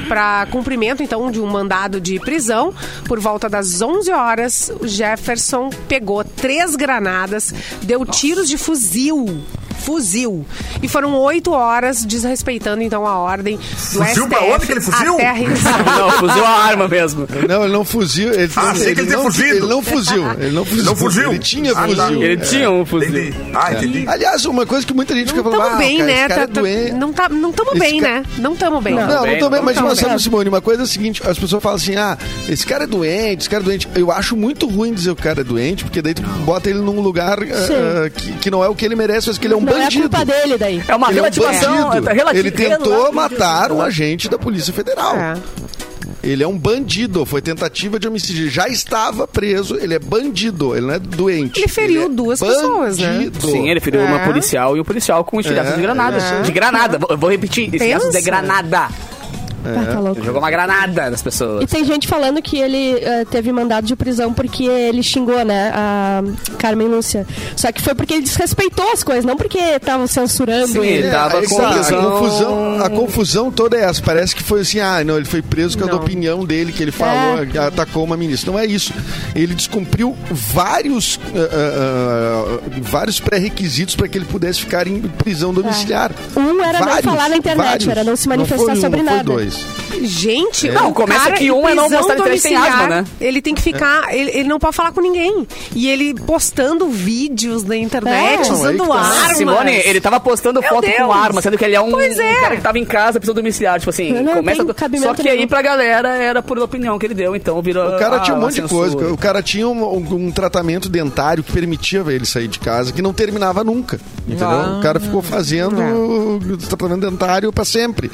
[SPEAKER 3] para cumprimento, então, de um mandado de prisão, por volta das 11 horas, o Jefferson pegou três granadas, deu tiros de fuzil. Fuzil. E foram oito horas desrespeitando, então, a ordem do
[SPEAKER 6] Fuzil
[SPEAKER 3] STF
[SPEAKER 6] pra onde que ele fuzil?
[SPEAKER 3] até a rendição.
[SPEAKER 2] Não, usou a arma mesmo.
[SPEAKER 4] Não, ele não fuzil. Ele,
[SPEAKER 6] Ah,
[SPEAKER 4] não-
[SPEAKER 6] achei que ele tinha
[SPEAKER 4] não,
[SPEAKER 6] fugido.
[SPEAKER 4] ele não fuzil. Ele não fuzil.
[SPEAKER 6] Não fugiu?
[SPEAKER 4] Ele tinha
[SPEAKER 6] Ah, tá.
[SPEAKER 4] fuzil.
[SPEAKER 2] Ele
[SPEAKER 4] É.
[SPEAKER 2] tinha um fuzil.
[SPEAKER 6] Entendi. Ah, entendi.
[SPEAKER 4] Aliás, uma coisa que muita gente fica
[SPEAKER 3] Não
[SPEAKER 4] falando.
[SPEAKER 3] tamo
[SPEAKER 4] ah,
[SPEAKER 3] bem,
[SPEAKER 4] cara,
[SPEAKER 3] né?
[SPEAKER 4] esse cara é
[SPEAKER 3] Tá- tá-
[SPEAKER 4] doente.
[SPEAKER 3] Não tá- não tamo
[SPEAKER 4] Esse
[SPEAKER 3] bem,
[SPEAKER 4] ca-
[SPEAKER 3] né? Não tamo bem.
[SPEAKER 4] Não, não,
[SPEAKER 2] bem,
[SPEAKER 4] tô bem,
[SPEAKER 2] não
[SPEAKER 4] mas
[SPEAKER 3] tão
[SPEAKER 4] uma
[SPEAKER 3] bem.
[SPEAKER 4] sabe, Simone, uma coisa é a seguinte, as pessoas falam assim, ah, esse cara é doente, esse cara é doente. Eu acho muito ruim dizer o cara é doente, porque daí tu bota ele num lugar ah,
[SPEAKER 5] Sim.
[SPEAKER 4] ah, que, que não é o que ele merece, mas que ele é um
[SPEAKER 5] Não não é a
[SPEAKER 4] bandido.
[SPEAKER 5] culpa dele daí.
[SPEAKER 2] É uma
[SPEAKER 4] Ele é um
[SPEAKER 2] relativação.
[SPEAKER 4] bandido.
[SPEAKER 2] é relati-
[SPEAKER 4] Ele tentou
[SPEAKER 2] relati-
[SPEAKER 4] matar um agente da Polícia Federal. Ele é um bandido, foi tentativa de homicídio. Ele Já estava preso, ele é bandido, ele não é doente.
[SPEAKER 3] Ele feriu
[SPEAKER 4] é
[SPEAKER 3] duas pessoas, né?
[SPEAKER 4] bandido.
[SPEAKER 2] Sim, ele feriu
[SPEAKER 3] É.
[SPEAKER 2] uma policial e o policial com estilhaços
[SPEAKER 4] É,
[SPEAKER 2] de granada. De granada, eu vou repetir, estilhaços de
[SPEAKER 3] Pensa.
[SPEAKER 2] granada.
[SPEAKER 4] É,
[SPEAKER 5] Ah, tá louco.
[SPEAKER 2] Ele jogou uma granada nas pessoas.
[SPEAKER 5] E tem gente falando que ele eh, teve mandado de prisão porque ele xingou, né? A Carmen Lúcia. Só que foi porque ele desrespeitou as coisas, não porque estavam censurando
[SPEAKER 2] Sim,
[SPEAKER 5] ele.
[SPEAKER 2] ele tava
[SPEAKER 4] aí que
[SPEAKER 2] com
[SPEAKER 4] tá, a,
[SPEAKER 2] visão-
[SPEAKER 4] confusão, a confusão toda é essa. Parece que foi assim, ah, não, ele foi preso por causa da opinião dele,
[SPEAKER 2] É.
[SPEAKER 4] que ele falou, que atacou uma ministra. Não é isso. Ele descumpriu vários, ah, ah, ah, vários pré-requisitos para que ele pudesse ficar em
[SPEAKER 2] É.
[SPEAKER 4] prisão domiciliar.
[SPEAKER 5] Um era não falar na internet, era não se manifestar
[SPEAKER 4] foi um,
[SPEAKER 5] sobre
[SPEAKER 4] não
[SPEAKER 5] nada.
[SPEAKER 4] Foi dois.
[SPEAKER 3] Gente,
[SPEAKER 2] Não,
[SPEAKER 3] o
[SPEAKER 2] começa
[SPEAKER 3] cara
[SPEAKER 2] que
[SPEAKER 3] em
[SPEAKER 2] um é não
[SPEAKER 3] prisão
[SPEAKER 2] postar na internet, tem asma,
[SPEAKER 3] domiciliar,
[SPEAKER 2] né?
[SPEAKER 3] Ele tem que ficar, ele, ele não pode falar com ninguém. E ele postando vídeos na internet,
[SPEAKER 5] É.
[SPEAKER 4] Não, aí
[SPEAKER 3] usando
[SPEAKER 4] que tá.
[SPEAKER 3] armas.
[SPEAKER 2] Simone, ele tava postando
[SPEAKER 3] Meu
[SPEAKER 2] foto com
[SPEAKER 3] Deus.
[SPEAKER 2] arma, sendo que ele é um,
[SPEAKER 3] Pois é.
[SPEAKER 2] um cara que tava em casa, precisou domiciliar. Tipo assim,
[SPEAKER 5] Não, não
[SPEAKER 2] começa.
[SPEAKER 5] tem
[SPEAKER 2] do- Só
[SPEAKER 5] cabimento
[SPEAKER 2] que aí
[SPEAKER 5] nenhum.
[SPEAKER 2] pra galera era por opinião que ele deu, então virou.
[SPEAKER 4] O cara
[SPEAKER 2] ah,
[SPEAKER 4] tinha um
[SPEAKER 2] uma
[SPEAKER 4] monte de
[SPEAKER 2] censura.
[SPEAKER 4] coisa. O cara tinha um, um- um tratamento dentário que permitia ele sair de casa, que não terminava nunca. Entendeu?
[SPEAKER 2] Ah.
[SPEAKER 4] O cara ficou fazendo o o tratamento dentário pra sempre.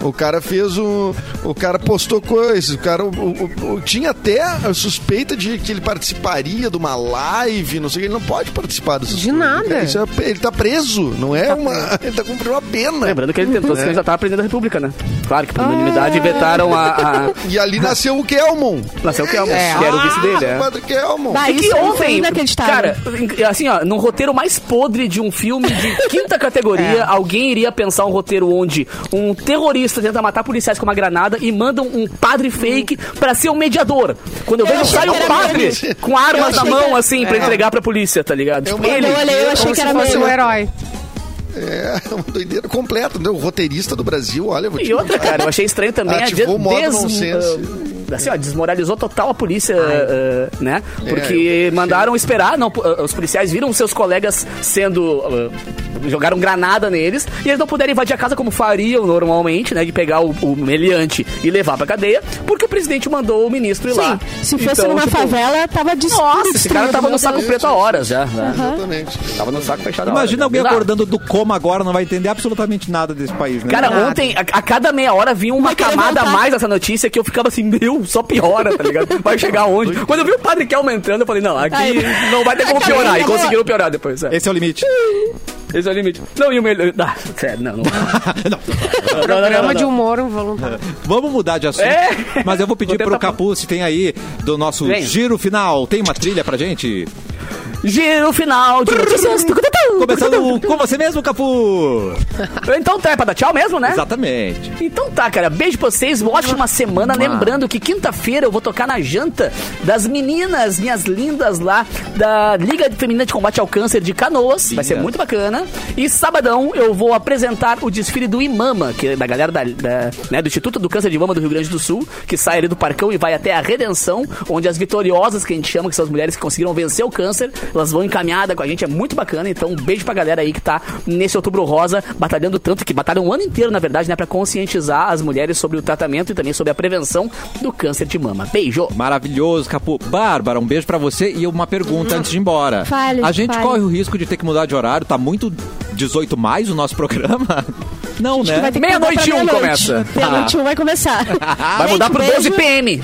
[SPEAKER 4] O cara fez o. O cara postou coisas. O cara o- o- o- tinha até a suspeita de que ele participaria de uma live, não sei o que. Ele não pode participar dessas
[SPEAKER 3] De
[SPEAKER 4] coisas.
[SPEAKER 3] nada.
[SPEAKER 4] Cara, isso é- ele tá preso, não é uma. Ele tá cumprindo uma pena.
[SPEAKER 2] Lembrando que ele tentou se candidatar à presidência da República, né? Claro que por
[SPEAKER 4] Ah.
[SPEAKER 2] unanimidade vetaram a. a...
[SPEAKER 4] E ali nasceu o Kelmon.
[SPEAKER 2] Nasceu o Kelmos,
[SPEAKER 3] É.
[SPEAKER 2] que era o vice dele.
[SPEAKER 4] O
[SPEAKER 2] é.
[SPEAKER 4] padre Kelmon.
[SPEAKER 5] Bah,
[SPEAKER 2] E
[SPEAKER 5] isso
[SPEAKER 2] que
[SPEAKER 5] aí foi
[SPEAKER 2] ontem,
[SPEAKER 5] inacreditável.
[SPEAKER 2] é um cara, assim, ó, num roteiro mais podre de um filme de quinta
[SPEAKER 5] É.
[SPEAKER 2] categoria, alguém iria pensar um roteiro onde um terrorista tenta matar policiais com uma granada e mandam um padre fake pra ser um mediador. Quando eu,
[SPEAKER 5] Eu
[SPEAKER 2] vejo,
[SPEAKER 5] achei
[SPEAKER 2] sai
[SPEAKER 5] que
[SPEAKER 2] um
[SPEAKER 5] era
[SPEAKER 2] padre
[SPEAKER 5] meme.
[SPEAKER 2] com armas
[SPEAKER 5] Eu
[SPEAKER 2] na
[SPEAKER 5] achei que
[SPEAKER 2] mão,
[SPEAKER 5] era-
[SPEAKER 2] assim, pra entregar pra polícia, tá ligado? Tipo,
[SPEAKER 4] Eu
[SPEAKER 2] ele...
[SPEAKER 5] olhei, eu um achei que era
[SPEAKER 3] Como se fosse
[SPEAKER 5] mesmo.
[SPEAKER 3] um herói.
[SPEAKER 4] É, é uma doideira completa, né? O roteirista do Brasil, olha, eu vou te
[SPEAKER 2] E outra,
[SPEAKER 4] contar.
[SPEAKER 2] cara, eu achei estranho também. a
[SPEAKER 4] Ativou o modo nonsense.
[SPEAKER 2] ah, Assim, ó, desmoralizou total a polícia, ah, né? Porque
[SPEAKER 4] É, eu-
[SPEAKER 2] mandaram esperar, não, po- ah, os policiais viram seus colegas sendo... ah, jogaram granada neles e eles não puderam invadir a casa como fariam normalmente, né? De pegar o, o meliante e levar pra cadeia, porque o presidente mandou o ministro ir lá.
[SPEAKER 5] Sim, se fosse
[SPEAKER 2] Então,
[SPEAKER 5] numa
[SPEAKER 2] tipo,
[SPEAKER 5] favela, tava destruído.
[SPEAKER 2] Nossa, esse cara tava no saco preto há horas já. né?
[SPEAKER 4] Exatamente.
[SPEAKER 2] Tava no saco fechado há horas. né?
[SPEAKER 1] Imagina
[SPEAKER 2] já.
[SPEAKER 1] alguém
[SPEAKER 2] Não dá.
[SPEAKER 1] acordando do coma agora, não vai entender absolutamente nada desse país, né?
[SPEAKER 2] Cara, ontem, a, a cada meia hora vinha uma
[SPEAKER 5] Vai querer
[SPEAKER 2] camada a
[SPEAKER 5] voltar.
[SPEAKER 2] mais dessa notícia que eu ficava assim, meu, só piora, tá ligado? Vai chegar onde? Quando eu vi o Padre Kel aumentando, eu falei, não, aqui
[SPEAKER 5] Aí.
[SPEAKER 2] não vai ter como
[SPEAKER 5] Acabou,
[SPEAKER 2] piorar. E
[SPEAKER 5] acabou.
[SPEAKER 2] conseguiram piorar depois. é. Esse,
[SPEAKER 1] Esse é o limite.
[SPEAKER 2] é o limite. Não, e o melhor. Ah, sério, não. não. Não, não, não, não,
[SPEAKER 3] Programa
[SPEAKER 2] não.
[SPEAKER 3] de humor
[SPEAKER 5] um
[SPEAKER 3] voluntário.
[SPEAKER 1] Vamos mudar de assunto.
[SPEAKER 2] É.
[SPEAKER 1] Mas eu vou pedir
[SPEAKER 2] Vou tentar
[SPEAKER 1] pro Capu se tem aí do nosso
[SPEAKER 2] Vem.
[SPEAKER 1] giro final. Tem uma trilha pra gente?
[SPEAKER 2] Giro final de notícias.
[SPEAKER 1] Começando com você mesmo, Capu!
[SPEAKER 2] Então tá, é pra dar tchau mesmo, né?
[SPEAKER 1] Exatamente.
[SPEAKER 2] Então tá, cara. Beijo pra vocês. Uma ótima semana. Lembrando que quinta-feira eu vou tocar na janta das meninas, minhas lindas lá, da Liga Feminina de Combate ao Câncer de Canoas. Vai ser
[SPEAKER 1] Lindas.
[SPEAKER 2] muito bacana. E sabadão eu vou apresentar o desfile do Imama, que é da galera da, da- né, do Instituto do Câncer de Mama do Rio Grande do Sul, que sai ali do Parcão e vai até a Redenção, onde as vitoriosas, que a gente chama, que são as mulheres que conseguiram vencer o câncer, elas vão encaminhada com a gente. É muito bacana. Então, um beijo pra galera aí que tá nesse Outubro Rosa, batalhando tanto, que batalham o ano inteiro, na verdade, né, pra conscientizar as mulheres sobre o tratamento e também sobre a prevenção do câncer de mama. Beijo!
[SPEAKER 1] Maravilhoso, Capu. Bárbara, um beijo pra você e uma pergunta antes de ir embora.
[SPEAKER 5] Fale,
[SPEAKER 1] a gente
[SPEAKER 5] fale.
[SPEAKER 1] corre o risco de ter que mudar de horário? Tá muito 18 mais o nosso programa? Não, né?
[SPEAKER 5] Vai ter que
[SPEAKER 2] Meia-noite e
[SPEAKER 5] mudar pra
[SPEAKER 2] um
[SPEAKER 5] meia-noite.
[SPEAKER 2] começa.
[SPEAKER 5] Meia-noite e um vai começar.
[SPEAKER 2] Vai mudar pro 12
[SPEAKER 5] p.
[SPEAKER 2] PM!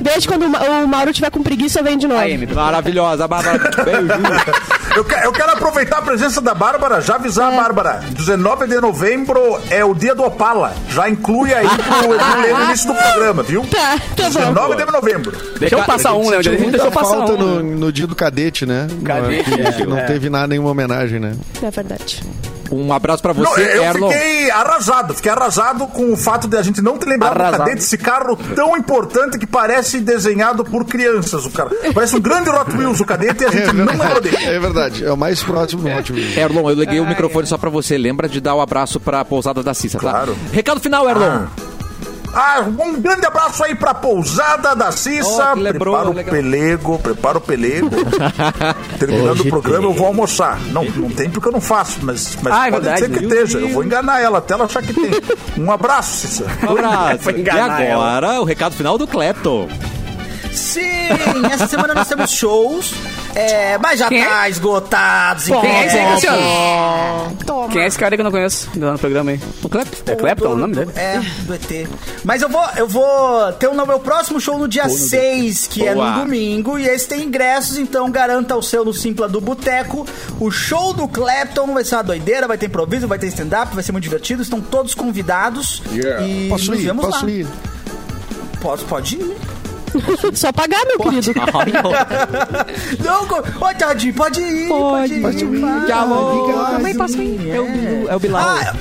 [SPEAKER 5] Beijo quando o Ma- o Mauro tiver com preguiça, vem de novo.
[SPEAKER 2] AM.
[SPEAKER 1] Ah, Maravilhosa, Bárbara. Beijo.
[SPEAKER 6] Eu, que- eu quero aproveitar a presença da Bárbara, já
[SPEAKER 3] É.
[SPEAKER 6] avisar a Bárbara. 19 de novembro é o dia do Opala. Já inclui aí pro, pro
[SPEAKER 3] Ah.
[SPEAKER 6] ler no início do programa, viu?
[SPEAKER 5] Tá, tá bom.
[SPEAKER 6] 19 de novembro.
[SPEAKER 2] Deixa eu passar um, né?
[SPEAKER 4] Tinha
[SPEAKER 2] Deixa eu
[SPEAKER 4] muita
[SPEAKER 2] passar
[SPEAKER 4] falta
[SPEAKER 2] um.
[SPEAKER 4] no, no dia do cadete, né?
[SPEAKER 2] Cadete,
[SPEAKER 4] não,
[SPEAKER 2] é,
[SPEAKER 4] não
[SPEAKER 2] é.
[SPEAKER 4] teve nada, nenhuma homenagem, né?
[SPEAKER 5] É verdade.
[SPEAKER 1] Um abraço pra
[SPEAKER 6] Não,
[SPEAKER 1] você,
[SPEAKER 6] eu
[SPEAKER 1] Erlon.
[SPEAKER 6] fiquei arrasado, fiquei arrasado com o fato de a gente não ter lembrado do
[SPEAKER 2] Arrasado.
[SPEAKER 6] cadete, esse carro tão importante que parece desenhado por crianças, o cara. Parece um grande Rottweiler o cadete e a gente não lembrou dele.
[SPEAKER 4] É verdade, é o mais próximo do Hot Wheels.
[SPEAKER 1] Erlon, eu liguei o microfone só pra você. Lembra de dar o abraço pra pousada da Cissa, tá?
[SPEAKER 6] Claro.
[SPEAKER 1] Recado final, Erlon.
[SPEAKER 6] Ah, um grande abraço aí pra pousada da Cissa.
[SPEAKER 1] Oh, que lembrou,
[SPEAKER 6] prepara o
[SPEAKER 1] legal.
[SPEAKER 6] pelego, prepara o pelego. Terminando o programa, eu vou almoçar. Não, não tem porque eu não faço, mas, mas
[SPEAKER 2] Ah, é
[SPEAKER 6] pode
[SPEAKER 2] verdade,
[SPEAKER 6] ser que
[SPEAKER 2] meu
[SPEAKER 6] esteja. Eu vou enganar ela até ela achar que tem. Um abraço, Cissa.
[SPEAKER 1] Um abraço.
[SPEAKER 2] Foi
[SPEAKER 1] E
[SPEAKER 2] enganar
[SPEAKER 1] agora, o recado final do Clepton.
[SPEAKER 8] Sim, essa semana nós temos shows. É, mas já
[SPEAKER 2] Quem é?
[SPEAKER 8] tá esgotado.
[SPEAKER 2] Quem é esse aí,
[SPEAKER 8] encontra-
[SPEAKER 2] Cassiano?
[SPEAKER 3] Toma.
[SPEAKER 2] Quem é esse cara que eu não conheço lá no programa aí? O Clepton. É Clepton o nome dele?
[SPEAKER 8] É, do ET. Mas eu vou, eu vou ter o no- meu próximo show no dia 6, que é
[SPEAKER 1] Boa.
[SPEAKER 8] no domingo, e esse tem ingressos, então garanta o seu no Simpla do Boteco. O show do Clapton vai ser uma doideira, vai ter improviso, vai ter stand-up, vai ser muito divertido, estão todos convidados. E
[SPEAKER 4] Posso
[SPEAKER 8] nos
[SPEAKER 4] ir?
[SPEAKER 8] vemos
[SPEAKER 4] Posso
[SPEAKER 8] lá.
[SPEAKER 4] ir?
[SPEAKER 8] Pode, pode ir.
[SPEAKER 5] Só pagar, meu querido.
[SPEAKER 8] Não, co- ô, Tadinho, pode ir, pode, ir.
[SPEAKER 1] Pode ir.
[SPEAKER 8] vai.
[SPEAKER 1] Já vou.
[SPEAKER 8] Obrigado.
[SPEAKER 3] Também posso ir.
[SPEAKER 1] É o, é o Bilal.
[SPEAKER 8] Ah,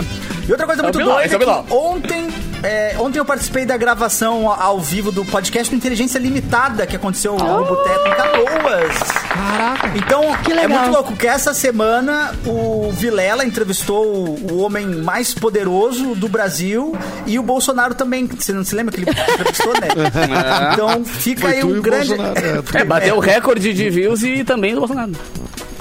[SPEAKER 8] e outra coisa muito
[SPEAKER 2] Bilal,
[SPEAKER 8] doida
[SPEAKER 2] esse é o
[SPEAKER 8] é que
[SPEAKER 2] Bilal.
[SPEAKER 8] ontem, é, ontem eu participei da gravação ao vivo do podcast do Inteligência Limitada, que aconteceu no Boteco em Canoas. Caraca. Então,
[SPEAKER 5] Que
[SPEAKER 8] é
[SPEAKER 5] legal.
[SPEAKER 8] muito louco que essa semana o Vilela entrevistou o, o homem mais poderoso do Brasil e o Bolsonaro também. Você não se lembra que ele entrevistou, né? Então, fica
[SPEAKER 4] Foi
[SPEAKER 8] aí
[SPEAKER 4] tu e
[SPEAKER 8] um
[SPEAKER 4] o
[SPEAKER 8] grande...
[SPEAKER 4] Bolsonaro. É, tu-
[SPEAKER 2] É, bateu o recorde de views e também do Bolsonaro.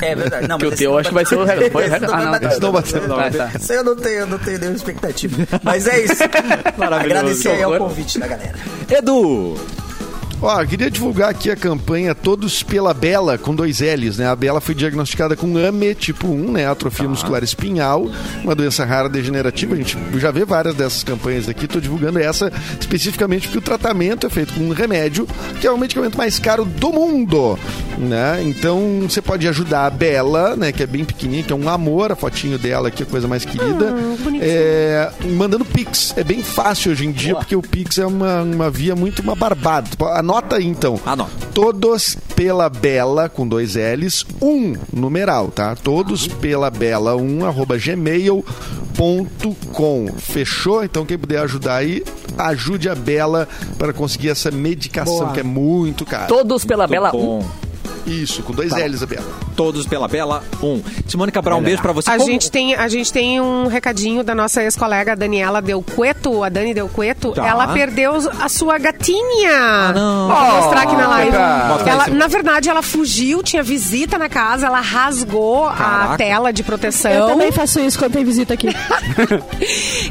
[SPEAKER 8] É verdade. Não,
[SPEAKER 2] Que
[SPEAKER 8] mas
[SPEAKER 2] o teu
[SPEAKER 8] esse
[SPEAKER 2] acho que vai ser o recorde. Foi o
[SPEAKER 8] esse
[SPEAKER 2] recorde? Ah, não.
[SPEAKER 8] vai bater.
[SPEAKER 2] Esse
[SPEAKER 4] não bateu, não.
[SPEAKER 2] Ah, tá.
[SPEAKER 8] Isso aí eu não tenho, eu não tenho nenhuma expectativa. Mas é isso.
[SPEAKER 1] Maravilhoso.
[SPEAKER 8] Agradecer aí ao
[SPEAKER 2] Horror.
[SPEAKER 8] convite da galera.
[SPEAKER 1] Edu!
[SPEAKER 4] Ó, eu queria divulgar aqui a campanha Todos pela Bela, com dois L's, né? A Bela foi diagnosticada com AME tipo 1, né? Atrofia muscular espinhal, uma doença rara degenerativa. A gente já vê várias dessas campanhas aqui. Tô divulgando essa especificamente porque o tratamento é feito com um remédio, que é o medicamento mais caro do mundo, né? Então, você pode ajudar a Bela, né? Que é bem pequenininha, que é um amor, a fotinho dela que é a coisa mais querida. é, mandando Pix. É bem fácil hoje em dia, porque o Pix é uma, uma via muito uma barbada. Anota aí, então.
[SPEAKER 1] Anota.
[SPEAKER 4] Todos pela Bela, com dois L's, um numeral, tá? Todos pela Bela, um, arroba gmail.com. Fechou? Então, quem puder ajudar aí, ajude a Bela para conseguir essa medicação que é muito cara.
[SPEAKER 2] Todos pela
[SPEAKER 1] Muito
[SPEAKER 2] Bela
[SPEAKER 1] bom.
[SPEAKER 4] Isso, com dois L's a Bela.
[SPEAKER 1] Todos pela Bela 1. Simone Cabral, um beijo pra você.
[SPEAKER 3] A
[SPEAKER 1] Como-
[SPEAKER 3] gente, tem, a gente tem um recadinho da nossa ex-colega Daniela Delcueto, a Dani Delcueto.
[SPEAKER 1] Tá.
[SPEAKER 3] Ela perdeu a sua gatinha.
[SPEAKER 1] não.
[SPEAKER 3] Vou mostrar aqui na live.
[SPEAKER 1] cara. Mostra
[SPEAKER 3] Ela,
[SPEAKER 1] isso.
[SPEAKER 3] na verdade, ela fugiu, tinha visita na casa, ela rasgou
[SPEAKER 1] Caraca.
[SPEAKER 3] a tela de proteção.
[SPEAKER 5] Eu também faço isso quando tem visita aqui.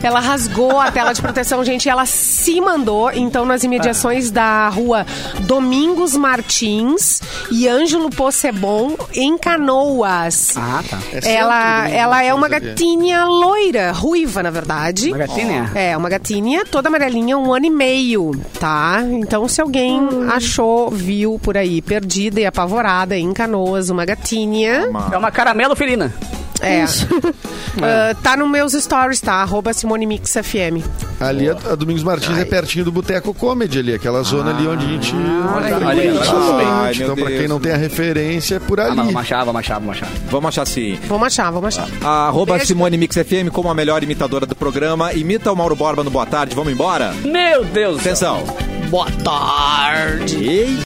[SPEAKER 3] Ela rasgou a tela de proteção, gente, e ela se mandou. Então, nas imediações da rua Domingos Martins e Ângelo Possebon, em Canoas.
[SPEAKER 2] Ah, tá.
[SPEAKER 4] É
[SPEAKER 3] Ela,
[SPEAKER 4] sempre uma
[SPEAKER 3] ela é uma
[SPEAKER 4] coisa que-
[SPEAKER 3] gatinha loira, ruiva, na verdade.
[SPEAKER 2] Uma gatinha?
[SPEAKER 3] É, uma gatinha toda amarelinha, um ano e meio, tá? Então, se alguém achou, viu por aí, perdida e apavorada em Canoas, uma gatinha.
[SPEAKER 2] É uma caramelo felina.
[SPEAKER 3] É. Ah, tá nos meus stories, tá? Arroba Simone Mix FM.
[SPEAKER 4] Ali, a, a Domingos Martins é pertinho do Boteco Comedy ali, aquela zona ali onde a gente...
[SPEAKER 2] Ah, olha aí,
[SPEAKER 1] olha aí.
[SPEAKER 4] então, pra quem não tem a referência, é por
[SPEAKER 2] Ah,
[SPEAKER 4] ali.
[SPEAKER 2] não, machava, machava, machava.
[SPEAKER 1] Vamos achar sim.
[SPEAKER 3] Vamos achar, vamos achar.
[SPEAKER 1] A arroba
[SPEAKER 3] Beijo.
[SPEAKER 1] Simone Mix FM como a melhor imitadora do programa. Imita o Mauro Borba no Boa Tarde. Vamos embora?
[SPEAKER 2] Meu Deus do céu.
[SPEAKER 1] Atenção.
[SPEAKER 2] Boa tarde.
[SPEAKER 1] Ei.